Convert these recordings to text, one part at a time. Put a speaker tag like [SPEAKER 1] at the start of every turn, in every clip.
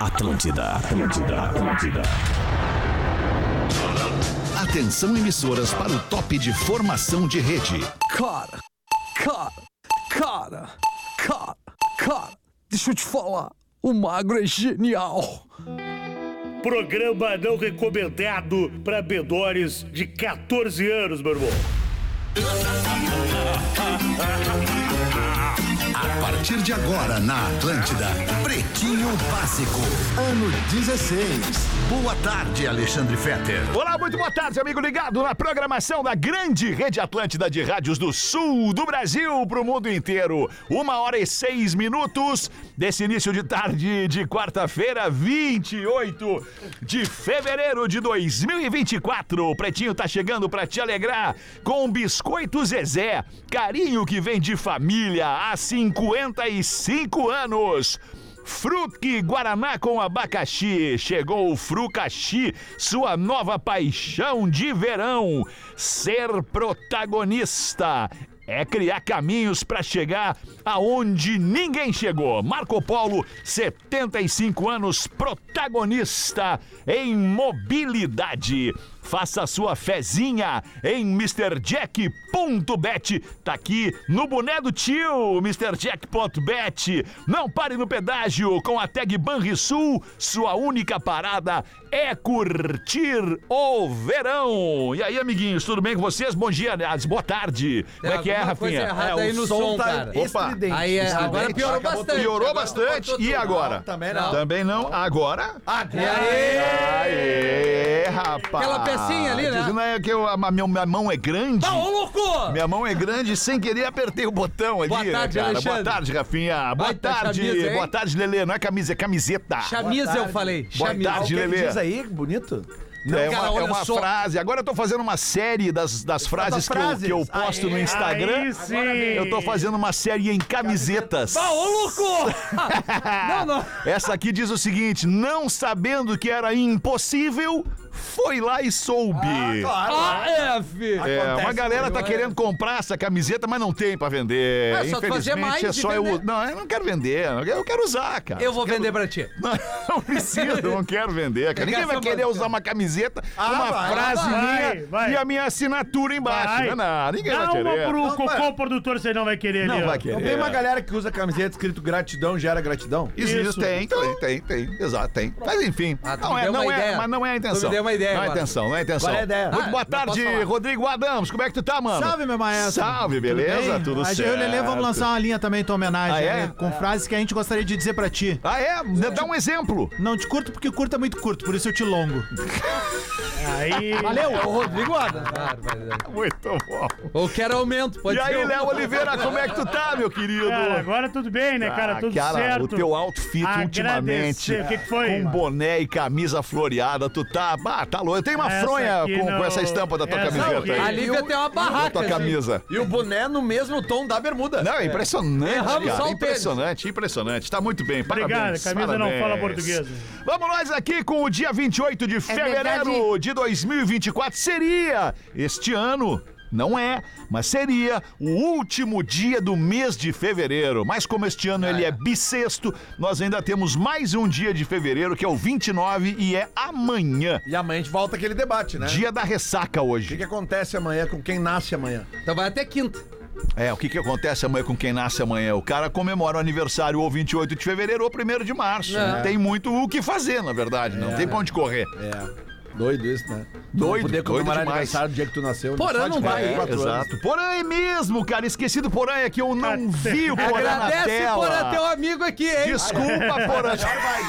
[SPEAKER 1] Atlântida, Atlântida, Atlântida.
[SPEAKER 2] Atenção emissoras para o top de formação de rede.
[SPEAKER 3] Cara, cara, cara, cara, cara, deixa eu te falar. O magro é genial.
[SPEAKER 4] Programa não recomendado para bedores de 14 anos, meu irmão.
[SPEAKER 2] A partir de agora na Atlântida, Pretinho Básico, ano 16. Boa tarde, Alexandre Fetter.
[SPEAKER 5] Olá, muito boa tarde, amigo ligado na programação da grande rede Atlântida de rádios do sul do Brasil para o mundo inteiro. Uma hora e seis minutos desse início de tarde de quarta-feira, 28 de fevereiro de 2024. O Pretinho tá chegando para te alegrar com Biscoito Zezé, carinho que vem de família há 55 anos. Fruque Guaraná com abacaxi. Chegou o Frucaxi, sua nova paixão de verão. Ser protagonista é criar caminhos para chegar aonde ninguém chegou. Marco Polo, 75 anos, protagonista em mobilidade. Faça sua fezinha em MrJack.bet. Tá aqui no boné do tio, MrJack.bet. Não pare no pedágio com a tag Banrisul. Sua única parada é curtir o verão. E aí, amiguinhos, tudo bem com vocês? Bom dia, aliás, boa tarde. Como é que é,
[SPEAKER 3] alguma coisa
[SPEAKER 5] Rafinha?
[SPEAKER 3] errada aí no som,
[SPEAKER 6] Tá
[SPEAKER 3] tá cara.
[SPEAKER 5] Opa.
[SPEAKER 3] Aí é, agora piorou
[SPEAKER 7] Acabou
[SPEAKER 3] bastante.
[SPEAKER 5] Piorou
[SPEAKER 3] Agora
[SPEAKER 5] bastante.
[SPEAKER 3] cortou
[SPEAKER 5] E
[SPEAKER 3] tudo. tá
[SPEAKER 5] agora?
[SPEAKER 6] Tá,
[SPEAKER 7] também não.
[SPEAKER 5] Também não. Agora.
[SPEAKER 3] E aí?
[SPEAKER 5] Aê, rapaz.
[SPEAKER 3] Aquela pecinha ali, né?
[SPEAKER 5] Dizendo aí que eu- a, a minha, minha mão é grande.
[SPEAKER 3] Tá, ô louco!
[SPEAKER 5] Minha mão é grande, sem querer apertei o botão ali. né,
[SPEAKER 3] Boa tarde,
[SPEAKER 5] cara.
[SPEAKER 3] Alexandre.
[SPEAKER 5] Boa tarde, Rafinha. Boa
[SPEAKER 3] Baita
[SPEAKER 5] tarde.
[SPEAKER 3] camisa, hein?
[SPEAKER 5] Boa tarde, Lelê. Não é camisa, é camiseta.
[SPEAKER 3] Chamisa, eu falei.
[SPEAKER 5] Boa
[SPEAKER 3] Chamisa.
[SPEAKER 5] tarde,
[SPEAKER 7] Quem
[SPEAKER 5] Lelê.
[SPEAKER 7] diz aí, bonito?
[SPEAKER 5] Não, é uma,
[SPEAKER 3] cara,
[SPEAKER 5] é
[SPEAKER 3] olha
[SPEAKER 5] uma
[SPEAKER 3] só.
[SPEAKER 5] frase. Agora eu tô fazendo uma série das, das frases, que eu-
[SPEAKER 7] frases.
[SPEAKER 5] Que, eu, posto no Instagram.
[SPEAKER 4] Aí sim.
[SPEAKER 5] Eu tô fazendo uma série em camisetas.
[SPEAKER 3] Tá, ô louco! não, não.
[SPEAKER 5] Essa aqui diz o seguinte: não sabendo que era impossível, foi lá e soube.
[SPEAKER 3] Ah, AF!
[SPEAKER 5] É, uma
[SPEAKER 7] Acontece,
[SPEAKER 5] galera tá querendo comprar essa camiseta, mas não tem pra vender.
[SPEAKER 3] né? É, só tu
[SPEAKER 5] Infelizmente,
[SPEAKER 3] fazer mais
[SPEAKER 5] é
[SPEAKER 3] e
[SPEAKER 5] só eu.
[SPEAKER 3] vender.
[SPEAKER 5] Não, eu não quero vender. não quero- Eu quero usar, cara.
[SPEAKER 3] Eu vou vender pra ti.
[SPEAKER 5] Não, não preciso, não quero vender, cara. Ninguém vai
[SPEAKER 3] essa
[SPEAKER 5] querer
[SPEAKER 3] banca. Ah,
[SPEAKER 5] usar uma camiseta, uma
[SPEAKER 7] vai,
[SPEAKER 5] frase
[SPEAKER 4] vai,
[SPEAKER 5] minha
[SPEAKER 4] vai.
[SPEAKER 5] e a minha assinatura embaixo.
[SPEAKER 4] Vai.
[SPEAKER 5] Não, não, ninguém
[SPEAKER 4] Dá
[SPEAKER 5] vai
[SPEAKER 4] uma
[SPEAKER 5] querer.
[SPEAKER 4] pro
[SPEAKER 7] Não,
[SPEAKER 4] cocô
[SPEAKER 7] vai.
[SPEAKER 4] produtor, você não vai querer ali,
[SPEAKER 5] Não
[SPEAKER 4] ó.
[SPEAKER 5] vai
[SPEAKER 7] Não
[SPEAKER 5] querer.
[SPEAKER 7] tem uma galera que usa camiseta escrito gratidão gera gratidão?
[SPEAKER 5] Isso, isso,
[SPEAKER 4] Isso.
[SPEAKER 5] tem, tem, tem, tem. Exato, tem. Mas enfim,
[SPEAKER 3] Então- Ah, tu
[SPEAKER 5] não,
[SPEAKER 3] me
[SPEAKER 5] é,
[SPEAKER 3] deu
[SPEAKER 5] não
[SPEAKER 3] uma
[SPEAKER 5] é,
[SPEAKER 3] ideia.
[SPEAKER 5] mas não é a intenção.
[SPEAKER 3] Tu me deu uma ideia
[SPEAKER 5] Não é a
[SPEAKER 3] agora.
[SPEAKER 5] intenção, não é a intenção.
[SPEAKER 7] Agora é a ideia.
[SPEAKER 5] Muito
[SPEAKER 3] Ah,
[SPEAKER 5] boa
[SPEAKER 3] não posso
[SPEAKER 5] tarde,
[SPEAKER 3] falar.
[SPEAKER 5] Rodrigo Adams. Como é que tu tá, mano?
[SPEAKER 6] Salve, meu maestro.
[SPEAKER 5] Salve, beleza?
[SPEAKER 6] bem?
[SPEAKER 5] Tudo
[SPEAKER 6] a
[SPEAKER 5] certo.
[SPEAKER 6] Eu e o Lelê vamos lançar uma linha também em tua homenagem.
[SPEAKER 5] Ah, é?
[SPEAKER 6] né? Com frases que a gente gostaria de dizer pra ti.
[SPEAKER 5] Ah, é? Dá- Dá um exemplo.
[SPEAKER 6] Não te curto porque curto é muito curto, por isso eu te longo.
[SPEAKER 4] Aí.
[SPEAKER 3] Valeu! Ô, Rodrigo Adams. Barbaridade.
[SPEAKER 5] Muito bom.
[SPEAKER 3] Eu quero aumento, pode
[SPEAKER 5] E aí,
[SPEAKER 3] ser.
[SPEAKER 5] Léo Oliveira, como é que tu tá, meu querido?
[SPEAKER 4] Cara, agora tudo bem, né, cara?
[SPEAKER 5] Ah,
[SPEAKER 4] tudo
[SPEAKER 5] cara,
[SPEAKER 4] certo.
[SPEAKER 5] o teu outfit
[SPEAKER 4] Agradecer.
[SPEAKER 5] ultimamente.
[SPEAKER 4] O que que foi?
[SPEAKER 5] Com boné e camisa floreada, tu tá. Ah, tá louco. Eu tenho uma
[SPEAKER 4] Essa
[SPEAKER 5] fronha
[SPEAKER 4] aqui
[SPEAKER 5] com,
[SPEAKER 4] não-
[SPEAKER 5] com essa estampa da tua
[SPEAKER 4] essa aqui.
[SPEAKER 7] tá
[SPEAKER 5] camiseta
[SPEAKER 3] A
[SPEAKER 5] aí.
[SPEAKER 3] Lívia tem uma
[SPEAKER 5] Da
[SPEAKER 3] barraca.
[SPEAKER 5] tua
[SPEAKER 3] assim.
[SPEAKER 5] camisa.
[SPEAKER 7] E o boné no mesmo tom da bermuda.
[SPEAKER 5] Não, é impressionante,
[SPEAKER 3] Erramos só o
[SPEAKER 5] cara.
[SPEAKER 3] tênis.
[SPEAKER 5] Impressionante, impressionante. Tá muito bem, parabéns.
[SPEAKER 4] camisa não
[SPEAKER 5] parabéns.
[SPEAKER 4] fala portuguesa.
[SPEAKER 5] Vamos nós aqui com o dia 28 de fevereiro de 2024. Seria este ano. Não é, mas seria o último dia do mês de fevereiro. Mas como este ano ele é bissexto, nós ainda temos mais um dia de fevereiro, que é o 29, e é amanhã.
[SPEAKER 7] E amanhã a gente volta aquele debate, né?
[SPEAKER 3] É.
[SPEAKER 7] O
[SPEAKER 5] Dia da ressaca hoje.
[SPEAKER 7] que, que acontece amanhã com quem nasce amanhã?
[SPEAKER 3] Então vai até quinta.
[SPEAKER 5] É, o que, que acontece amanhã com quem nasce amanhã? O cara comemora o aniversário ou 28 de fevereiro ou 1 de março.
[SPEAKER 3] É.
[SPEAKER 5] Não tem muito o que fazer, na verdade. Não tem pra onde correr.
[SPEAKER 7] É. Doido isso, né?
[SPEAKER 5] Doido,
[SPEAKER 7] Não poder
[SPEAKER 5] doido
[SPEAKER 7] comemorar
[SPEAKER 5] demais.
[SPEAKER 7] aniversário do dia que tu nasceu.
[SPEAKER 3] Porã não vai,
[SPEAKER 7] É,
[SPEAKER 3] é,
[SPEAKER 7] exato.
[SPEAKER 5] exato. Porã é mesmo, cara. Esqueci do Porã, é que eu não vi o Porã na
[SPEAKER 3] Agradece
[SPEAKER 5] tela.
[SPEAKER 3] por até o amigo aqui, hein?
[SPEAKER 5] Desculpa, Porã.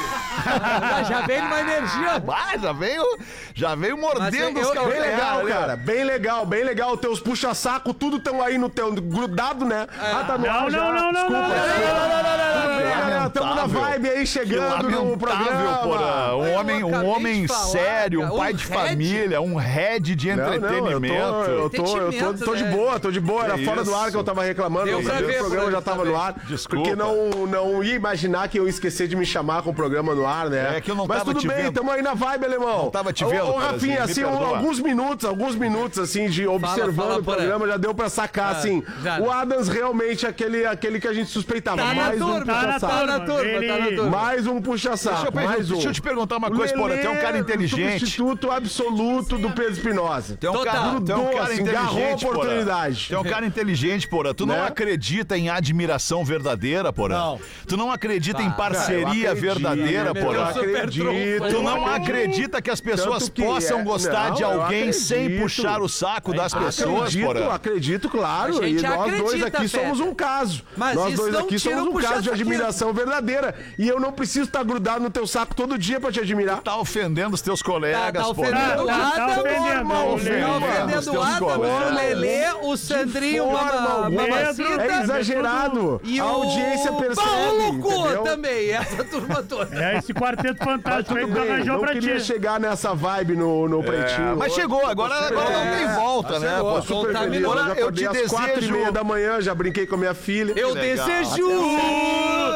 [SPEAKER 3] Já, já vem numa energia.
[SPEAKER 5] Ah, já veio, já veio mordendo
[SPEAKER 3] eu-
[SPEAKER 5] os
[SPEAKER 3] eu-
[SPEAKER 5] calcanhares.
[SPEAKER 8] Bem legal,
[SPEAKER 5] né?
[SPEAKER 8] cara. É, Bem legal, bem legal. Teus puxa-saco, tudo tão aí no teu grudado, né?
[SPEAKER 3] É.
[SPEAKER 8] Ah, tá no
[SPEAKER 4] Não,
[SPEAKER 8] ar já.
[SPEAKER 4] não, não, não, não,
[SPEAKER 8] Desculpa.
[SPEAKER 4] não, não,
[SPEAKER 8] Tudo bem, galera. Tamo na
[SPEAKER 5] é, lamentável.
[SPEAKER 8] vibe aí,
[SPEAKER 5] Que
[SPEAKER 8] chegando
[SPEAKER 5] lamentável,
[SPEAKER 8] no programa.
[SPEAKER 5] Porã. Um homem, um
[SPEAKER 3] acabei
[SPEAKER 5] homem
[SPEAKER 3] de falar,
[SPEAKER 5] sério, um
[SPEAKER 3] cara.
[SPEAKER 5] pai
[SPEAKER 3] Um
[SPEAKER 5] de
[SPEAKER 3] head.
[SPEAKER 5] família, um head de
[SPEAKER 8] Não, não, eu tô,
[SPEAKER 5] entretenimento.
[SPEAKER 8] eu tô, eu tô,
[SPEAKER 3] Entretenimento,
[SPEAKER 8] tô de
[SPEAKER 3] né?
[SPEAKER 8] boa, tô de boa. Era
[SPEAKER 5] Que
[SPEAKER 8] fora do ar
[SPEAKER 5] isso.
[SPEAKER 8] que eu tava reclamando.
[SPEAKER 3] Deu
[SPEAKER 8] eu
[SPEAKER 3] pra
[SPEAKER 8] sabia que
[SPEAKER 3] ver,
[SPEAKER 8] o programa
[SPEAKER 3] Porã,
[SPEAKER 8] já tava
[SPEAKER 3] também.
[SPEAKER 8] no ar.
[SPEAKER 5] Desculpa.
[SPEAKER 8] Porque não, não ia imaginar que eu ia esquecer de me chamar com o programa no ar, né?
[SPEAKER 5] É que eu não
[SPEAKER 8] Mas
[SPEAKER 5] tava
[SPEAKER 8] tudo
[SPEAKER 5] te
[SPEAKER 8] bem,
[SPEAKER 5] vendo.
[SPEAKER 8] tamo aí na vibe, alemão.
[SPEAKER 5] Não tava te
[SPEAKER 8] Ô,
[SPEAKER 5] vendo,
[SPEAKER 8] Ô,
[SPEAKER 5] Porazinho,
[SPEAKER 8] Rafinha,
[SPEAKER 5] me
[SPEAKER 8] assim, um-
[SPEAKER 5] perdoa.
[SPEAKER 8] alguns minutos, alguns minutos, assim, de observando
[SPEAKER 3] fala,
[SPEAKER 8] o
[SPEAKER 3] Porã.
[SPEAKER 8] programa, já deu pra sacar, assim.
[SPEAKER 3] já. né?
[SPEAKER 8] O Adams realmente é aquele, aquele que a gente suspeitava.
[SPEAKER 3] Tá na
[SPEAKER 8] mais um
[SPEAKER 3] turma,
[SPEAKER 4] tá na
[SPEAKER 8] puxa-saco.
[SPEAKER 3] turma,
[SPEAKER 4] turma,
[SPEAKER 3] turma,
[SPEAKER 4] Lelê.
[SPEAKER 3] tá na tua-
[SPEAKER 8] Mais um
[SPEAKER 5] Deixa
[SPEAKER 8] puxa-saco,
[SPEAKER 5] eu, per-
[SPEAKER 8] mais um.
[SPEAKER 5] deixa eu te perguntar uma coisa,
[SPEAKER 8] Lelê,
[SPEAKER 5] Porã. Tem um cara inteligente.
[SPEAKER 8] Substituto absoluto do Pedro Espinosa.
[SPEAKER 5] Tem um,
[SPEAKER 3] Total.
[SPEAKER 5] cara, tem um
[SPEAKER 8] Grudou,
[SPEAKER 5] cara
[SPEAKER 8] assim,
[SPEAKER 5] inteligente.
[SPEAKER 8] agarrou a
[SPEAKER 5] Porã.
[SPEAKER 8] oportunidade.
[SPEAKER 5] Tem um cara inteligente, Porã. Tu não
[SPEAKER 8] Né?
[SPEAKER 5] acredita em admiração verdadeira, Porã.
[SPEAKER 7] Não.
[SPEAKER 5] Tu não acredita em parceria
[SPEAKER 8] Ah, Eu acredito,
[SPEAKER 5] verdadeira,
[SPEAKER 8] eu
[SPEAKER 5] Porã.
[SPEAKER 8] acredito. é
[SPEAKER 5] Tu não acredita que as pessoas
[SPEAKER 8] Tanto que
[SPEAKER 5] possam
[SPEAKER 8] é-
[SPEAKER 5] gostar
[SPEAKER 8] não,
[SPEAKER 5] de
[SPEAKER 8] eu
[SPEAKER 5] alguém sem
[SPEAKER 8] acredito. É
[SPEAKER 5] puxar o saco das pessoas,
[SPEAKER 8] acredito,
[SPEAKER 5] Porã.
[SPEAKER 8] acredito, claro.
[SPEAKER 3] A gente
[SPEAKER 8] e nós dois
[SPEAKER 3] acredita,
[SPEAKER 8] aqui somos
[SPEAKER 3] Pedro.
[SPEAKER 8] um caso.
[SPEAKER 3] Mas
[SPEAKER 8] nós
[SPEAKER 3] isso
[SPEAKER 8] dois
[SPEAKER 3] não
[SPEAKER 8] aqui
[SPEAKER 3] tira
[SPEAKER 8] somos
[SPEAKER 3] o
[SPEAKER 8] um caso de
[SPEAKER 3] puxa-saquismo.
[SPEAKER 8] admiração verdadeira. E eu não preciso estar grudado no teu saco todo dia pra te admirar.
[SPEAKER 5] Tá ofendendo os teus colegas,
[SPEAKER 3] tá
[SPEAKER 5] Porã.
[SPEAKER 3] ofendendo o
[SPEAKER 4] Tá, tá
[SPEAKER 3] Adam,
[SPEAKER 4] ofendendo,
[SPEAKER 3] normal,
[SPEAKER 4] Lelê.
[SPEAKER 3] tá
[SPEAKER 5] Os
[SPEAKER 3] ofendendo o
[SPEAKER 5] teus
[SPEAKER 3] Adam, o
[SPEAKER 5] colegas.
[SPEAKER 3] Lelê, o Sandrinho, o
[SPEAKER 8] forma
[SPEAKER 3] Mama-
[SPEAKER 8] alguma.
[SPEAKER 3] Mamacita.
[SPEAKER 8] É exagerado.
[SPEAKER 3] E
[SPEAKER 8] a audiência
[SPEAKER 3] o
[SPEAKER 8] percebe.
[SPEAKER 3] Paulo Cu
[SPEAKER 8] entendeu?
[SPEAKER 3] também, essa turma toda.
[SPEAKER 4] É esse quarteto fantástico aí que
[SPEAKER 8] Tudo
[SPEAKER 4] tu
[SPEAKER 8] bem,
[SPEAKER 4] arranjou
[SPEAKER 8] não
[SPEAKER 4] pra ti.
[SPEAKER 8] queria chegar nessa vibe no, no pretinho.
[SPEAKER 5] É, Mas chegou, agora,
[SPEAKER 8] Tá
[SPEAKER 5] agora não tem volta, né? Porã?
[SPEAKER 8] Super
[SPEAKER 3] Tá
[SPEAKER 8] feliz.
[SPEAKER 3] melhor.
[SPEAKER 8] Eu já
[SPEAKER 5] Eu te
[SPEAKER 8] acordei às quatro e
[SPEAKER 5] desejo-
[SPEAKER 8] meia da manhã, já brinquei com a minha filha.
[SPEAKER 3] Eu
[SPEAKER 5] legal.
[SPEAKER 3] desejo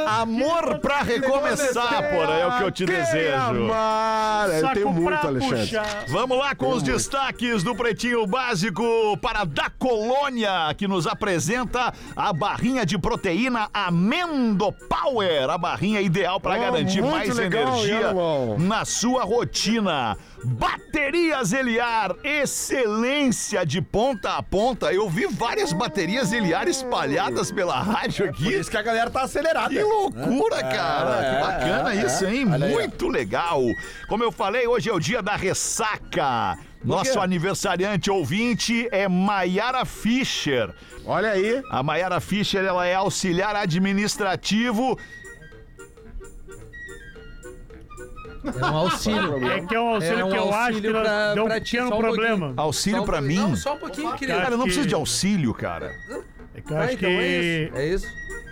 [SPEAKER 5] Amor pra recomeçar, Porã, é o que eu te
[SPEAKER 8] Quem
[SPEAKER 5] desejo.
[SPEAKER 8] amar? Eu
[SPEAKER 4] Saco
[SPEAKER 8] tenho muito,
[SPEAKER 4] pra
[SPEAKER 8] Alexandre.
[SPEAKER 4] puxar.
[SPEAKER 5] Vamos lá com os destaques do Pretinho Básico para da Colônia, que nos apresenta a barrinha de proteína Amendo Power, a barrinha ideal para
[SPEAKER 8] Oh,
[SPEAKER 5] garantir
[SPEAKER 8] muito
[SPEAKER 5] mais
[SPEAKER 8] legal,
[SPEAKER 5] energia
[SPEAKER 8] Yellow.
[SPEAKER 5] na sua rotina. Baterias Eliar, excelência de ponta a ponta. Eu vi várias baterias Eliar espalhadas pela rádio
[SPEAKER 7] Por
[SPEAKER 5] aqui.
[SPEAKER 7] isso que a galera tá acelerada.
[SPEAKER 5] Que loucura, cara! que bacana isso, hein? Muito legal! Como eu falei, hoje é o dia da ressaca. Nosso aniversariante ouvinte é Maiara Fischer.
[SPEAKER 8] Olha aí.
[SPEAKER 5] A Maiara Fischer, ela é auxiliar administrativo.
[SPEAKER 3] É um auxílio.
[SPEAKER 4] É que é um auxílio
[SPEAKER 3] É um
[SPEAKER 4] que eu acho que
[SPEAKER 3] auxílio
[SPEAKER 4] nós
[SPEAKER 3] pra-
[SPEAKER 4] deu um
[SPEAKER 3] pra ti,
[SPEAKER 4] pequeno
[SPEAKER 3] só um
[SPEAKER 4] problema.
[SPEAKER 5] Auxílio pra mim?
[SPEAKER 3] Não, só um pouquinho, querido.
[SPEAKER 5] Cara, eu não preciso de auxílio, cara.
[SPEAKER 4] É que eu
[SPEAKER 3] Ah,
[SPEAKER 4] acho
[SPEAKER 3] então é
[SPEAKER 4] que...
[SPEAKER 3] isso.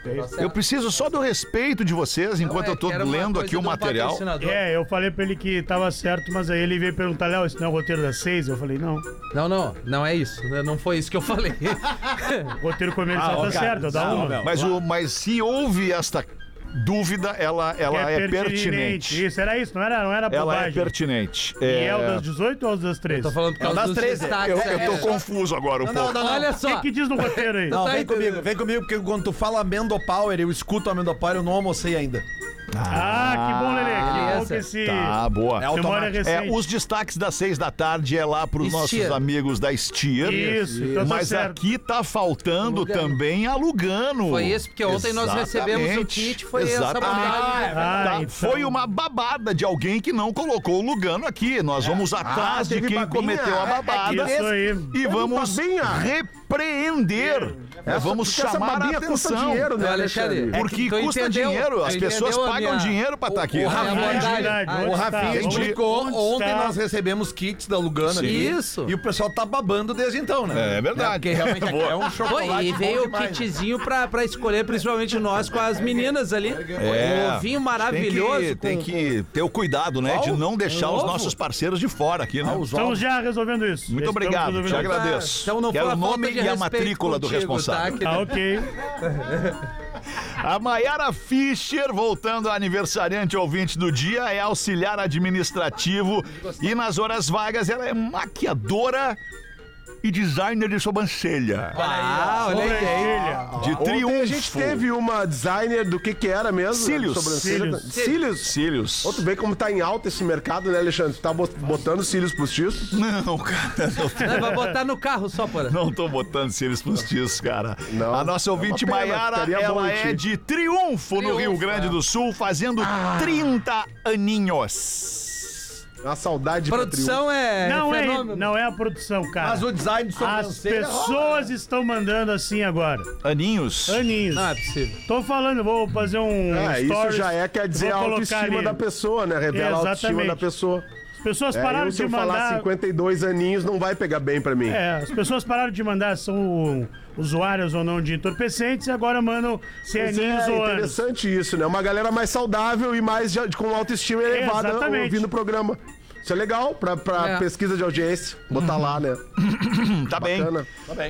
[SPEAKER 3] É isso.
[SPEAKER 5] Eu preciso só do respeito de vocês enquanto
[SPEAKER 3] é,
[SPEAKER 5] eu tô lendo aqui o material.
[SPEAKER 4] É, eu falei pra ele que tava certo, mas aí ele veio perguntar, Léo, isso não é o roteiro das seis? Eu falei, não.
[SPEAKER 3] Não, não, não é isso. Não foi isso que eu falei.
[SPEAKER 4] O roteiro comercial tá certo, eu dá uma.
[SPEAKER 5] Mas, o, mas se houve esta dúvida, ela,
[SPEAKER 4] Que
[SPEAKER 5] ela é pertinente.
[SPEAKER 4] Isso, era isso, não era, não era
[SPEAKER 5] Ela é
[SPEAKER 4] bobagem.
[SPEAKER 5] pertinente.
[SPEAKER 4] E é o das 18 ou as das 13?
[SPEAKER 3] Tô falando por causa
[SPEAKER 7] das
[SPEAKER 3] dos
[SPEAKER 7] 13.
[SPEAKER 3] destaques.
[SPEAKER 5] Eu,
[SPEAKER 3] é.
[SPEAKER 5] eu tô confuso agora um pouco.
[SPEAKER 3] Olha
[SPEAKER 4] O
[SPEAKER 3] só.
[SPEAKER 4] que, que diz no roteiro aí?
[SPEAKER 7] Não,
[SPEAKER 3] Tá
[SPEAKER 7] vem
[SPEAKER 3] entendendo.
[SPEAKER 7] comigo, vem comigo, porque quando tu fala Amendo Power, eu escuto Amendo Power, eu não almocei ainda.
[SPEAKER 4] Ah, que bom, Lelê. Que bom
[SPEAKER 3] beleza.
[SPEAKER 4] que esse...
[SPEAKER 5] Tá, boa.
[SPEAKER 7] É
[SPEAKER 5] É,
[SPEAKER 4] Memória
[SPEAKER 7] automático.
[SPEAKER 4] recente.
[SPEAKER 5] os destaques das seis da tarde é lá pros nossos
[SPEAKER 3] Steer.
[SPEAKER 5] amigos da Steer.
[SPEAKER 4] Isso, então tá
[SPEAKER 5] Mas
[SPEAKER 4] certo.
[SPEAKER 5] aqui tá faltando
[SPEAKER 3] Lugano.
[SPEAKER 5] também a Lugano.
[SPEAKER 3] Foi esse, porque ontem nós recebemos o kit, foi essa montagem.
[SPEAKER 5] Ah,
[SPEAKER 4] Ah,
[SPEAKER 5] tá.
[SPEAKER 4] então.
[SPEAKER 5] Foi uma babada de alguém que não colocou o Lugano aqui. Nós vamos atrás de
[SPEAKER 8] teve
[SPEAKER 5] quem
[SPEAKER 8] babinha.
[SPEAKER 5] cometeu a
[SPEAKER 8] É, é que
[SPEAKER 5] babada.
[SPEAKER 4] Isso aí.
[SPEAKER 5] E vamos
[SPEAKER 8] babinha.
[SPEAKER 5] repreender. É, vamos
[SPEAKER 8] porque essa
[SPEAKER 5] chamar a
[SPEAKER 8] babinha custa
[SPEAKER 5] atenção.
[SPEAKER 8] dinheiro, né,
[SPEAKER 3] Não,
[SPEAKER 8] Alexandre?
[SPEAKER 3] Alexandre.
[SPEAKER 5] Porque
[SPEAKER 3] é que tu
[SPEAKER 5] custa
[SPEAKER 3] entendeu,
[SPEAKER 5] dinheiro, as
[SPEAKER 3] tu
[SPEAKER 5] pessoas
[SPEAKER 3] entendeu a
[SPEAKER 5] pagam dinheiro pra tá aqui.
[SPEAKER 3] O,
[SPEAKER 5] É
[SPEAKER 3] o
[SPEAKER 5] a
[SPEAKER 3] Rafinha,
[SPEAKER 4] verdade,
[SPEAKER 3] Ah,
[SPEAKER 4] onde
[SPEAKER 7] O
[SPEAKER 4] tá?
[SPEAKER 7] Rafinha
[SPEAKER 4] Onde-
[SPEAKER 7] explicou,
[SPEAKER 4] onde
[SPEAKER 7] ontem
[SPEAKER 4] tá?
[SPEAKER 7] nós recebemos kits da Lugano aqui.
[SPEAKER 3] Isso.
[SPEAKER 7] E o pessoal tá babando desde então, né?
[SPEAKER 5] É verdade.
[SPEAKER 7] Né? Porque realmente
[SPEAKER 5] Boa.
[SPEAKER 7] é um chocolate
[SPEAKER 3] Foi, e
[SPEAKER 7] bom
[SPEAKER 3] veio o
[SPEAKER 7] demais, né?
[SPEAKER 3] kitzinho pra, pra escolher, principalmente nós com as meninas ali.
[SPEAKER 5] É.
[SPEAKER 3] O vinho maravilhoso.
[SPEAKER 5] Tem
[SPEAKER 3] com-
[SPEAKER 5] que, tem que ter o cuidado, né? De não deixar os
[SPEAKER 3] Ovo?
[SPEAKER 5] nossos parceiros de fora aqui, né?
[SPEAKER 7] Ah, os
[SPEAKER 4] Estamos
[SPEAKER 7] ovos.
[SPEAKER 4] já resolvendo isso.
[SPEAKER 5] Muito
[SPEAKER 4] Estamos
[SPEAKER 5] obrigado, te
[SPEAKER 4] resolvendo isso.
[SPEAKER 5] agradeço.
[SPEAKER 3] Então não
[SPEAKER 5] Quero
[SPEAKER 3] foi
[SPEAKER 5] é o
[SPEAKER 3] a falta
[SPEAKER 5] nome
[SPEAKER 3] de
[SPEAKER 5] e a
[SPEAKER 3] respeito
[SPEAKER 5] matrícula do
[SPEAKER 3] contigo, tá,
[SPEAKER 5] responsável.
[SPEAKER 3] querido?
[SPEAKER 4] Ah, ok.
[SPEAKER 5] A Mayara Fischer, voltando a aniversariante ouvinte do dia, é auxiliar administrativo e nas horas vagas ela é maquiadora e designer de sobrancelha.
[SPEAKER 3] Ah, olha aí.
[SPEAKER 7] é
[SPEAKER 4] Sobrancelha.
[SPEAKER 5] De triunfo.
[SPEAKER 8] Ontem a gente teve uma designer do que que era mesmo?
[SPEAKER 5] Cílios.
[SPEAKER 8] Sobrancelha.
[SPEAKER 4] Cílios.
[SPEAKER 8] Cílios.
[SPEAKER 5] cílios.
[SPEAKER 8] Outro bem como tá em alta esse mercado, né, Alexandre? Tu tá bot- botando cílios postiços?
[SPEAKER 5] Não, cara, não tô-
[SPEAKER 3] Não, né? vai botar no carro só, porra.
[SPEAKER 5] Não tô botando cílios postiços, cara.
[SPEAKER 8] Não.
[SPEAKER 5] a nossa ouvinte
[SPEAKER 8] É uma pena,
[SPEAKER 5] Maiara,
[SPEAKER 8] ficaria bom
[SPEAKER 5] ela
[SPEAKER 8] em ti.
[SPEAKER 5] é de triunfo, no
[SPEAKER 3] Triunfo,
[SPEAKER 5] Rio Grande
[SPEAKER 3] é.
[SPEAKER 5] do Sul, fazendo 30 aninhos.
[SPEAKER 8] Uma saudade pra triunfo.
[SPEAKER 3] Produção é
[SPEAKER 4] Não é,
[SPEAKER 3] fenômeno.
[SPEAKER 4] não é a produção, cara.
[SPEAKER 7] um Mas o design de
[SPEAKER 4] As
[SPEAKER 7] sobrancelha... é
[SPEAKER 4] pessoas estão mandando assim agora.
[SPEAKER 5] Aninhos?
[SPEAKER 4] Aninhos.
[SPEAKER 3] Não é possível.
[SPEAKER 4] Tô falando, eu vou fazer um.
[SPEAKER 8] É, isso
[SPEAKER 4] stories,
[SPEAKER 8] já é, quer dizer, a
[SPEAKER 4] vou colocar
[SPEAKER 8] autoestima
[SPEAKER 4] ali.
[SPEAKER 8] da pessoa, né? Revela a autoestima
[SPEAKER 4] Exatamente.
[SPEAKER 8] da pessoa.
[SPEAKER 4] As pessoas
[SPEAKER 8] É,
[SPEAKER 4] pararam
[SPEAKER 8] eu, se
[SPEAKER 4] de
[SPEAKER 8] eu falar
[SPEAKER 4] mandar.
[SPEAKER 8] 52 aninhos, não vai pegar bem pra mim.
[SPEAKER 4] É, as pessoas pararam de mandar, são usuários ou não de entorpecentes, e agora mandam ser
[SPEAKER 8] Mas
[SPEAKER 4] aninhos
[SPEAKER 8] é
[SPEAKER 4] ou anos.
[SPEAKER 8] interessante isso, né? Uma galera mais saudável e mais de- com autoestima elevada
[SPEAKER 4] Exatamente.
[SPEAKER 8] ouvindo o programa. Isso é legal pra, pra
[SPEAKER 3] É.
[SPEAKER 8] pesquisa de audiência. Botar lá, né?
[SPEAKER 5] Tá bem.
[SPEAKER 8] Bacana.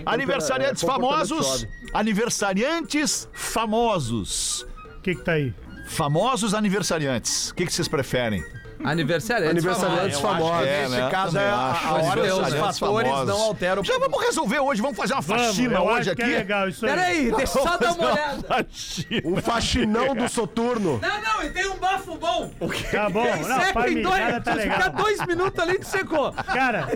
[SPEAKER 5] Aniversariantes
[SPEAKER 8] É, é comportamento
[SPEAKER 5] famosos.
[SPEAKER 8] jovem.
[SPEAKER 5] Aniversariantes famosos.
[SPEAKER 4] O que que tá aí?
[SPEAKER 5] Famosos aniversariantes. O que, que vocês preferem?
[SPEAKER 3] Aniversário é
[SPEAKER 4] Ah,
[SPEAKER 8] Aniversariantes famosos.
[SPEAKER 5] É,
[SPEAKER 7] Neste
[SPEAKER 5] né?
[SPEAKER 7] caso,
[SPEAKER 5] Também
[SPEAKER 7] é a,
[SPEAKER 5] acho.
[SPEAKER 7] a hora e os
[SPEAKER 5] Aniversariantes
[SPEAKER 7] fatores
[SPEAKER 5] famosos.
[SPEAKER 7] não alteram.
[SPEAKER 5] Já vamos resolver hoje, vamos fazer uma
[SPEAKER 4] Vamos,
[SPEAKER 5] faxina
[SPEAKER 4] eu
[SPEAKER 5] hoje
[SPEAKER 4] acho que é
[SPEAKER 5] aqui.
[SPEAKER 4] legal isso aí.
[SPEAKER 3] Peraí, deixa eu só dar uma olhada.
[SPEAKER 5] Faxina.
[SPEAKER 8] O faxinão do Soturno.
[SPEAKER 3] Não, não, e tem um bafo bom.
[SPEAKER 4] Tá bom, não,
[SPEAKER 3] Seca
[SPEAKER 4] pra
[SPEAKER 3] em
[SPEAKER 4] mijada
[SPEAKER 3] dois,
[SPEAKER 4] tá
[SPEAKER 3] se ficar
[SPEAKER 4] legal.
[SPEAKER 3] dois minutos ali, tu secou.
[SPEAKER 4] Cara,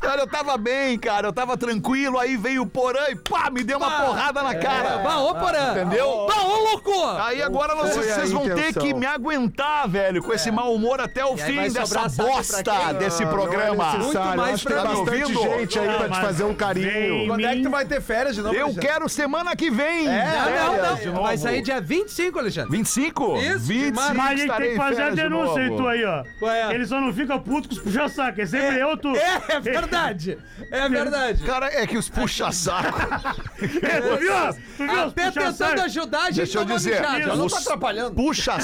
[SPEAKER 5] Cara, eu tava bem, cara, eu tava tranquilo, aí veio o Porã e pá, me deu uma
[SPEAKER 3] Pá.
[SPEAKER 5] porrada na
[SPEAKER 4] É.
[SPEAKER 5] cara.
[SPEAKER 3] Bah, ô, Porã.
[SPEAKER 5] Entendeu?
[SPEAKER 3] Bah, ô, louco.
[SPEAKER 5] Aí agora
[SPEAKER 8] Não
[SPEAKER 5] vocês,
[SPEAKER 8] foi a
[SPEAKER 5] vocês vão ter
[SPEAKER 8] intenção.
[SPEAKER 5] que me aguentar, velho, com esse mau humor até o
[SPEAKER 3] É. aí
[SPEAKER 5] fim
[SPEAKER 3] vai
[SPEAKER 5] dessa
[SPEAKER 3] sobrar, sabe pra
[SPEAKER 5] bosta
[SPEAKER 3] quem?
[SPEAKER 5] desse
[SPEAKER 8] Ah,
[SPEAKER 5] programa.
[SPEAKER 8] Não é necessário.
[SPEAKER 3] mais
[SPEAKER 8] Acho que
[SPEAKER 3] pra
[SPEAKER 8] tem
[SPEAKER 3] mim.
[SPEAKER 8] bastante
[SPEAKER 5] Ouvindo?
[SPEAKER 8] gente aí
[SPEAKER 4] Não,
[SPEAKER 8] pra te
[SPEAKER 4] mas
[SPEAKER 8] fazer um
[SPEAKER 4] vem.
[SPEAKER 8] carinho.
[SPEAKER 7] Quando é que tu vai ter férias de novo?
[SPEAKER 5] Eu
[SPEAKER 7] Alexandre?
[SPEAKER 5] quero semana que vem.
[SPEAKER 3] É, Não,
[SPEAKER 5] férias
[SPEAKER 3] não,
[SPEAKER 5] de
[SPEAKER 3] não. Vai
[SPEAKER 5] novo.
[SPEAKER 3] sair dia 25, Alexandre.
[SPEAKER 5] 25?
[SPEAKER 3] Isso, de
[SPEAKER 5] 25
[SPEAKER 3] março.
[SPEAKER 4] mas a gente
[SPEAKER 5] estarei
[SPEAKER 4] tem que
[SPEAKER 5] em
[SPEAKER 4] fazer a
[SPEAKER 5] férias de
[SPEAKER 4] denúncia
[SPEAKER 5] novo.
[SPEAKER 4] aí, tu aí, ó.
[SPEAKER 3] Ué.
[SPEAKER 4] Ele só não fica puto com os puxa-saco, é sempre eu, tu.
[SPEAKER 3] É, é verdade. É verdade.
[SPEAKER 5] Cara, é que os puxa-saco.
[SPEAKER 4] Tu viu? Tu viu? os
[SPEAKER 3] Até tentando
[SPEAKER 4] puxa-saco?
[SPEAKER 3] ajudar, a gente
[SPEAKER 5] Deixa eu
[SPEAKER 3] tomou
[SPEAKER 5] dizer,
[SPEAKER 3] mijada.
[SPEAKER 4] isso.
[SPEAKER 3] Não tá
[SPEAKER 5] os
[SPEAKER 3] atrapalhando.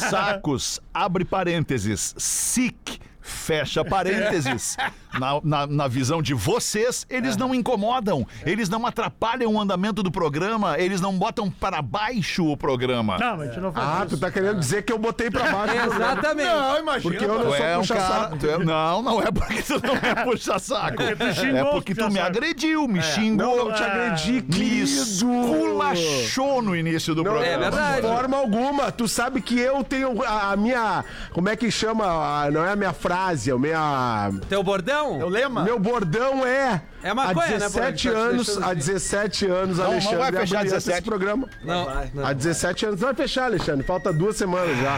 [SPEAKER 5] puxa-sacos, abre parênteses, SIC, fecha parênteses. Na, na, na visão de vocês, eles não incomodam, eles não atrapalham o andamento do programa, eles não botam para baixo o programa.
[SPEAKER 4] Não, mas a gente não faz
[SPEAKER 8] Ah,
[SPEAKER 4] isso.
[SPEAKER 8] tu tá querendo dizer que eu botei pra baixo.
[SPEAKER 3] Exatamente.
[SPEAKER 7] Não, imagina.
[SPEAKER 8] Porque eu não
[SPEAKER 5] Tu é um
[SPEAKER 8] sou
[SPEAKER 5] cara,
[SPEAKER 8] puxa-saco.
[SPEAKER 5] tu é- não, não é porque tu não é puxa-saco.
[SPEAKER 4] porque tu
[SPEAKER 5] É
[SPEAKER 4] xingou os
[SPEAKER 5] porque tu me
[SPEAKER 4] puxa-saco.
[SPEAKER 5] agrediu, me xingou.
[SPEAKER 8] Não, não te agredi,
[SPEAKER 5] Me
[SPEAKER 8] querido.
[SPEAKER 5] esculachou no início do
[SPEAKER 8] Não,
[SPEAKER 5] programa.
[SPEAKER 3] É verdade.
[SPEAKER 8] De forma alguma. Tu sabe que eu tenho a, a minha. Como é que chama? A- não é a minha frase, é o minha.
[SPEAKER 3] Teu bordão?
[SPEAKER 7] Eu lembro.
[SPEAKER 8] Meu bordão é.
[SPEAKER 3] É maconha,
[SPEAKER 8] há
[SPEAKER 3] né,
[SPEAKER 8] 17
[SPEAKER 3] Boneco? Tá te
[SPEAKER 8] anos,
[SPEAKER 3] deixando
[SPEAKER 8] há
[SPEAKER 3] assim.
[SPEAKER 8] 17 anos,
[SPEAKER 5] não
[SPEAKER 8] Alexandre.
[SPEAKER 5] vai fechar
[SPEAKER 8] abrilhanta
[SPEAKER 5] 17.
[SPEAKER 8] Esse programa.
[SPEAKER 3] Não, não.
[SPEAKER 8] Há 17 anos. Não vai fechar, Alexandre. Falta duas semanas já.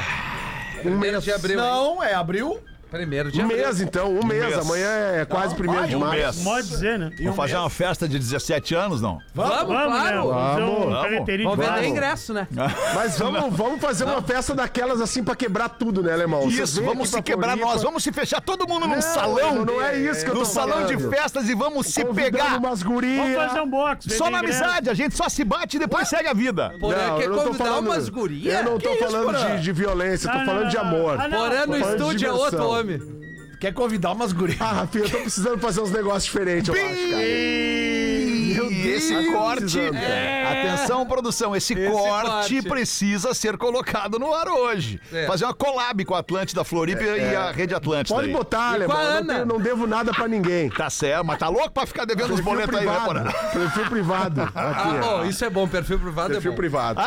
[SPEAKER 8] Um
[SPEAKER 3] Primeiro
[SPEAKER 8] mês.
[SPEAKER 3] de abril. hein?
[SPEAKER 7] Não, é abril.
[SPEAKER 3] Primeiro de
[SPEAKER 8] Um
[SPEAKER 3] abril.
[SPEAKER 8] mês, então. Um mês.
[SPEAKER 5] mês.
[SPEAKER 8] Amanhã é quase primeiro de
[SPEAKER 5] Um
[SPEAKER 8] maio.
[SPEAKER 5] mês.
[SPEAKER 4] Pode dizer, né?
[SPEAKER 5] Vamos fazer uma festa de 17 anos, não?
[SPEAKER 3] Vamos,
[SPEAKER 4] Vamos, né?
[SPEAKER 3] claro.
[SPEAKER 4] Vamos fazer um
[SPEAKER 8] Vamos.
[SPEAKER 4] carreterite.
[SPEAKER 3] Vamos vender
[SPEAKER 4] Vamos.
[SPEAKER 3] ingresso, né?
[SPEAKER 8] Mas vamos, vamos fazer uma festa daquelas assim pra quebrar tudo, né, Alemão? Vocês
[SPEAKER 5] Isso,
[SPEAKER 8] vêm
[SPEAKER 5] vamos
[SPEAKER 8] aqui
[SPEAKER 5] se
[SPEAKER 8] pra
[SPEAKER 5] quebrar
[SPEAKER 8] Floripa.
[SPEAKER 5] nós, vamos se fechar todo mundo num
[SPEAKER 8] Não,
[SPEAKER 5] salão.
[SPEAKER 8] não é isso que eu
[SPEAKER 5] Num
[SPEAKER 8] tô
[SPEAKER 5] salão de
[SPEAKER 8] falando.
[SPEAKER 5] festas e vamos se
[SPEAKER 8] Convidando
[SPEAKER 5] pegar.
[SPEAKER 8] umas gurias.
[SPEAKER 4] Vamos fazer um box.
[SPEAKER 5] Só
[SPEAKER 4] vender
[SPEAKER 5] na
[SPEAKER 4] ingresso.
[SPEAKER 5] amizade, a gente só se bate e depois segue a vida.
[SPEAKER 3] Porã
[SPEAKER 8] Não,
[SPEAKER 3] quer
[SPEAKER 8] eu não tô
[SPEAKER 3] convidar
[SPEAKER 8] falando-
[SPEAKER 3] umas gurias?
[SPEAKER 8] Eu não tô
[SPEAKER 3] Que isso,
[SPEAKER 8] falando
[SPEAKER 3] Porã?
[SPEAKER 8] de, de violência, eu
[SPEAKER 4] Não,
[SPEAKER 8] tô
[SPEAKER 4] não,
[SPEAKER 8] falando
[SPEAKER 4] não,
[SPEAKER 8] de
[SPEAKER 4] não.
[SPEAKER 8] amor.
[SPEAKER 4] Ah, não.
[SPEAKER 3] Porã no
[SPEAKER 8] Faz
[SPEAKER 3] estúdio é
[SPEAKER 8] diversão.
[SPEAKER 3] outro homem.
[SPEAKER 7] Quer convidar umas gurias.
[SPEAKER 8] Ah, Rafinha, eu tô precisando fazer uns negócios diferentes, eu acho, cara.
[SPEAKER 5] Meu Deus, esse corte.
[SPEAKER 8] precisando, cara.
[SPEAKER 5] Atenção, produção, esse,
[SPEAKER 3] Esse
[SPEAKER 5] corte,
[SPEAKER 3] corte.
[SPEAKER 5] precisa ser colocado no ar hoje.
[SPEAKER 3] É.
[SPEAKER 5] Fazer uma collab com a Atlântida Floripa e a Rede Atlântida.
[SPEAKER 8] É, Pode
[SPEAKER 5] aí.
[SPEAKER 8] botar,
[SPEAKER 3] E
[SPEAKER 8] Alemão.
[SPEAKER 3] com a
[SPEAKER 8] Eu não,
[SPEAKER 3] Ana?
[SPEAKER 8] tenho- não devo nada pra ninguém.
[SPEAKER 5] Tá certo, mas tá louco pra ficar devendo os boletos aí, né, Porã?
[SPEAKER 8] Perfil privado. Aqui,
[SPEAKER 3] Ah, bom, isso é bom. Perfil privado é bom.
[SPEAKER 8] privado.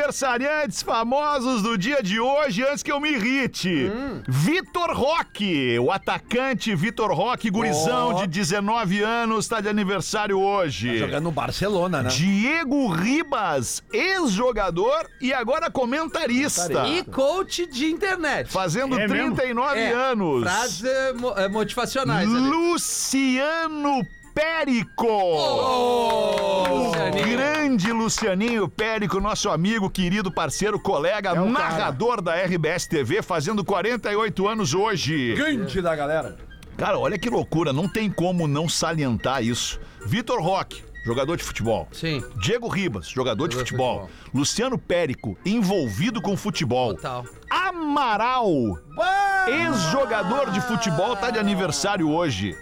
[SPEAKER 5] Aniversariantes famosos do dia de hoje, antes que eu me irrite. Vitor Roque, o atacante Vitor Roque, gurizão de 19 anos, tá de aniversário hoje.
[SPEAKER 7] Tá Jogando no Barcelona, né?
[SPEAKER 5] Diego Ribas, ex-jogador e agora comentarista.
[SPEAKER 3] E coach de internet.
[SPEAKER 5] Fazendo
[SPEAKER 4] É mesmo?
[SPEAKER 5] 39
[SPEAKER 3] É,
[SPEAKER 5] anos.
[SPEAKER 3] Frases eh, mo- eh, motivacionais
[SPEAKER 7] né?
[SPEAKER 3] ali.
[SPEAKER 5] Luciano Périco.
[SPEAKER 3] Ô, Lucianinho.
[SPEAKER 5] Grande Lucianinho Périco, nosso amigo, querido parceiro, colega, narrador da RBS TV, fazendo 48 anos hoje.
[SPEAKER 7] Grande da galera.
[SPEAKER 5] Cara, olha que loucura, não tem como não salientar isso. Vitor Roque, jogador de futebol.
[SPEAKER 3] Sim.
[SPEAKER 5] Diego Ribas, jogador de
[SPEAKER 3] Jogador de
[SPEAKER 5] futebol. Luciano Périco, envolvido com futebol.
[SPEAKER 3] Total.
[SPEAKER 5] Amaral, ex-jogador de futebol, tá de aniversário hoje.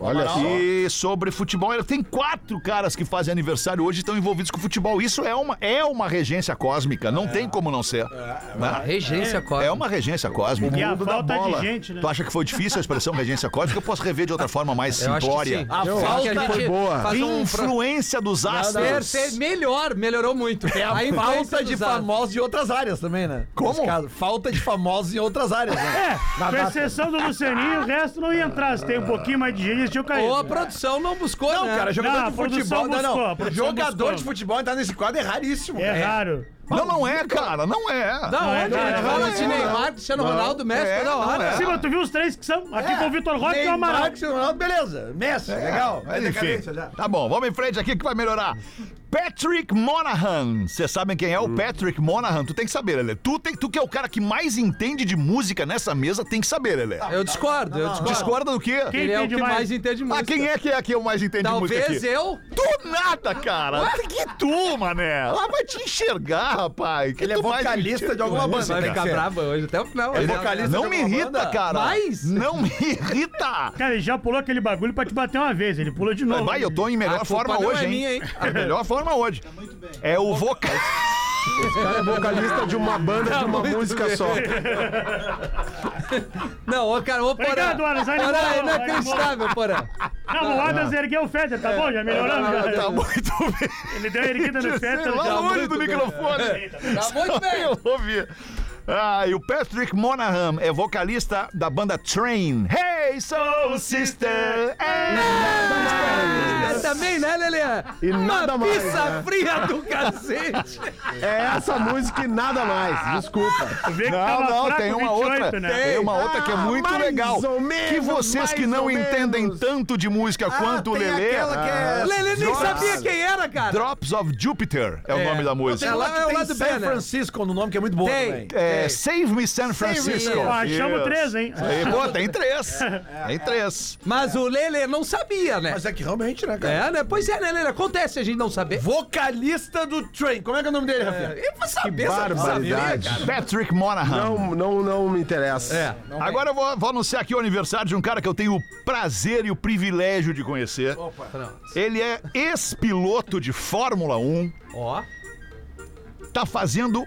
[SPEAKER 8] Olha só.
[SPEAKER 5] E sobre futebol, ele tem quatro caras que fazem aniversário hoje e estão envolvidos com futebol. Isso é uma, é uma regência cósmica,
[SPEAKER 8] É.
[SPEAKER 5] não tem como não ser. né?
[SPEAKER 3] Regência Costa.
[SPEAKER 5] É uma regência cósmica.
[SPEAKER 4] E a
[SPEAKER 8] mundo da
[SPEAKER 4] falta de
[SPEAKER 8] bola.
[SPEAKER 4] gente, né?
[SPEAKER 5] Tu acha que foi difícil a expressão regência cósmica? Eu posso rever de outra forma mais
[SPEAKER 3] Eu acho que sim.
[SPEAKER 5] simplória.
[SPEAKER 7] A
[SPEAKER 8] Eu
[SPEAKER 7] falta
[SPEAKER 8] acho que foi
[SPEAKER 3] gente
[SPEAKER 8] boa.
[SPEAKER 3] faz um pro-
[SPEAKER 5] Influência dos astros.
[SPEAKER 3] Perce- Melhor, melhorou muito.
[SPEAKER 7] É a,
[SPEAKER 3] influência
[SPEAKER 7] falta de
[SPEAKER 3] dos astros.
[SPEAKER 7] famosos em outras áreas também, né?
[SPEAKER 5] Como?
[SPEAKER 7] Nesse caso, falta de famosos em outras áreas, né?
[SPEAKER 4] É, com exceção do Lucianinho, o resto não ia entrar. Se tem um pouquinho mais de gente, eles tinham caído.
[SPEAKER 3] Ou a produção não buscou,
[SPEAKER 7] Não,
[SPEAKER 3] né?
[SPEAKER 7] cara, jogador
[SPEAKER 4] Não, a
[SPEAKER 7] de
[SPEAKER 4] produção
[SPEAKER 7] futebol. não, não.
[SPEAKER 4] buscou, a produção
[SPEAKER 7] Jogador
[SPEAKER 4] buscou.
[SPEAKER 7] de futebol entrar nesse quadro é raríssimo.
[SPEAKER 4] É raro.
[SPEAKER 5] Não, não é, cara, não é.
[SPEAKER 3] Não,
[SPEAKER 4] Não, é,
[SPEAKER 3] onde
[SPEAKER 4] não,
[SPEAKER 3] ele
[SPEAKER 4] é,
[SPEAKER 3] fala
[SPEAKER 4] não,
[SPEAKER 7] assim,
[SPEAKER 3] de
[SPEAKER 4] é,
[SPEAKER 3] Neymar, Cristiano Ronaldo, Messi,
[SPEAKER 5] é,
[SPEAKER 3] toda
[SPEAKER 5] não
[SPEAKER 3] hora.
[SPEAKER 5] é.
[SPEAKER 4] Sim, mas tu viu os três que são? Aqui
[SPEAKER 3] É.
[SPEAKER 4] com o Vitor Roque e o
[SPEAKER 7] Neymar,
[SPEAKER 4] Amaral.
[SPEAKER 7] Cristiano Ronaldo, beleza. Messi, legal.
[SPEAKER 5] Mas
[SPEAKER 7] É
[SPEAKER 5] enfim,
[SPEAKER 7] decadência já.
[SPEAKER 5] tá bom, vamos em frente aqui que vai melhorar. Patrick Monahan. Vocês sabem quem
[SPEAKER 3] Hum.
[SPEAKER 5] é o Patrick Monahan? Tu tem que saber, Lelê. Tu, tem, tu que é o cara que mais entende de música nessa mesa, tem que saber, Lelê.
[SPEAKER 3] Ah, Eu discordo, eu discordo.
[SPEAKER 5] Discorda do quê?
[SPEAKER 4] Quem
[SPEAKER 3] Ele é o
[SPEAKER 4] entende
[SPEAKER 3] que mais,
[SPEAKER 4] mais?
[SPEAKER 3] entende muito.
[SPEAKER 5] Ah, quem é que é que eu mais entende de música
[SPEAKER 3] Talvez
[SPEAKER 5] aqui?
[SPEAKER 3] eu.
[SPEAKER 5] Tu nada, cara. Que tu, mané. Lá vai te enxergar, rapaz. Que
[SPEAKER 7] Ele é
[SPEAKER 5] tu mais
[SPEAKER 7] vocalista
[SPEAKER 5] entende
[SPEAKER 7] de alguma
[SPEAKER 5] música,
[SPEAKER 3] Vai
[SPEAKER 7] banda, né,
[SPEAKER 5] cara.
[SPEAKER 7] tem que
[SPEAKER 3] ficar
[SPEAKER 7] ser.
[SPEAKER 3] brava Tá hoje até o final.
[SPEAKER 7] É
[SPEAKER 3] Ele-
[SPEAKER 7] vocalista.
[SPEAKER 5] É. Não
[SPEAKER 7] de
[SPEAKER 5] me
[SPEAKER 7] alguma
[SPEAKER 5] irrita,
[SPEAKER 7] banda?
[SPEAKER 5] cara.
[SPEAKER 3] Mas-
[SPEAKER 5] Não me irrita.
[SPEAKER 4] Cara, ele já pulou aquele bagulho pra te bater uma vez. Ele pula de novo.
[SPEAKER 5] Vai, eu tô em melhor
[SPEAKER 3] A culpa
[SPEAKER 5] forma
[SPEAKER 3] não
[SPEAKER 5] hoje,
[SPEAKER 3] é
[SPEAKER 5] hein?
[SPEAKER 7] Tá
[SPEAKER 3] minha, hein?
[SPEAKER 5] A melhor forma hoje. É o vocal.
[SPEAKER 8] Esse cara é vocalista de uma banda
[SPEAKER 3] Tá
[SPEAKER 8] de uma música só.
[SPEAKER 3] Não, ô, cara, ô, Porã.
[SPEAKER 4] Obrigado, Alas, animou,
[SPEAKER 3] Porã, é
[SPEAKER 4] animou.
[SPEAKER 3] inacreditável, Porã.
[SPEAKER 4] Não, o Adams ergueu o Fetter,
[SPEAKER 3] É.
[SPEAKER 4] tá bom? então, tá Já melhoramos. já.
[SPEAKER 5] Ah. Tá muito bem.
[SPEAKER 4] Ele deu a erguida no Fetter.
[SPEAKER 5] Lá
[SPEAKER 4] já-
[SPEAKER 5] longe do
[SPEAKER 4] É.
[SPEAKER 5] microfone.
[SPEAKER 3] Tá muito bem.
[SPEAKER 5] Eu ouvi. Ah, e o Patrick Monahan é vocalista da banda Train. Hey, Soul Sister! hey.
[SPEAKER 3] É também, né, Lelê?
[SPEAKER 8] E
[SPEAKER 3] Uma
[SPEAKER 8] nada mais,
[SPEAKER 3] pizza
[SPEAKER 8] né?
[SPEAKER 3] fria do cacete.
[SPEAKER 8] É essa música e nada mais. Desculpa.
[SPEAKER 4] Vê que
[SPEAKER 5] Não,
[SPEAKER 4] tava
[SPEAKER 5] não,
[SPEAKER 4] fraco
[SPEAKER 5] tem uma
[SPEAKER 4] 28,
[SPEAKER 5] outra.
[SPEAKER 4] né?
[SPEAKER 5] Tem uma outra que é
[SPEAKER 8] Ah,
[SPEAKER 5] muito
[SPEAKER 8] mais
[SPEAKER 5] legal.
[SPEAKER 8] ou menos,
[SPEAKER 5] que vocês que
[SPEAKER 8] mais
[SPEAKER 5] não
[SPEAKER 8] ou
[SPEAKER 5] entendem
[SPEAKER 8] menos.
[SPEAKER 5] tanto de música quanto o
[SPEAKER 7] tem
[SPEAKER 5] Lelê.
[SPEAKER 7] aquela que é-
[SPEAKER 3] Lelê nem
[SPEAKER 5] Drops.
[SPEAKER 3] sabia quem era, cara.
[SPEAKER 5] Drops of Jupiter é, o nome da música.
[SPEAKER 3] É lá-
[SPEAKER 7] Ela
[SPEAKER 3] é o
[SPEAKER 7] tem
[SPEAKER 3] lado
[SPEAKER 7] San
[SPEAKER 3] B, né?
[SPEAKER 7] Francisco no nome, que é muito boa
[SPEAKER 3] Tem.
[SPEAKER 7] também.
[SPEAKER 5] É, Save Me San Francisco.
[SPEAKER 4] Ó, achamos
[SPEAKER 5] Isso.
[SPEAKER 4] três, hein?
[SPEAKER 5] Aí, pô, tem três. Tem três.
[SPEAKER 3] Mas o Lelê não sabia, né?
[SPEAKER 7] Mas é que realmente, né, cara?
[SPEAKER 3] É, né? Pois é, né, Lelê? Acontece a gente não saber.
[SPEAKER 7] Vocalista do Train. Como é que é o nome dele, Rafinha?
[SPEAKER 3] Eu vou saber essa
[SPEAKER 7] né,
[SPEAKER 8] Barbaridade.
[SPEAKER 5] Patrick Monahan.
[SPEAKER 8] Não, não, não me interessa.
[SPEAKER 7] É.
[SPEAKER 5] Agora eu vou, vou anunciar aqui o aniversário de um cara que eu tenho o prazer e o privilégio de conhecer. Ele é ex-piloto de Fórmula 1,
[SPEAKER 3] Ó.
[SPEAKER 5] tá fazendo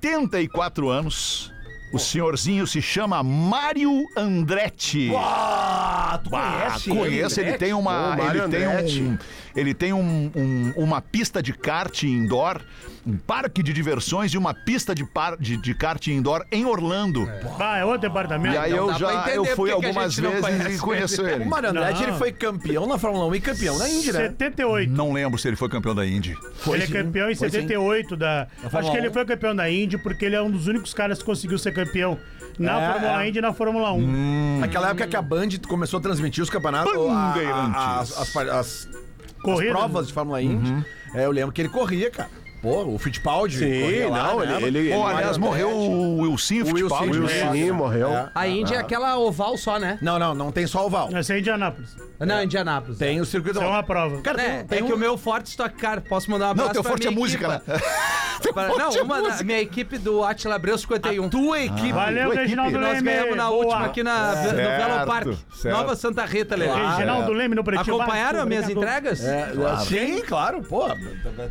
[SPEAKER 5] 84 anos. O senhorzinho se chama Mário Andretti.
[SPEAKER 7] Ah, tu conhece? ele?
[SPEAKER 5] Conheço, ele tem uma.
[SPEAKER 8] Ô, Mário
[SPEAKER 5] ele, tem um,
[SPEAKER 8] Andretti.
[SPEAKER 5] ele tem um- um- uma pista de kart indoor, um parque de diversões e uma pista de, par- de- de kart indoor em Orlando.
[SPEAKER 4] Bah, é outro departamento.
[SPEAKER 5] E aí
[SPEAKER 4] Não,
[SPEAKER 5] eu
[SPEAKER 3] Ah, dá pra
[SPEAKER 5] já
[SPEAKER 3] entender
[SPEAKER 5] eu fui
[SPEAKER 3] porque que a
[SPEAKER 5] algumas
[SPEAKER 3] gente não
[SPEAKER 5] vezes
[SPEAKER 3] conhece
[SPEAKER 5] e conheço ele.
[SPEAKER 7] O Mário Andretti,
[SPEAKER 4] Não.
[SPEAKER 7] ele foi campeão na Fórmula 1 e campeão na Índia, né?
[SPEAKER 4] 78.
[SPEAKER 5] Não lembro se ele foi campeão da Indy.
[SPEAKER 4] ele é campeão em 78 da. Acho que ele foi campeão da Indy porque ele é um dos únicos caras que conseguiu ser campeão na
[SPEAKER 7] É,
[SPEAKER 4] Fórmula um,
[SPEAKER 7] é.
[SPEAKER 4] Indy e na Fórmula 1.
[SPEAKER 7] Naquela época
[SPEAKER 8] Hum.
[SPEAKER 7] que a Band começou a transmitir os campeonatos, a- a-
[SPEAKER 5] Bandeirantes.
[SPEAKER 7] as, as, par- as- as
[SPEAKER 4] Corrida.
[SPEAKER 7] provas de Fórmula Indy. É, eu lembro que ele corria, cara. Pô, o Fittipaldi
[SPEAKER 8] Uhum. Sim,
[SPEAKER 7] corria lá,
[SPEAKER 8] não,
[SPEAKER 7] né?
[SPEAKER 8] ele. ele, ele
[SPEAKER 5] Pô, aliás, morreu o Wilson
[SPEAKER 7] Wilson
[SPEAKER 5] Fittipaldi.
[SPEAKER 8] o
[SPEAKER 5] né?
[SPEAKER 7] Fittipaldi.
[SPEAKER 8] Sim, morreu.
[SPEAKER 3] A Índia é aquela oval só, né?
[SPEAKER 7] Não, não, não tem só o Val.
[SPEAKER 4] Essa é Indianápolis.
[SPEAKER 3] Não, Indianápolis.
[SPEAKER 7] Tem o circuito...
[SPEAKER 4] Isso é uma prova.
[SPEAKER 7] Cara,
[SPEAKER 3] É,
[SPEAKER 9] Né?
[SPEAKER 7] tem, tem
[SPEAKER 3] é que
[SPEAKER 7] um-
[SPEAKER 3] o meu forte estoque cara. Posso mandar um abraço
[SPEAKER 5] Não, teu
[SPEAKER 3] pra
[SPEAKER 5] forte é
[SPEAKER 3] minha
[SPEAKER 5] música,
[SPEAKER 3] equipe.
[SPEAKER 5] né?
[SPEAKER 3] Pra- não, uma da minha equipe do Atila Abreu 51.
[SPEAKER 7] Tua equipe.
[SPEAKER 4] Ah. Valeu,
[SPEAKER 5] boa
[SPEAKER 4] Reginaldo
[SPEAKER 5] equipe.
[SPEAKER 4] Leme.
[SPEAKER 3] Nós ganhamos na
[SPEAKER 4] Boa.
[SPEAKER 3] última aqui na, no Velo Parque.
[SPEAKER 5] certo.
[SPEAKER 3] Nova Santa Rita, Lelê.
[SPEAKER 4] Reginaldo Leme no Pretinho
[SPEAKER 3] Acompanharam as
[SPEAKER 4] Básico,
[SPEAKER 3] minhas
[SPEAKER 4] obrigado.
[SPEAKER 3] entregas?
[SPEAKER 7] É, Sim, claro, pô.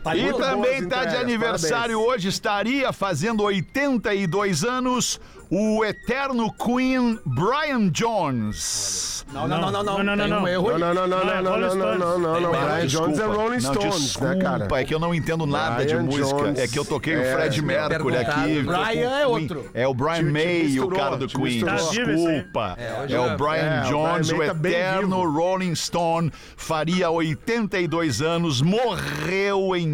[SPEAKER 7] Tá
[SPEAKER 5] E
[SPEAKER 7] muito bom.
[SPEAKER 5] também tá de
[SPEAKER 8] entregas,
[SPEAKER 5] aniversário hoje, estaria fazendo 82 anos, o eterno Queen Brian Jones.
[SPEAKER 7] Não, não, não, não, não.
[SPEAKER 4] Não, não,
[SPEAKER 7] Tem
[SPEAKER 4] não,
[SPEAKER 7] um
[SPEAKER 4] não.
[SPEAKER 7] erro
[SPEAKER 8] Não,
[SPEAKER 7] aí.
[SPEAKER 8] não, não, não, não, não, não, não, não, não, não.
[SPEAKER 5] Ah,
[SPEAKER 8] Brian
[SPEAKER 5] desculpa.
[SPEAKER 8] Jones é Rolling
[SPEAKER 5] Não,
[SPEAKER 8] Stones,
[SPEAKER 5] desculpa,
[SPEAKER 8] né, cara?
[SPEAKER 5] é que eu não entendo nada de
[SPEAKER 8] Brian
[SPEAKER 5] música.
[SPEAKER 8] Jones.
[SPEAKER 5] É que eu toquei o
[SPEAKER 8] É,
[SPEAKER 5] Fred Mercury aqui.
[SPEAKER 3] perguntaram.
[SPEAKER 5] tô
[SPEAKER 7] Brian
[SPEAKER 5] com
[SPEAKER 7] é
[SPEAKER 5] o
[SPEAKER 7] outro.
[SPEAKER 5] Queen. É o Brian
[SPEAKER 8] Te- te
[SPEAKER 5] May,
[SPEAKER 8] misturou,
[SPEAKER 5] o cara do
[SPEAKER 8] te
[SPEAKER 5] Queen.
[SPEAKER 8] misturou.
[SPEAKER 4] Tá vivo esse aí.
[SPEAKER 5] Desculpa. É,
[SPEAKER 3] hoje
[SPEAKER 5] o
[SPEAKER 3] é-
[SPEAKER 5] Brian
[SPEAKER 8] é, o
[SPEAKER 5] Jones,
[SPEAKER 8] Brian
[SPEAKER 5] o
[SPEAKER 8] May tá bem
[SPEAKER 5] eterno
[SPEAKER 8] vivo.
[SPEAKER 5] Rolling Stone. Faria 82 anos, morreu em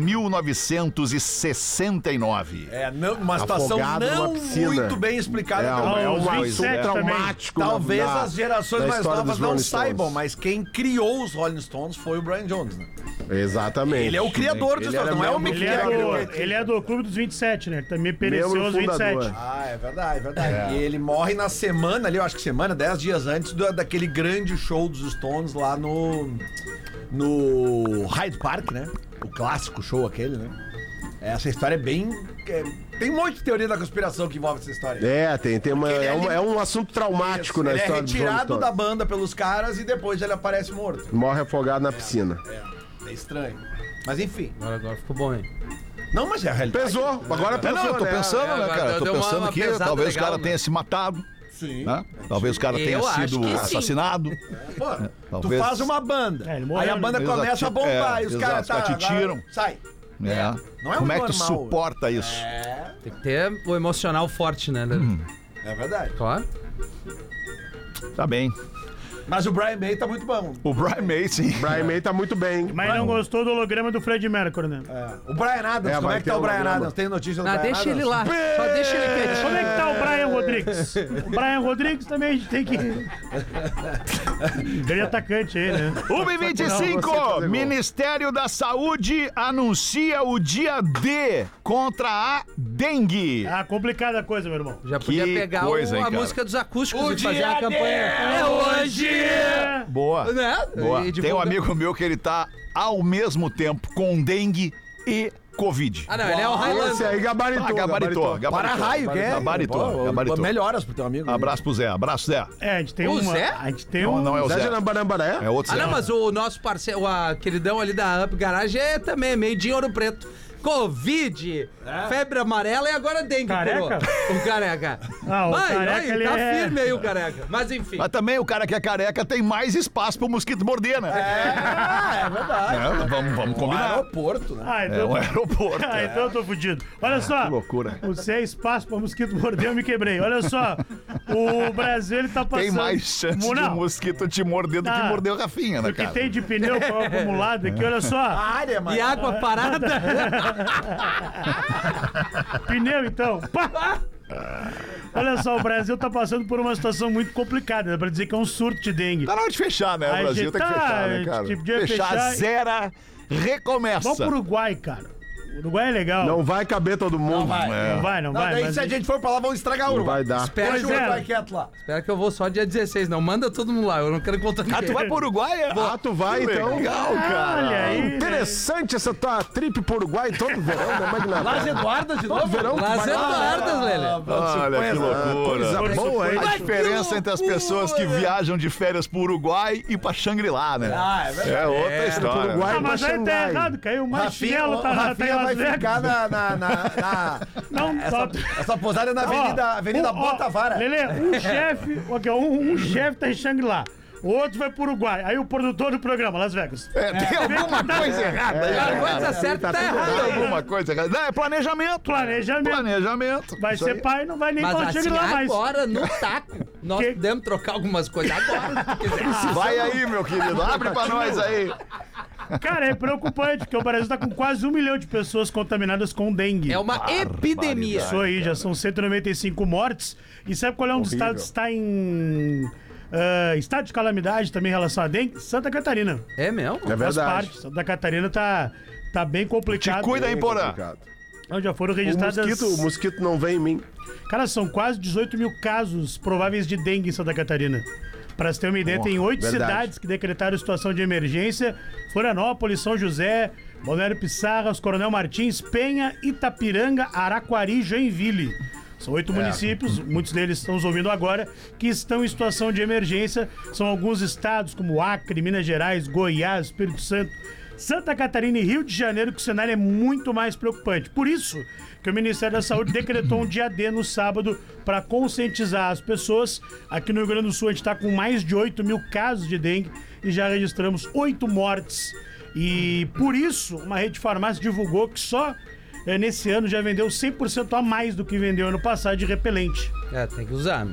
[SPEAKER 5] 1969.
[SPEAKER 7] É, não, uma situação
[SPEAKER 8] tá Afogado numa
[SPEAKER 7] não
[SPEAKER 8] piscina.
[SPEAKER 7] muito bem né, explicada.
[SPEAKER 8] É,
[SPEAKER 7] pelo
[SPEAKER 8] um- é
[SPEAKER 7] menos.
[SPEAKER 8] um
[SPEAKER 4] Aos 27
[SPEAKER 8] assunto
[SPEAKER 4] também.
[SPEAKER 8] traumático. na-
[SPEAKER 7] Talvez
[SPEAKER 8] na-
[SPEAKER 7] as gerações
[SPEAKER 8] na
[SPEAKER 7] mais
[SPEAKER 8] história
[SPEAKER 7] novas
[SPEAKER 8] dos
[SPEAKER 7] não
[SPEAKER 8] Rolling
[SPEAKER 7] saibam,
[SPEAKER 8] Stones.
[SPEAKER 7] mas quem criou os Rolling Stones foi o Brian Jones, né?
[SPEAKER 8] Exatamente.
[SPEAKER 7] Ele é o criador dos
[SPEAKER 8] Ele era
[SPEAKER 7] Stones, não é o
[SPEAKER 8] membro
[SPEAKER 7] Mick
[SPEAKER 4] Ele é,
[SPEAKER 7] Jagger.
[SPEAKER 4] do, ele é do Clube dos 27, né? Ele também pereceu
[SPEAKER 8] Membro
[SPEAKER 4] aos 27.
[SPEAKER 8] fundador.
[SPEAKER 7] Ah, é verdade, é verdade. E ele morre na semana ali, eu acho que semana, 10 dias antes do- daquele grande show dos Stones lá no. no Hyde Park, né? O clássico show aquele, né? Essa história é bem. é- tem um monte de teoria da conspiração que envolve essa história.
[SPEAKER 8] É, tem, tem uma,
[SPEAKER 7] Porque ele é
[SPEAKER 8] é, um,
[SPEAKER 7] ali-
[SPEAKER 8] é um assunto traumático na
[SPEAKER 7] ele é
[SPEAKER 8] história dos Rolling
[SPEAKER 7] retirado
[SPEAKER 8] Stones.
[SPEAKER 7] da banda pelos caras e depois ele aparece morto.
[SPEAKER 8] Morre afogado na piscina.
[SPEAKER 7] É estranho. Mas enfim.
[SPEAKER 3] Agora, agora ficou bom, hein?
[SPEAKER 7] Não, mas é a realidade.
[SPEAKER 8] Pesou, agora
[SPEAKER 5] É,
[SPEAKER 8] pesou,
[SPEAKER 5] não, eu tô
[SPEAKER 8] né?
[SPEAKER 5] pensando,
[SPEAKER 3] É,
[SPEAKER 5] né,
[SPEAKER 3] agora
[SPEAKER 5] cara? Tô
[SPEAKER 3] deu uma-
[SPEAKER 5] pensando
[SPEAKER 3] uma
[SPEAKER 5] que
[SPEAKER 3] pesada
[SPEAKER 5] talvez o
[SPEAKER 3] legal,
[SPEAKER 5] cara
[SPEAKER 3] né?
[SPEAKER 5] tenha se matado,
[SPEAKER 7] Sim.
[SPEAKER 5] né? Talvez o cara tenha
[SPEAKER 3] Eu acho
[SPEAKER 5] sido
[SPEAKER 3] que sim.
[SPEAKER 5] assassinado.
[SPEAKER 7] Pô,
[SPEAKER 5] talvez.
[SPEAKER 7] tu faz uma banda.
[SPEAKER 4] É, ele morreu,
[SPEAKER 7] aí a
[SPEAKER 4] né?
[SPEAKER 7] banda
[SPEAKER 5] Eles
[SPEAKER 7] começa
[SPEAKER 5] ati-
[SPEAKER 7] a bombar
[SPEAKER 5] é,
[SPEAKER 7] e os
[SPEAKER 5] exato,
[SPEAKER 7] caras tá,
[SPEAKER 5] te
[SPEAKER 7] agora
[SPEAKER 5] tiram.
[SPEAKER 7] Sai.
[SPEAKER 5] né?
[SPEAKER 7] Não é
[SPEAKER 5] Como é
[SPEAKER 7] algo
[SPEAKER 5] que tu
[SPEAKER 7] normal.
[SPEAKER 5] suporta isso?
[SPEAKER 7] É,
[SPEAKER 3] Tem que ter o emocional forte, né, Lelê? Ah,
[SPEAKER 7] é verdade.
[SPEAKER 3] Claro.
[SPEAKER 5] Tá bem.
[SPEAKER 7] Mas o Brian May tá muito bom.
[SPEAKER 5] O Brian May, sim.
[SPEAKER 8] Brian May tá muito bem.
[SPEAKER 4] Mas não gostou do holograma do Fred Mercury, né?
[SPEAKER 7] É. O Brian Adams,
[SPEAKER 8] É,
[SPEAKER 7] como
[SPEAKER 8] vai
[SPEAKER 7] é que tá
[SPEAKER 8] ter
[SPEAKER 7] o Brian
[SPEAKER 8] holograma.
[SPEAKER 7] Adams? Tem notícia do
[SPEAKER 3] Ah,
[SPEAKER 7] Brian
[SPEAKER 3] deixa ele
[SPEAKER 7] Adams?
[SPEAKER 3] lá. Só deixa ele
[SPEAKER 4] Como
[SPEAKER 3] quietinho.
[SPEAKER 4] é que tá o Brian Rodrigues? O Brian Rodrigues também a gente tem que. Grande atacante aí, né?
[SPEAKER 5] 1 e
[SPEAKER 8] Não, você
[SPEAKER 5] 25
[SPEAKER 8] fazer gol.
[SPEAKER 5] Ministério da Saúde anuncia o dia D contra a dengue.
[SPEAKER 4] Ah, complicada a coisa, meu irmão.
[SPEAKER 3] Já podia
[SPEAKER 5] Que
[SPEAKER 3] pegar o-
[SPEAKER 5] coisa, hein,
[SPEAKER 3] a
[SPEAKER 5] cara?
[SPEAKER 3] música dos acústicos e fazer a campanha. É hoje!
[SPEAKER 5] Boa.
[SPEAKER 3] Né?
[SPEAKER 5] Boa.
[SPEAKER 3] E
[SPEAKER 5] Tem um
[SPEAKER 3] divulga-
[SPEAKER 5] amigo meu que ele tá ao mesmo tempo com dengue e Covid.
[SPEAKER 3] Ah, não, ele é o
[SPEAKER 8] Esse
[SPEAKER 3] Highlander.
[SPEAKER 8] aí gabaritou.
[SPEAKER 5] Ah, gabaritou, gabaritou.
[SPEAKER 7] Para raio, que é?
[SPEAKER 5] Gabaritou,
[SPEAKER 7] Pô,
[SPEAKER 5] gabaritou.
[SPEAKER 7] Melhoras pro teu amigo.
[SPEAKER 8] Ah,
[SPEAKER 5] Abraço pro Zé, abraço Zé.
[SPEAKER 4] É, a gente tem
[SPEAKER 3] O
[SPEAKER 4] uma.
[SPEAKER 3] Zé?
[SPEAKER 4] A gente tem
[SPEAKER 5] Não,
[SPEAKER 4] um.
[SPEAKER 5] não é o
[SPEAKER 8] Zé
[SPEAKER 5] Zé.
[SPEAKER 8] de Nambarambaré?
[SPEAKER 5] É outro
[SPEAKER 3] Ah,
[SPEAKER 5] Zé.
[SPEAKER 3] não, mas o nosso parceiro, o a, queridão ali da Up Garage é também, é meio de ouro preto.
[SPEAKER 9] Covid, febre amarela e agora dengue,
[SPEAKER 10] É? Careca?
[SPEAKER 9] coroa. O careca.
[SPEAKER 10] Ah, o careca,
[SPEAKER 9] aí,
[SPEAKER 10] ele
[SPEAKER 9] tá
[SPEAKER 10] é-
[SPEAKER 9] firme aí o careca. Mas enfim.
[SPEAKER 5] Mas também o cara que é careca tem mais espaço pro mosquito morder, né?
[SPEAKER 7] É verdade.
[SPEAKER 5] Né? vamos, vamos combinar.
[SPEAKER 7] Aeroporto, né?
[SPEAKER 4] Ah,
[SPEAKER 5] É
[SPEAKER 4] então,
[SPEAKER 5] um aeroporto.
[SPEAKER 4] ah, então eu tô fudido. Olha só. Que
[SPEAKER 5] loucura.
[SPEAKER 4] Você é espaço pra mosquito morder, eu me quebrei. Olha só. O Brasil, ele tá passando...
[SPEAKER 5] Tem mais chance de um
[SPEAKER 4] Não,
[SPEAKER 5] mosquito te morder do que
[SPEAKER 4] Ah,
[SPEAKER 5] morder o Rafinha, né,
[SPEAKER 4] O que
[SPEAKER 5] cara?
[SPEAKER 4] tem de pneu com acumulado aqui, olha
[SPEAKER 7] A
[SPEAKER 4] só.
[SPEAKER 7] área, mano.
[SPEAKER 9] E
[SPEAKER 10] Ah.
[SPEAKER 9] água parada.
[SPEAKER 4] Pneu, então. Pá! Olha só, o Brasil tá passando por uma situação muito complicada. Dá pra dizer que é um surto de dengue.
[SPEAKER 5] Tá na hora de fechar, né?
[SPEAKER 4] A
[SPEAKER 5] O Brasil
[SPEAKER 4] gente
[SPEAKER 5] tem que
[SPEAKER 4] tá,
[SPEAKER 5] fechar, né,
[SPEAKER 4] a
[SPEAKER 5] cara?
[SPEAKER 4] gente podia
[SPEAKER 5] Fechar,
[SPEAKER 4] fechar e-
[SPEAKER 5] zera, recomeça.
[SPEAKER 4] Vamos pro Uruguai, cara. O Uruguai é legal.
[SPEAKER 8] Não vai caber todo mundo.
[SPEAKER 5] É.
[SPEAKER 4] Não vai, não,
[SPEAKER 7] Não,
[SPEAKER 4] vai.
[SPEAKER 7] daí
[SPEAKER 4] mas
[SPEAKER 7] se a gente for pra lá, vão estragar o
[SPEAKER 8] Não vai
[SPEAKER 7] Uruguai.
[SPEAKER 8] dar.
[SPEAKER 9] Espera,
[SPEAKER 7] Deixa o
[SPEAKER 4] Pois é.
[SPEAKER 7] Uruguai quieto lá.
[SPEAKER 9] espera que eu vou só dia 16, não. Manda todo mundo lá, eu não quero encontrar ninguém.
[SPEAKER 5] Ah, tu vai pro Uruguai? é?
[SPEAKER 8] Ah, tu vai
[SPEAKER 5] Que
[SPEAKER 8] então.
[SPEAKER 5] Legal, cara.
[SPEAKER 4] Olha aí. né?
[SPEAKER 8] Interessante essa tua trip pro Uruguai todo verão, né, Magnata?
[SPEAKER 7] As Eduardas de novo? Ah,
[SPEAKER 8] verão tu
[SPEAKER 9] Las
[SPEAKER 8] vai lá.
[SPEAKER 9] Eduardas, Lelê.
[SPEAKER 5] Olha que loucura.
[SPEAKER 8] Coisa boa, hein?
[SPEAKER 5] A diferença entre as pessoas que viajam de férias pro Uruguai e pra Shangri-La, né?
[SPEAKER 7] Ah, é verdade.
[SPEAKER 5] É outra
[SPEAKER 8] Pro
[SPEAKER 5] história.
[SPEAKER 8] Uruguai
[SPEAKER 4] Ah, mas
[SPEAKER 8] pra
[SPEAKER 4] aí tá
[SPEAKER 8] Xangai.
[SPEAKER 4] errado, caiu o
[SPEAKER 7] Rafinha,
[SPEAKER 4] Marcelo,
[SPEAKER 7] o
[SPEAKER 4] tá, tá em
[SPEAKER 7] Rafinha vai
[SPEAKER 4] Las
[SPEAKER 7] ficar
[SPEAKER 4] Vegas.
[SPEAKER 7] na, na, na, na-
[SPEAKER 4] Não,
[SPEAKER 7] essa,
[SPEAKER 4] top.
[SPEAKER 7] essa posada é na Avenida,
[SPEAKER 4] Ó,
[SPEAKER 7] avenida
[SPEAKER 4] um- ó,
[SPEAKER 7] Botavara.
[SPEAKER 4] Lelê, um chefe, ok, um, um chefe tá em Shangri-La, o outro vai pro Uruguai, aí o produtor do programa, Las Vegas.
[SPEAKER 5] É, tem alguma
[SPEAKER 4] tá
[SPEAKER 5] coisa errada aí.
[SPEAKER 9] Ah, A
[SPEAKER 5] né, cara?
[SPEAKER 9] coisa certa tá
[SPEAKER 5] Tem
[SPEAKER 9] errada.
[SPEAKER 5] alguma coisa errada. Não, é planejamento.
[SPEAKER 4] Planejamento.
[SPEAKER 5] Planejamento.
[SPEAKER 4] Vai
[SPEAKER 5] Isso
[SPEAKER 4] ser
[SPEAKER 5] aí.
[SPEAKER 4] pai, não vai nem
[SPEAKER 9] Mas
[SPEAKER 4] pra
[SPEAKER 9] assim,
[SPEAKER 4] Shangri-La mais.
[SPEAKER 9] agora no taco, nós
[SPEAKER 4] Que-
[SPEAKER 9] podemos trocar algumas coisas agora, se tu quiser.
[SPEAKER 5] Vai aí, meu querido. Abre pra nós aí.
[SPEAKER 4] Cara, é preocupante, porque o Brasil tá com quase um milhão de pessoas contaminadas com dengue.
[SPEAKER 9] É uma epidemia.
[SPEAKER 4] Isso aí, já são 195 mortes. E sabe qual é um dos estados que está em... ah, estado de calamidade também em relação a dengue? Santa Catarina.
[SPEAKER 9] É mesmo?
[SPEAKER 8] É
[SPEAKER 4] Faz
[SPEAKER 8] verdade.
[SPEAKER 4] parte. Santa Catarina tá, tá bem complicado.
[SPEAKER 5] Te cuida aí, Porã.
[SPEAKER 4] Não, já foram
[SPEAKER 8] O
[SPEAKER 4] registradas.
[SPEAKER 8] mosquito, o mosquito não vem em mim.
[SPEAKER 4] Cara, são quase 18 mil casos prováveis de dengue em Santa Catarina. Pra você ter uma ideia, tem oito
[SPEAKER 8] verdade.
[SPEAKER 4] cidades que decretaram situação de emergência: Florianópolis, São José, Balneário Pissarras, Coronel Martins, Penha, Itapiranga, Araquari e Joinville. São oito municípios, muitos deles estão nos ouvindo agora, que estão em situação de emergência. São alguns estados, como Acre, Minas Gerais, Goiás, Espírito Santo, Santa Catarina e Rio de Janeiro, que o cenário é muito mais preocupante. Por isso que o Ministério da Saúde decretou um dia D no sábado para conscientizar as pessoas. Aqui no Rio Grande do Sul a gente está com mais de 8 mil casos de dengue e já registramos 8 mortes. E por isso, uma rede de farmácia divulgou que só eh, nesse ano já vendeu 100% a mais do que vendeu ano passado de repelente.
[SPEAKER 9] É, tem que usar.